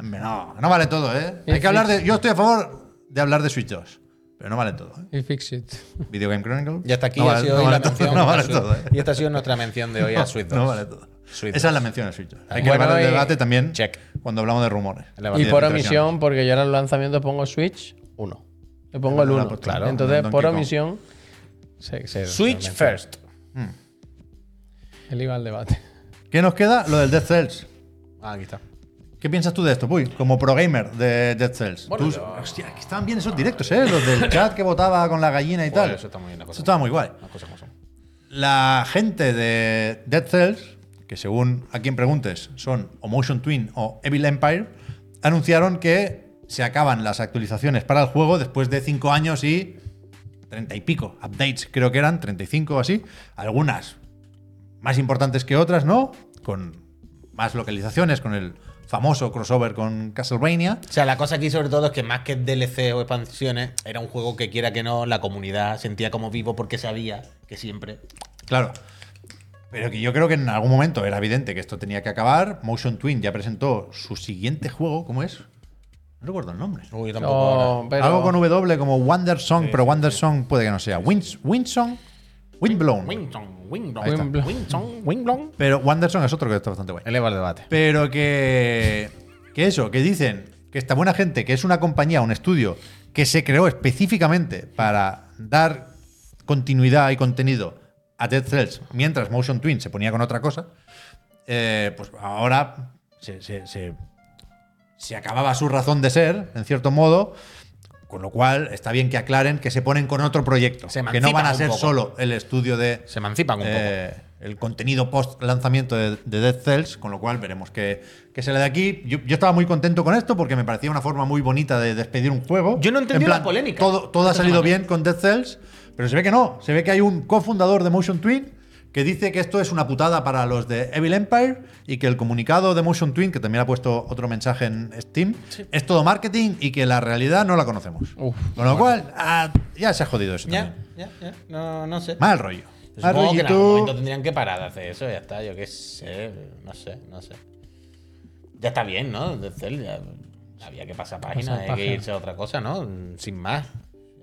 A: Hombre, no, no vale todo, ¿eh? Hay que hablar de. Yo estoy a favor de hablar de Switch 2, pero no vale todo. ¿eh?
C: Y Fix It.
A: Video Game Chronicles.
D: Y hasta aquí
A: no
D: ha
A: vale-
D: sido
A: no
D: hoy
A: vale
D: la
A: todo,
D: mención.
A: No vale
D: a Sweet-
A: todo,
D: Y
A: ¿eh?
D: esta ha sido nuestra mención de hoy a Sweet 2.
A: No vale todo.
D: Switch
A: Esa es
D: 2.
A: la mención de Switch 2. Hay que
C: Bueno,
A: elevar el
C: y-
A: debate también
D: check.
A: cuando hablamos de rumores.
D: Elevado.
C: Y por
A: de impresiones.
C: omisión, porque yo ahora en los lanzamientos pongo Switch 1. Le pongo el
A: Lo ha
C: 1.
A: puesto, Ah, pues claro,
C: Entonces,
A: Donkey
C: por
A: Kong.
C: omisión. se- se-
D: Switch
C: se-
D: first.
C: Él iba al debate.
A: ¿Qué nos queda? Lo del Dead Cells.
D: Ah, aquí está.
A: ¿Qué piensas tú de esto, Puy? Como pro gamer de Dead Cells.
D: Bueno,
A: Tú-
D: yo-
A: Hostia, que estaban bien esos directos, ¿eh? Los del chat que votaba con la gallina y tal.
D: Joder, eso está muy bien, la cosa
A: Eso estaba muy guay.
D: Las cosas como son.
A: La gente de Dead Cells, que según a quien preguntes son o Motion Twin o Evil Empire, anunciaron que se acaban las actualizaciones para el juego después de 5 años y 30 y pico updates, creo que eran 35 o así. Algunas más importantes que otras, ¿no? Con más localizaciones, con el famoso crossover con Castlevania.
D: O sea, la cosa aquí sobre todo es que más que DLC o expansiones, era un juego que quiera que no, la comunidad sentía como vivo porque sabía que siempre.
A: Claro. Pero que yo creo que en algún momento era evidente que esto tenía que acabar. Motion Twin ya presentó su siguiente juego, ¿cómo es? No recuerdo el nombre.
D: Uy, tampoco ahora.
C: No, pero-
A: Algo con W como Wonder Song, pero Wonder Song puede que no sea. Wind, Wind Song, Windblown.
D: Winton, Winton,
C: Ahí está.
D: Winton, Winton, Winton.
A: Pero Wonder Song es otro que está bastante bueno.
D: Eleva el debate.
A: Pero que. Que eso, que dicen que esta buena gente, que es una compañía, un estudio, que se creó específicamente para dar continuidad y contenido a Dead Cells mientras Motion Twin se ponía con otra cosa, eh, pues ahora se, se- se- se acababa su razón de ser, en cierto modo. Con lo cual, está bien que aclaren que se ponen con otro proyecto.
D: Se
A: que no van
D: emancipan
A: a
D: un
A: ser
D: poco.
A: solo el estudio de
D: Se emancipan un poco.
A: eh, el contenido post lanzamiento de, de Dead Cells, con lo cual veremos qué, qué sale de aquí. Yo, yo estaba muy contento con esto porque me parecía una forma muy bonita de despedir un juego.
D: Yo no entendí
A: En plan,
D: la polémica.
A: Todo, todo ha
D: Esta
A: salido
D: semana.
A: bien con Dead Cells, pero se ve que no. Se ve que hay un cofundador de Motion Twin que dice que esto es una putada para los de Evil Empire y que el comunicado de Motion Twin, que también ha puesto otro mensaje en Steam, es todo marketing y que la realidad no la conocemos.
C: Uf.
A: con lo cual, ah, ya se ha jodido eso
D: Ya,
A: también.
D: ya, ya. No, no sé.
A: Mal rollo. Mal
D: Supongo que en
A: rollito.
D: algún momento tendrían que parar de hacer eso, ya está, yo qué sé, no sé, no sé. Ya está bien, ¿no? De Cell ya había que pasar página,
C: Pasar
D: hay
C: página.
D: que irse a otra cosa, ¿no? Sin más.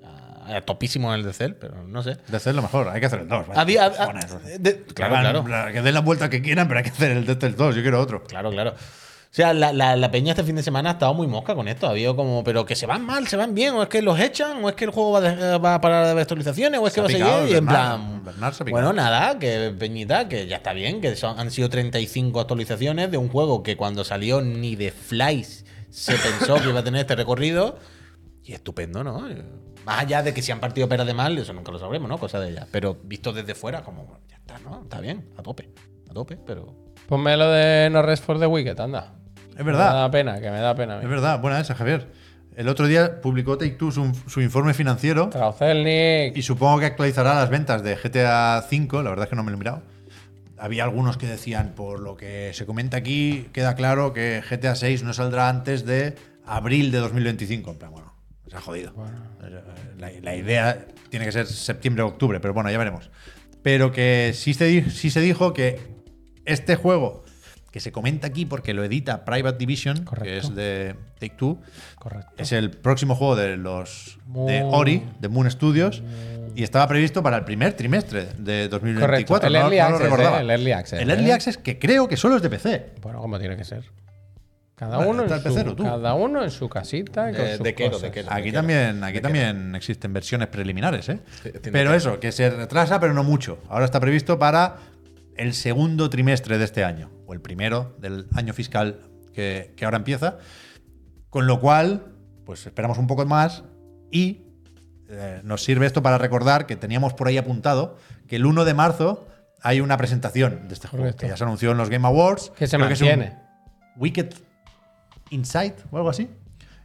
D: A, a topísimo en el de Cell, pero no sé.
A: De hacer lo mejor, hay que hacer el 2.
D: Había- hab- de-
A: claro,
D: claro, claro.
A: Que den la vuelta que quieran, pero hay que hacer el Death Cells 2. Yo quiero otro.
D: Claro, claro. O sea, la, la- la peña este fin de semana ha estado muy mosca con esto. Ha habido como, pero que se van mal, se van bien, o es que los echan, o es que el juego va, a dejar- va a parar de actualizaciones, o es que
A: ha
D: va a seguir.
A: picado
D: Y en
A: Bernard,
D: plan.
A: Bernard se ha picado.
D: bueno, nada, que peñita, que ya está bien, que son, han sido 35 actualizaciones de un juego que cuando salió ni de Flies se pensó que iba a tener este recorrido. Y estupendo, ¿no? Más allá de que si han partido peras de mal, eso nunca lo sabremos, ¿no? Cosa de ella. Pero visto desde fuera, como, ya está, ¿no? Está bien, a tope, a tope, pero.
C: Ponme lo de No Rest for the Wicked, anda.
A: Es verdad.
C: Me da pena, que me da
D: Ah,
C: pena. a mí.
A: Es verdad, buena esa, Javier. El otro día publicó Take Two su, su informe financiero
C: Traucelnik.
A: y supongo que actualizará las ventas de GTA V. La verdad es que no me lo he mirado. Había algunos que decían, por lo que se comenta aquí, queda claro que GTA VI no saldrá antes de abril de 2025. En plan, bueno, se ha jodido. La, la idea tiene que ser septiembre o octubre, pero bueno, ya veremos. Pero que sí se, di- sí se dijo que este juego, que se comenta aquí porque lo edita Private Division, que
C: Correcto.
A: es de Take Two,
C: Correcto.
A: es el próximo juego de los de
C: Moon.
A: Ori, de Moon Studios, y estaba previsto para el primer trimestre de 2024.
C: Correcto, el
A: no-
C: Early
A: no lo
C: Access,
A: recordaba.
C: ¿eh? El Early Access,
A: El Early
C: ¿eh?
A: Access que creo que solo es de PC.
C: Bueno, como tiene que ser. Cada
A: Vale,
C: uno, en
A: está el
C: su,
A: pecero, tú.
C: cada uno en su casita. y con
D: De-
C: sus
D: de quero,
C: cosas.
D: de quero.
A: Aquí
D: queda,
A: también, aquí también existen versiones preliminares, ¿eh?
D: tiene
A: Pero
D: que-
A: eso, que se retrasa, pero no mucho. Ahora está previsto para el segundo trimestre de este año, o el primero del año fiscal que, que ahora empieza. Con lo cual, pues esperamos un poco más y eh, nos sirve esto para recordar que teníamos por ahí apuntado que el 1 de marzo hay una presentación de este juego,
C: Correcto.
A: que ya se anunció en los Game Awards.
C: Que se
A: Creo es un
C: mantiene.
A: Wicked Insight o algo así.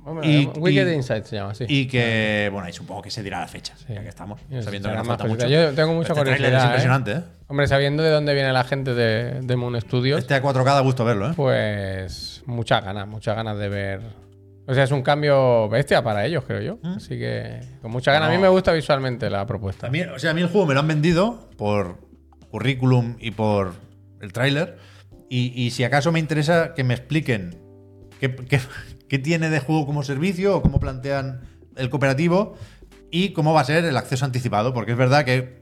C: Hombre,
A: Y-
C: Wicked
A: y-
C: Insight se llama, sí.
A: Y que, bueno, ahí supongo que se dirá la fecha,
C: Sí.
A: ya que estamos.
C: Sí,
A: sabiendo
C: será
A: que nos
C: más
A: falta
C: posible.
A: mucho.
C: Yo tengo mucha
A: Este tráiler
C: curiosidad, ¿eh?
A: Es impresionante, ¿eh?
C: Hombre, sabiendo de dónde viene la gente de, de Moon Studios,
A: Este a 4K da gusto verlo, ¿eh?
C: pues muchas ganas, muchas ganas de ver. O sea, es un cambio bestia para ellos, creo yo. Así que con muchas ganas. A mí
A: ¿Mm? No.
C: me gusta visualmente la propuesta.
A: También, o sea, a mí el juego me lo han vendido por currículum y por el tráiler. Y, y si acaso me interesa que me expliquen qué, qué- qué tiene de juego como servicio o cómo plantean el cooperativo y cómo va a ser el acceso anticipado, porque es verdad que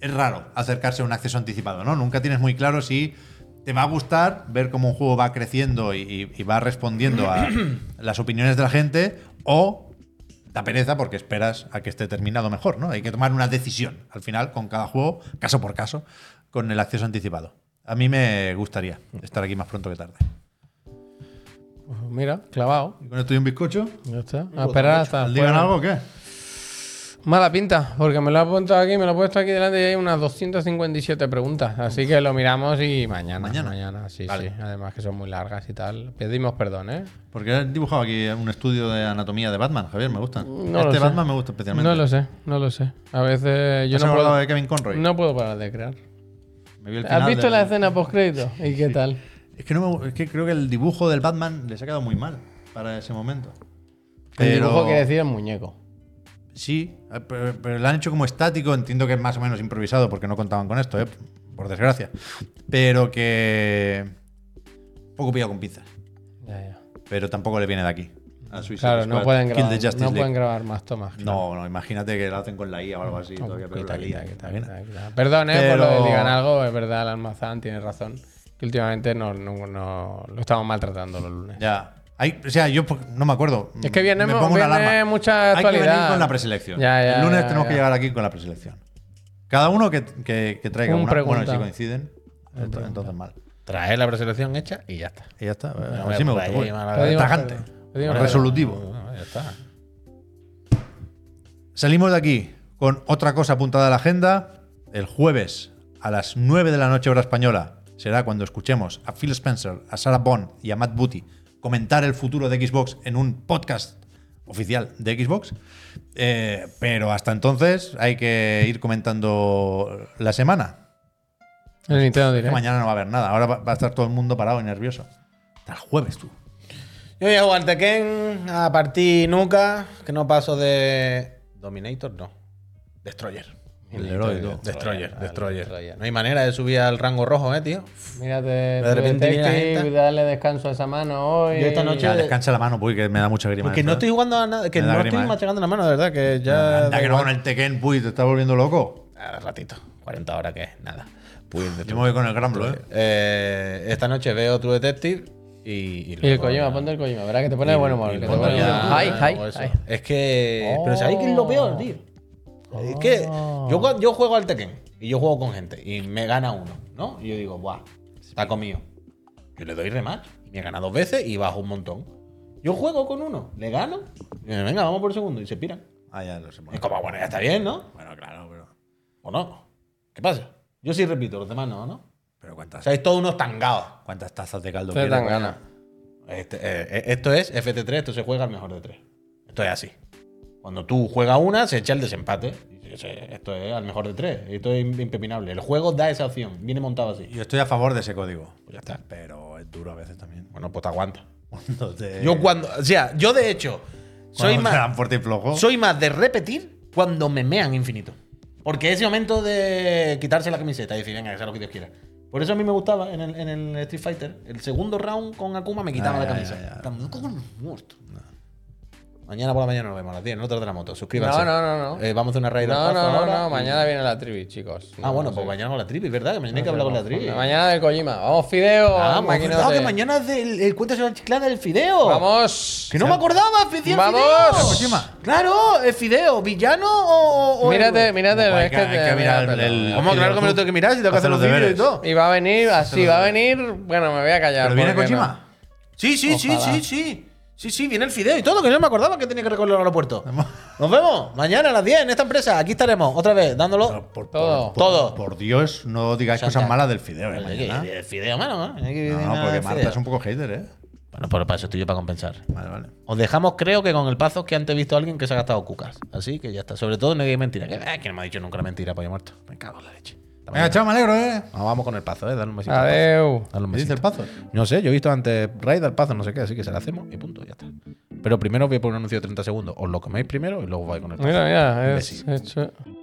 A: es raro acercarse a un acceso anticipado, ¿no? Nunca tienes muy claro si te va a gustar ver cómo un juego va creciendo y, y- y va respondiendo a las opiniones de la gente o da pereza porque esperas a que esté terminado mejor, ¿no? Hay que tomar una decisión al final con cada juego, caso por caso, con el acceso anticipado. A mí me gustaría estar aquí más pronto que tarde.
C: Pues Mira, clavado.
A: Y con esto y un bizcocho.
C: Ya está. A esperar hasta.
A: ¿Digan
C: fuera.
A: algo o qué?
C: Mala pinta, porque me lo ha apuntado aquí, me lo he puesto aquí delante y hay unas 257 preguntas. Así que lo miramos y mañana.
A: Mañana.
C: sí,
A: Vale.
C: sí. Además que son muy largas y tal. Pedimos perdón, ¿eh?
A: Porque has dibujado aquí un estudio de anatomía de Batman, Javier, me gusta.
C: No lo
A: este
C: sé.
A: Batman me gusta especialmente.
C: No lo sé, no lo sé. A veces yo
A: ¿Has
C: no
A: hablado
C: puedo,
A: de Kevin Conroy?
C: no puedo parar de crear.
A: Me vi el
C: ¿Has
A: final
C: visto
A: del-
C: la escena postcrédito? ¿Y qué tal?
A: Es que, no me- es que creo que el dibujo del Batman les ha quedado muy mal para ese momento.
C: El dibujo
A: Pero-
C: quiere decir el muñeco.
A: Sí, eh, pero, pero lo han hecho como estático. Entiendo que es más o menos improvisado porque no contaban con esto, ¿eh? por desgracia. Pero que. un Poco pillado con pinzas.
C: Ya, ya.
A: Pero tampoco le viene de aquí. A Suicide
C: Claro, no
A: Squad,
C: pueden
A: Kill
C: grabar,
A: the Justice
C: no
A: League.
C: pueden grabar más tomas. claro.
A: No, no, imagínate que la hacen con la IA o algo así. todavía, pero
C: Quita,
A: la
C: quita,
A: IA,
C: quita,
A: imagina.
C: quita, quita. Perdón, eh, por lo
A: Pero-
C: de digan algo, es verdad, el almazán tiene razón. Que últimamente no, no- no- lo estamos maltratando los lunes.
A: Ya. Hay- o sea, yo por- no me acuerdo.
C: Es que viene,
A: Me pongo una
C: viene
A: alarma. Hay
C: mucha
A: que
C: actualidad.
A: venir con la preselección.
C: Ya, ya,
A: el lunes
C: ya,
A: tenemos
C: ya.
A: que llegar aquí con la preselección. Cada uno que, que- que traiga
C: Un
A: una. Bueno,
C: pregunta.
A: si coinciden, entonces, entonces mal.
D: Trae la preselección hecha y ya está.
A: Y ya está.
D: No
A: así me
D: voy a
A: gusta.
D: poner
A: uy,
D: pues ahí, mala-
C: Pedimos
A: tajante.
C: perdón, pedimos
A: Resolutivo.
D: No, Ah, ya está.
A: Salimos de aquí con otra cosa apuntada a la agenda. El jueves a las 9 de la noche hora española será cuando escuchemos a Phil Spencer, a Sarah Bond y a Matt Booty comentar el futuro de Xbox en un podcast oficial de Xbox. Eh, pero hasta entonces hay que ir comentando la semana.
C: En el Nintendo
A: Que
C: Direct.
A: mañana no va a haber nada. Ahora va, va a estar todo el mundo parado y nervioso. Hasta el jueves tú.
D: Yo voy a jugar Tekken, a partir nunca, que no paso de. Dominator, no. Destroyer.
A: El héroe, tú.
D: Destroyer,
C: Destroyer,
D: Destroyer.
C: Destroyer.
D: No hay manera de subir al rango rojo, eh, tío.
C: Mírate,
D: De repente
C: Detective,
D: viene la gente.
C: darle descanso a esa mano hoy.
D: Yo esta noche-
A: Ya, descansa la mano, porque me da mucha grima.
D: Eh, Porque no
A: esto,
D: estoy
A: ¿eh?
D: jugando a nada, que
A: Me da
D: no
A: grima,
D: estoy
A: eh.
D: machacando la mano, de verdad, que ya.
A: Anda,
D: da
A: que no
D: igual.
A: con el Tekken, puy, te estás volviendo loco.
D: Ah, ratito, 40 horas que es, nada. Pues de
A: Yo me voy con el Gramble, ¿eh?
D: Eh, esta noche veo True Detective y. Y,
C: Y el
D: luego
C: Kojima,
D: ya-
C: ponte el Kojima. Verás que te pone de buen humor.
D: y
C: que te
D: luego
C: pone de
D: ya-
C: buen humor.
E: Ay, ay,
D: luego eso.
E: ay.
D: Es que.
C: Oh.
D: Pero ¿sabéis qué es lo peor, tío? Es que
C: Ah.
D: yo, cu- yo juego al Tekken y yo juego con gente y me gana uno, ¿no? Y yo digo, ¡buah! Está comido. Yo le doy rematch y me gana dos veces y bajo un montón. Yo juego con uno, le gano y me, venga, vamos por el segundo y se piran.
A: Ah, ya lo sé.
D: Es como, bueno, ya está bien, ¿no?
A: Bueno, claro, pero.
D: ¿O no? ¿Qué pasa? Yo sí repito, los demás no, ¿no?
A: Pero cuántas,
D: Sois todos unos tangados.
A: cuántas tazas de caldo
C: Te
A: quieres. pues.
C: dan ganas.
D: Este, eh, esto es FT3, esto se juega al mejor de tres. Esto es así. Cuando tú juegas una, se echa el desempate. Y se- Esto es al mejor de tres. Esto es impepinable. El juego da esa opción. Viene montado así.
A: Yo estoy a favor de ese código.
D: Pues ya está.
A: Pero es duro a veces también.
D: Bueno, pues te aguanta.
A: Cuando te,
D: Yo cuando. O sea, yo de hecho.
A: Eh, cuando
D: Soy
A: te dan
D: más,
A: fuerte y flojo.
D: soy más de repetir cuando me mean infinito. Porque ese momento de quitarse la camiseta y decir, venga, que sea lo que Dios quiera. Por eso a mí me gustaba en el, en el Street Fighter. El segundo round con Akuma me quitaba
A: Ah,
D: la
A: ya,
D: camisa.
A: ya, ya.
D: Tan- no, como muerto. Mañana por la mañana nos vemos a las 10, no de la moto. Suscríbanse.
C: No, no, no, no.
D: Eh, vamos a hacer una raid del
C: No,
D: Pazo
C: no, no,
D: ahora
C: no.
D: y-
C: Mañana viene la trivi, chicos.
D: Ah,
C: No,
D: bueno,
C: no
D: pues
C: sé.
D: mañana con la tripi, ¿verdad? Que mañana hay que hablar con la tripi.
C: Mañana del Kojima. Vamos, Fideo.
D: Ah, pues,
C: maquinote.
D: verdad que mañana es del, el cuento sobre la chiclana del fideo.
C: Vamos.
D: Que no me acordaba, Fideo. Pues
C: ¡Vamos!
A: Kojima.
D: Claro, el fideo, villano o. o- o
C: Mírate,
D: héroe?
C: mírate. este
A: Guay,
C: es
A: que hay que mirar
C: míratelo.
A: el-
D: Vamos, claro que me lo tengo que mirar si tengo que
A: Hacer
D: hacer los
A: los
D: vídeos y todo.
C: Y va a venir así, va a venir. Bueno, me voy a callar.
A: pero viene
C: porque
A: Kojima.
D: Sí, sí,
C: Ojalá.
D: sí, sí, sí. Sí, sí, viene el fideo y todo, que yo no me acordaba que tenía que recorrer el aeropuerto. Nos vemos mañana a las 10 en esta empresa. Aquí estaremos otra vez dándolo.
A: Por, por-
C: Todo.
A: Por,
D: Todo.
A: Por Dios, no digáis
D: Santa.
A: cosas malas del fideo. eh,
D: Oye,
A: mañana.
D: El fideo, mano. ¿eh? Hay que
A: No,
D: nada
A: no,
D: de
A: porque Marta
D: fideo.
A: es un poco hater, ¿eh?
D: Bueno, pero para eso estoy yo para compensar.
A: Vale, vale.
D: Os dejamos, creo que con el pazo que antes he visto a alguien que se ha gastado cucas. Así que ya está. Sobre todo no digáis mentira. Que, ah, que no me ha dicho nunca la mentira, pollo muerto. Me cago en la leche. Hasta
A: Venga,
D: mañana.
A: chao, me alegro, ¿eh?
D: Ah, vamos con el pazo, eh. Dale un besito. al pazo.
C: Adeu.
D: Dale un
A: ¿Qué dice
D: besito.
A: el pazo?
D: No sé, yo he visto antes Raid al pazo, no sé qué, así que se la hacemos y punto, ya está. Pero primero os voy a poner un anuncio de 30 segundos. Os lo coméis primero y luego os vais con el pazo.
C: Mira, mira.
D: Un
C: Es,
D: besito.
C: es-